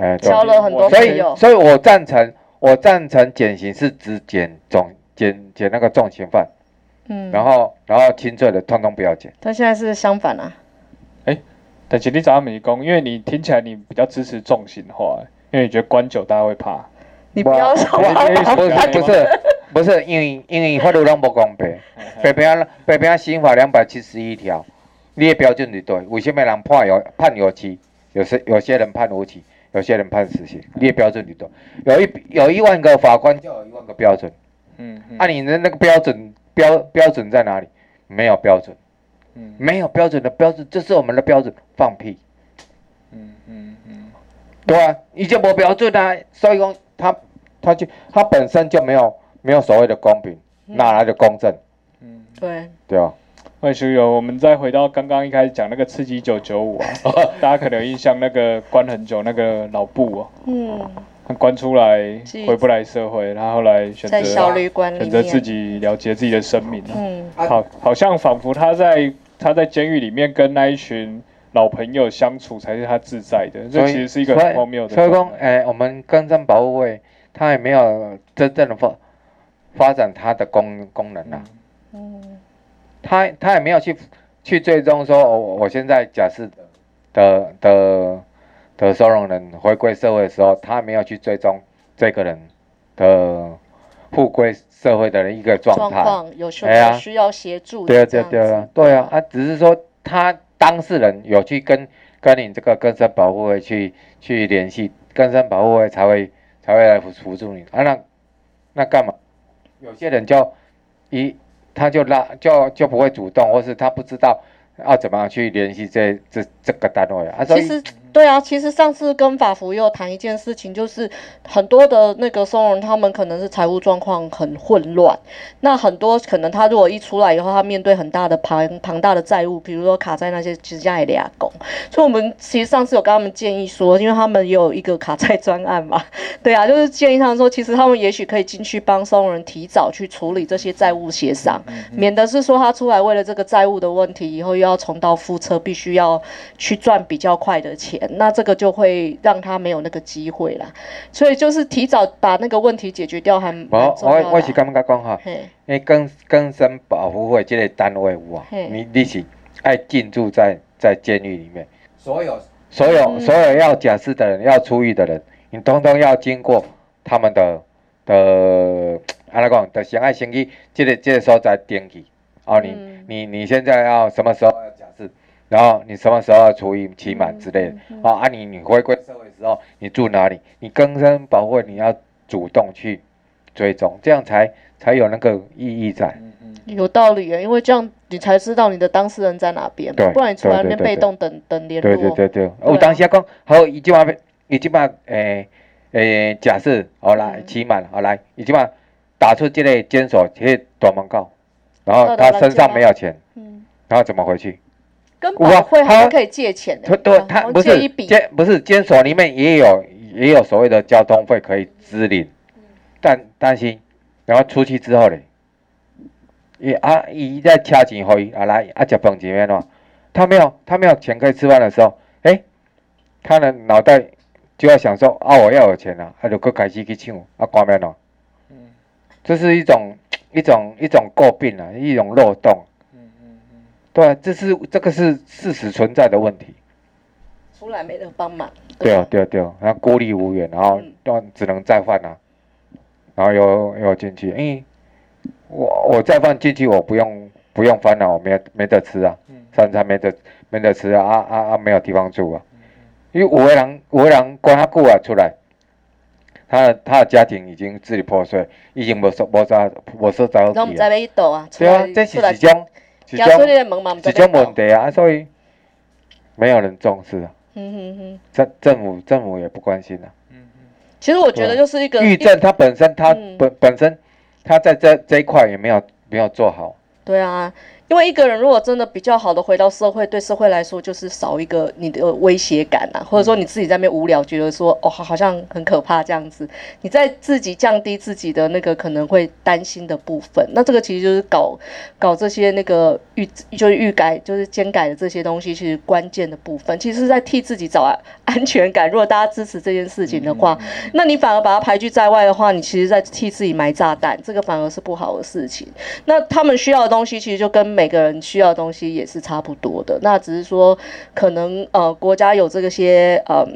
哎对。
交了很多
所
朋
以，
友，
所以我赞成，我赞成减刑是只减重减减那个重刑犯，
嗯，
然后然后轻罪的通通不要减。
他现在是相反啊，
但其实你找他们工，因为你听起来你比较支持重刑化、因为你觉得关久大家会怕。
你不要说
哇
我
不是不是不是，因为因为法律拢无公平，北平北平刑法两百七十一条，你的标准是对，为什么人判有判有期，有些有些人判无期，有些人判死刑，你的标准是对，有一有一万个法官就有一万个标准。
嗯嗯
按、你的那个标准标标准在哪里？没有标准，
嗯
没有标准的标准，这是我们的标准，放屁，
嗯嗯嗯，
对啊，已经没标准啊，所以说他他就他本身就没有没有所谓的公平，哪来的公正，
嗯，
对，
对啊吧？
魏书友，我们再回到刚刚一开始讲那个刺激九九五啊，大家可能有印象那个关很久那个老布哦、
嗯，
他关出来
是
回不来社会，他后来选
在小
择
旅馆里
选择自
面，
己了结自己的生命、啊，
嗯，
好，好像仿佛他在他在监狱里面跟那一群老朋友相处才是他自在的，这
所
其
以
实是一个很荒谬的
所以所以
状
说，
态。
哎、我们公正保护会，它也没有真正的发发展它的功功能啊，
嗯，
它它也没有去去追踪说，我、我现在假释的的的的收容人回归社会的时候，他没有去追踪这个人的复归社会的一个
状
状态。
况有需
哎呀
需要协助
对
的
啊，
这
对啊
样，子，嗯
对啊，对啊，啊，只是说他当事人有去跟跟你这个根生保护会去去联系，根生保护会才会才会来辅辅助你啊。那那干嘛？有些人就一他就拉就就不会主动，或是他不知道要怎么样去联系这这这个单位啊。所
其
以
实对啊，其实上次跟法服也有谈一件事情，就是很多的那个松人，他们可能是财务状况很混乱，那很多可能他如果一出来以后，他面对很大的庞庞大的债务，比如说卡在那些之家里俩工，所以我们其实上次有跟他们建议说，因为他们也有一个卡债专案嘛，对啊，就是建议他们说，其实他们也许可以进去帮松人提早去处理这些债务协商，
嗯
免得是说他出来为了这个债务的问题，以后又要重蹈覆辙，必须要去赚比较快的钱，那这个就会让他没有那个机会啦。所以就是提早把那个问题解决掉还蛮
我
重要的
哦我
啊。
我是感觉讲哈，
嘿，
因为更更生保护会这类单位有啊
嘿，
你你是爱进驻在在监狱里面，
所有
所有、
嗯
所有要假释的人，要出狱的人，你通通要经过他们的的，安怎讲，的先爱先去这个这个所在登记。哦，你、
嗯
你你现在要什么时候要假释，然后你什么时候要出狱期满之类的。
嗯嗯嗯
哦，啊你你回归社会之后，你住哪里？你更生保护，你要主动去追踪，这样才才有那个意义在。
嗯嗯
有道理耶，因为这样你才知道你的当事人在哪边嘛
对，
不然你出来那
对对
边
对
被动等等联
对对
络。
对对，有
啊
当时讲好，伊即马要，伊即马诶诶，假设好来
嗯
期满好来，伊即马打出这个监所迄个大门口，然后
到达
他
兰
身
州
上
吗
没有钱，
嗯，
然后怎么回去？
跟
我
保会还
他
是可以借钱的，
他
对
对
吧
他
我
不
借
是
一笔，
监不是监所里面也有也有所谓的交通费可以支领，但担心，然后出去之后嘞，伊啊伊在车钱给伊啊来啊食饭钱要怎么办？他没有他没有钱可以吃饭的时候，诶、他的脑袋就要想说啊我要有钱啊，他就搁开始去抢啊关门咯，
嗯
这是一种一种一种诟病啊，一种漏洞，
嗯嗯嗯
对、啊，这是这个是事实存在的问题。
出来没人帮忙。
对啊
吧，
对啊，对啊，然后孤立无援，然后
嗯
然后只能再犯啊，然后又又进去，诶，我我再犯进去，我不用不用烦恼，我没没得吃啊，
嗯
三餐没得没得吃啊啊啊啊，没有地方住啊，因为五个人五个人关他久啊出来，他的他的家庭已经支离破碎，已经无所无啥无所在
然后我
去
们
啊
再，被一抖啊，出
对啊
来，
这是
出来
一种一
加出你
种
的门嘛，
一种问题啊，所以没有人重视啊，
嗯哼哼，
政政府政府也不关心啊。
嗯
其实我
啊
觉得就是一个
抑郁症它本身它
嗯
本、本身它在这这一块也没有没有做好，
对啊，因为一个人如果真的比较好的回到社会，对社会来说就是少一个你的威胁感啊，或者说你自己在那边无聊，觉得说哦好好像很可怕这样子，你在自己降低自己的那个可能会担心的部分。那这个其实就是搞搞这些那个预就是预改就是监改的这些东西，其实关键的部分其实是在替自己找安安全感。如果大家支持这件事情的话， 那你反而把它排拒在外的话，你其实在替自己埋炸弹，这个反而是不好的事情。那他们需要的东西，其实就跟每个人需要的东西也是差不多的。那只是说，可能呃，国家有这个些呃，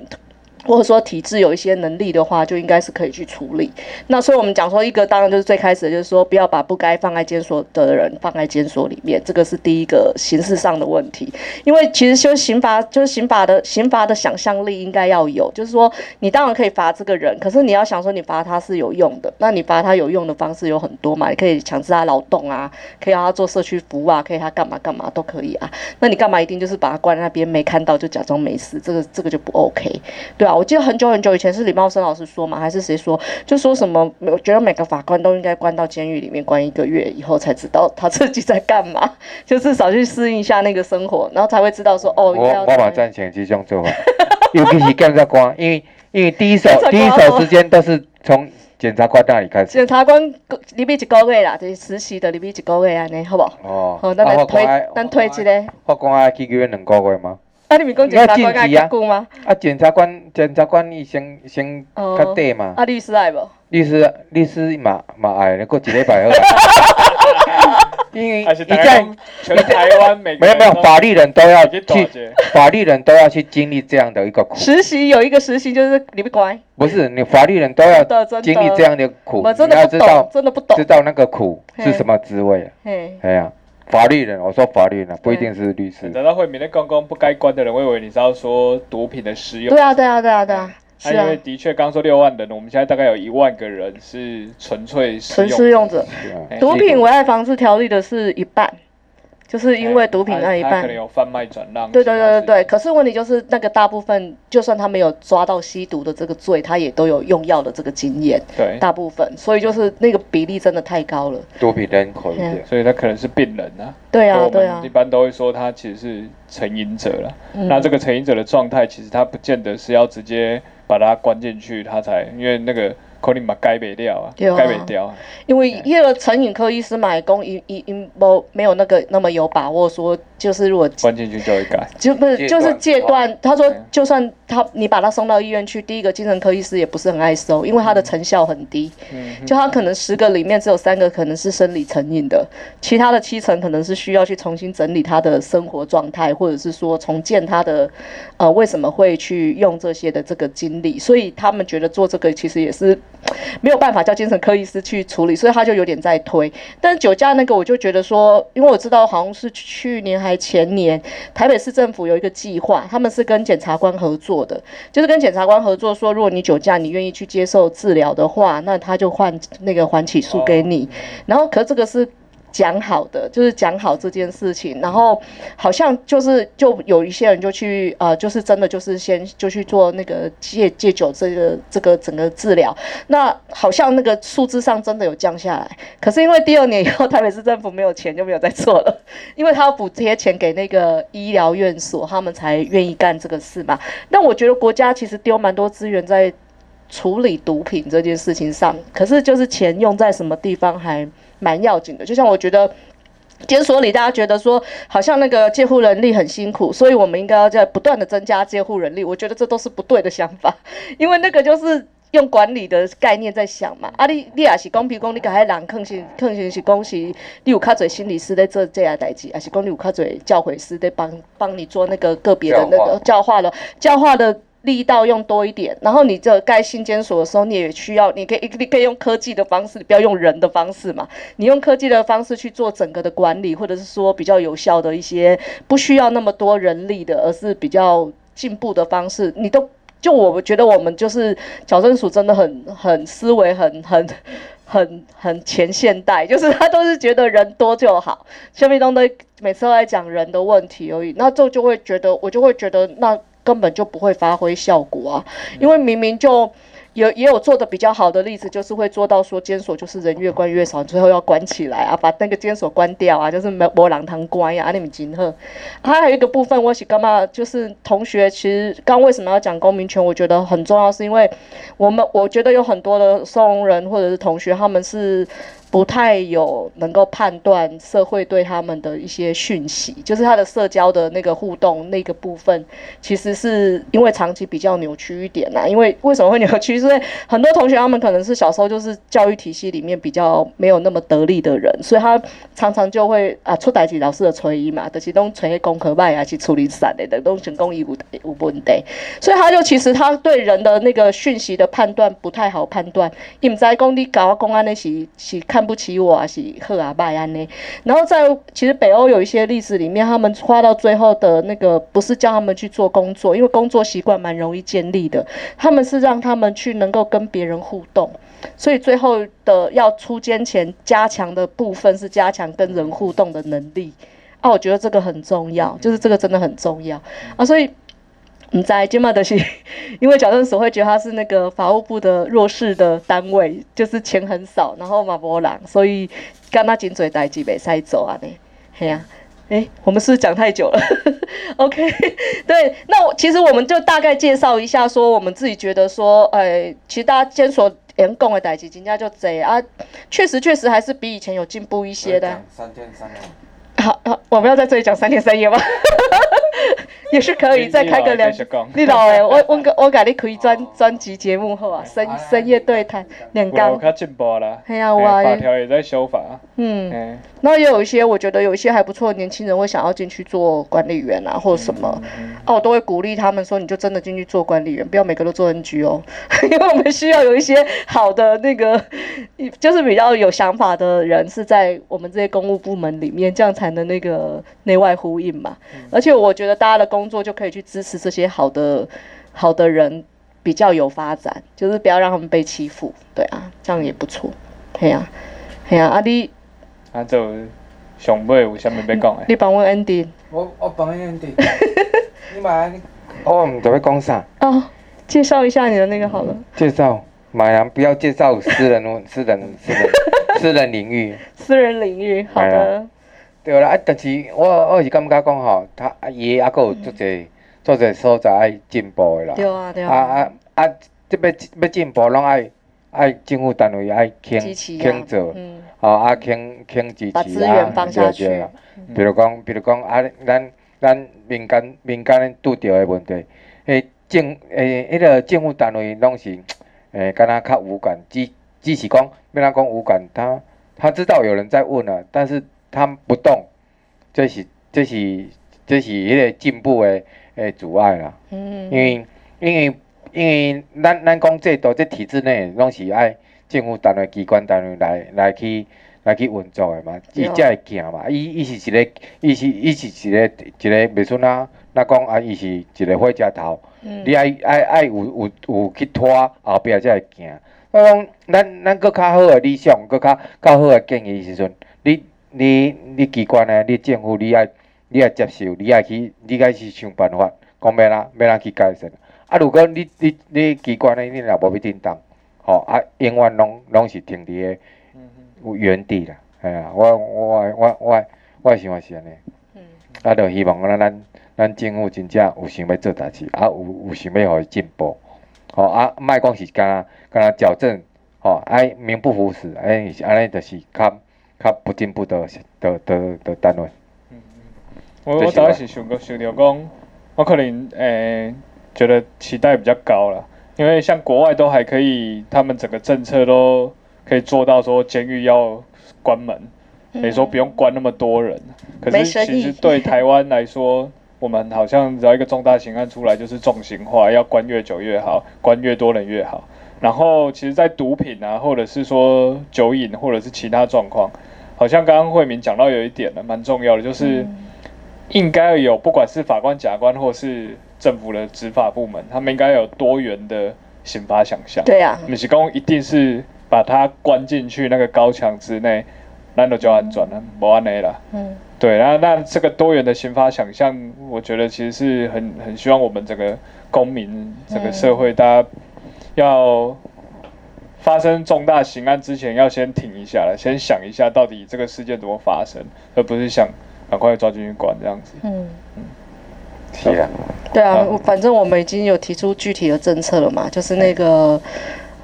或者说体制有一些能力的话，就应该是可以去处理。那所以我们讲说，一个当然就是最开始的就是说，不要把不该放在监所的人放在监所里面，这个是第一个形式上的问题。因为其实就是刑罚，就是刑法的刑罚的想象力应该要有，就是说你当然可以罚这个人，可是你要想说你罚他是有用的，那你罚他有用的方式有很多嘛，你可以强制他劳动啊，可以让他做社区服务啊，可以他干嘛干嘛都可以啊。那你干嘛一定就是把他关在那边没看到就假装没事？这个这个就不 OK，对啊。我记得很久很久以前是李茂生老师说嘛，还是谁说，就说什么，我觉得每个法官都应该关到监狱里面关一个月以后才知道他自己在干嘛， 就至少去适应一下那个生活，然后才会知道说哦，应该
我
要
我
怎么
嘛
样
赞成这种做法，尤其是检察官，因为因为第一手
检察官
第一
哦
手时间都是从检察官那里开始，
检察官你比一个月啦，就是实习的你比一个月安尼，好不好？
哦，
好，咱
啊
来
法
推
官要，
咱推一个。
法官要去约两个月吗？
啊，你咪讲检察官爱
你要晋
结
级
久吗？
啊，检察官检察官伊先先
哦
较短嘛，
啊，律师爱无？
律师律师嘛嘛爱，过一礼拜好了，因为
嗯，还是
你
大
在
家全台湾每个
没有
人
没有
都
法律人都要
去打
去。
劫
法律人都要去经历这样的一个苦，
实习有一个实习就是你不乖，
不是你法律人都要
真的真的
经历这样的苦，
我真
你要
的不
知
懂
道，
真的不懂
知。道那个苦是什么滋味啊。
嘿，
哎呀，法律人，我说法律人啊，不一定是律师。
等到慧敏在刚刚不该关的人，我以为你是要说毒品的使用
对。啊，对啊，对啊，对啊，
那
是
因
啊
为，的确刚说六万人，我们现在大概有一万个人是纯粹使
纯
用
使用者。
是啊
哎
毒品危害防治条例的是一半，就是因为毒品案一
他他
半
哎可能。有贩卖转让。
对对对对对，
其
可
他事情，
是问题就是那个大部分，就算他没有抓到吸毒的这个罪，他也都有用药的这个经验，
对，
大部分，所以就是那个比例真的太高了。
毒品人口一点，
所以他可能是病人啊。
对啊
我
对啊
们一，般都会说他其实是成瘾者了。
嗯
那这个成瘾者的状态，其实他不见得是要直接把他关进去，他才因为那个可能嘛该没掉啊，
对啊
该没掉啊。
因为因为成瘾科医师买工，因因因没没有那个那么有把握说，就是如果
关进去就会改。
就不是
戒断
就是戒断。他说
哦对，
就算他你把他送到医院去，第一个精神科医师也不是很爱收，因为他的成效很低。
嗯哼，
就他可能十个里面只有三个可能是生理成瘾的，其他的七成可能是需要去重新整理他的生活状态，或者是说重建他的呃为什么会去用这些的这个经历，所以他们觉得做这个其实也是没有办法叫精神科医师去处理，所以他就有点在推。但酒驾那个我就觉得说，因为我知道好像是去年还前年，台北市政府有一个计划，他们是跟检察官合作的，就是跟检察官合作说，如果你酒驾，你愿意去接受治疗的话，那他就换那个缓起诉给你。然后，可这个是讲好的，就是讲好这件事情。然后好像就是就有一些人就去呃，就是真的就是先就去做那个戒戒酒这个这个整个治疗。那好像那个数字上真的有降下来，可是因为第二年以后台北市政府没有钱就没有再做了，因为他要补贴钱给那个医疗院所，他们才愿意干这个事嘛。但我觉得国家其实丢蛮多资源在处理毒品这件事情上，可是就是钱用在什么地方还蛮要紧的。就像我觉得。监所里，大家觉得说好像那个戒护人力很辛苦，所以我们应该要在不断的增加戒护人力。我觉得这都是不对的想法， 因为那个就是用管理的概念在想嘛。啊你，你也是讲，比如讲你给迄人，可能可能是讲是你有较侪心理师在做这样代志，还是讲你有较侪教诲师在帮帮你做那个个别的那个教化了，教化的力道用多一点，然后你这盖信监所的时候，你也需要，你可以你可以用科技的方式，你不要用人的方式嘛。你用科技的方式去做整个的管理，或者是说比较有效的一些，不需要那么多人力的，而是比较进步的方式，你都。就我觉得我们就是矫正署真的很很思维很很很很前现代，就是他都是觉得人多就好，谢明东的每次都在讲人的问题而已，那这就会觉得我就会觉得那根本就不会发挥效果啊，因为明明就。有也有做的比较好的例子，就是会做到说监所就是人越关越少，最后要关起来啊，把那个监所关掉啊，就是没没人堂关呀、啊，你们今后。啊还有一个部分，我是干嘛？就是同学，其实刚为什么要讲公民权？我觉得很重要，是因为我们我觉得有很多的收容人或者是同学，他们是不太有能够判断社会对他们的一些讯息，就是他的社交的那个互动那个部分，其实是因为长期比较扭曲一点啦。因为为什么会扭曲？是因为很多同学他们可能是小时候就是教育体系里面比较没有那么得力的人，所以他常常就会啊出代志老师的催伊嘛，就是拢催功课歹啊，去处理散的，拢成功伊有有问题，所以他就其实他对人的那个讯息的判断不太好判断，伊毋知讲你搞我公安的是是看不起我，还是好啊歹安尼。然后在其实北欧有一些例子里面，他们花到最后的那个不是叫他们去做工作，因为工作习惯蛮容易建立的，他们是让他们去能够跟别人互动，所以最后的要出监前加强的部分是加强跟人互动的能力。啊，我觉得这个很重要，就是这个真的很重要啊，所以。你在金马德西， 因为矫正所会觉得他是那个法务部的弱势的单位，就是钱很少，然后嘛无人，所以干那紧嘴代志袂使做啊呢，嘿呀、啊，诶、我们是不是讲太久了 ，OK，对，那我其实我们就大概介绍一下，说我们自己觉得说，呃，其实大家监所员工的代志，人家就这啊，确实确实还是比以前有进步一些的。
三天三夜，
好，好，我们要在这里讲三天三夜吗？也是可以，
你
再开个两
你老的继续讲。
你老哎，我我跟我改你可以专专辑节目后啊，深深夜对谈两
有啦有
缸。
较进步啦。
嘿啊有啊
嘿法条也在修法啊，
嗯，
嗯，
那也有一些，我觉得有一些还不错的年轻人会想要进去做管理员啊，或者什么，哦，我都会鼓励他们说，你就真的进去做管理员，不要每个都做 NGO，因 为我们需要有一些好的那个，就是比较有想法的人是在我们这些公务部门里面，这样才能那个内外呼应嘛。而且我觉得大家的工作就可以去支持这些好的好的人。比较有发展，就是不要让他们被欺负，对啊，这样也不错，嘿呀、啊，嘿呀、啊，啊你
啊，就上尾有啥物要讲诶？
你帮我 Andy
我我帮你安 定，你嘛安尼，
我唔知要讲啥，
哦，介绍一下你的那个好了，
介绍，买人不要介绍私人、私人、私人、私人领域。
私人领域。好
哎
的，
对啦，啊，但是我我是感觉讲吼，他啊伊还佫有足侪足侪所在爱进步的啦。
嗯对啊，对
啊
啊，
啊啊！即要要进步，拢爱爱政府单位爱肯
支持啊
肯做，
嗯，
吼啊肯肯支持啊，
把资源放下去
对对啦比如讲，比如讲啊，咱咱民间民间咱拄着的问题，诶政诶迄个政府单位拢是诶，敢若较无感，只只是讲要咱讲无感，他他知道有人在问啊，但是他不动，这是这是这是迄个进步的诶阻碍啦。
嗯，
因为因为因为咱咱讲制度这体制内拢是爱政府单位、机关单位来来去来去运作的嘛，伊
对
才会行嘛。伊伊是一个，伊是伊是一个一个袂准啊，那讲啊，伊是一个火车头，
嗯
你爱爱爱有有有去拖后壁才会行。我讲咱咱搁较好诶理想，搁较较好诶建议时阵，你你你机关诶，你政府你爱你爱接受，你爱去你爱去想办法，讲要哪要哪去改善。啊，如果你你你机关诶，你若无要振动，吼、啊，永远拢拢是停伫诶
嗯
原地啦。系啊，我我的我我的我的想法是安尼。
嗯
啊，就希望咱咱咱政府真正有想要做代志，啊有有想要互伊进步，吼、啊，莫讲是干呐干呐矫正，吼、啊名不符实，哎是安尼，就是较较不进步的的的的单位，
我
这
我
是
早
我
是想过想着讲，我可能诶、觉得期待比较高了，因为像国外都还可以，他们整个政策都可以做到说监狱要关门，等于说不用关那么多人。可
嗯没
是
生
其
意
实对台湾来说，我们好像只要一个重大刑案出来就是重刑化，要关越久越好，关越多人越好。然后其实，在毒品啊，或者是说酒瘾，或者是其他状况，好像刚刚慧敏讲到有一点呢，蛮重要的，就是。应该有，不管是法官、检察官，或是政府的执法部门，他们应该有多元的刑罚想象。，
对啊，
不是讲一定是把他关进去那个高墙之内，那就叫安转了，不安内了。
嗯，
对，那那这个多元的刑法想象，我觉得其实是很很希望我们整个公民、整个社会，大家要发生重大刑案之前，要先停一下了，先想一下到底这个事件怎么发生，而不是想赶快抓进去关这样子。
嗯。
是啊，
对啊
好，
我反正我们已经有提出具体的政策了嘛，就是那个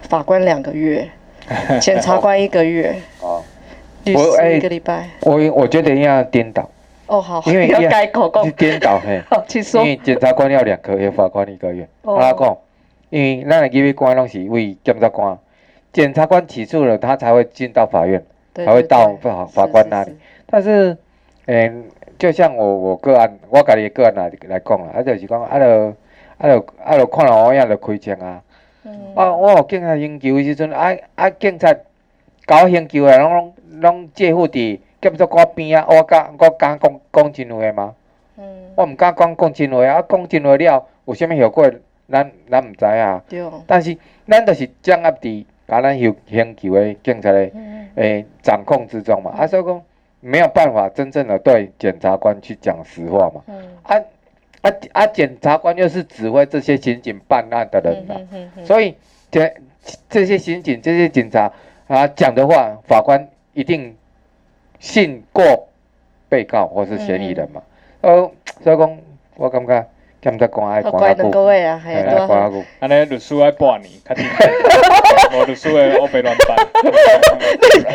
法官两个月， 检察官一个月，
哦，
律
我
师
哎
一个礼拜。
我我觉得要颠倒，
哦，好，
因为
要改口
是
供，
颠倒嘿，
好，请
因
说。
为检察官要两个月，法官一个月，
哦
啊讲，因为咱的检察官拢是为检察官，检察官起诉了，他才会进到法院。
对
还会
对
到
对
法
是
法官
是
那
是
里。但是，诶、就像我我个案，我家己的个案来来讲啦，啊，就是讲啊，就啊就啊就看到乌影就开枪啊。
嗯
啊，我有警察营救的时阵，啊啊，警察搞营救的，拢拢拢借护伫检察官边啊。我敢我敢讲讲真话吗？
嗯，
我毋敢讲讲真话啊，讲真话了有啥物后果，咱咱毋知啊。
对哦，
但是咱就是掌握伫甲咱营营救的警察的。
嗯
诶、掌控之中嘛。啊，所以讲没有办法真正的对检察官去讲实话嘛。
嗯
啊啊啊！检察官又是指挥这些刑警办案的人嘛，
嗯嗯嗯，
所以这这些刑警、这些警察啊讲的话，法官一定信过被告或是嫌疑人嘛。哦、所以讲我感觉检察官爱
好
管
乖
啊
的
久，
各位啊，嘿，
嘿
对
爱管啊
啊，
久。
安尼律师爱半年，较紧，无律师会乌白乱 办。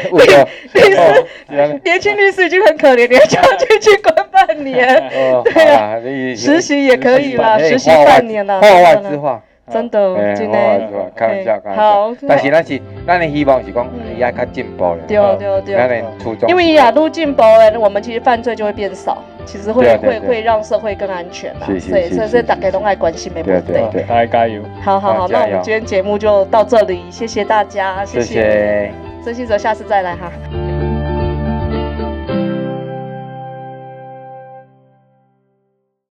有哦 哦是安尼
年轻律师已经很可怜，你还叫他进去关半 年，
哦，好啦，你
实习也可以啦，
嘿
实习
话外
半年啦，
哎话外
真的
之
啦
话。
真的，
哎，
真
我
的，
我开玩笑，开玩笑。
好
但是咱是咱的希望是讲
嗯
伊也较进步咧，
对
吼
对对
咱的初衷，
因为亚路进步了，哎我们其实犯罪就会变少，其实会
对啊对
会
啊对啊
会让社会更安全啦。
是是
所以
是
所以
是
所以大家都爱关心没
对
问
对啊
题。
对
大家加油！
好好好，
好加
那我
油
们今天节目就到这里，谢谢大家，
谢
谢
谢。
曾信哲，下次再来哈。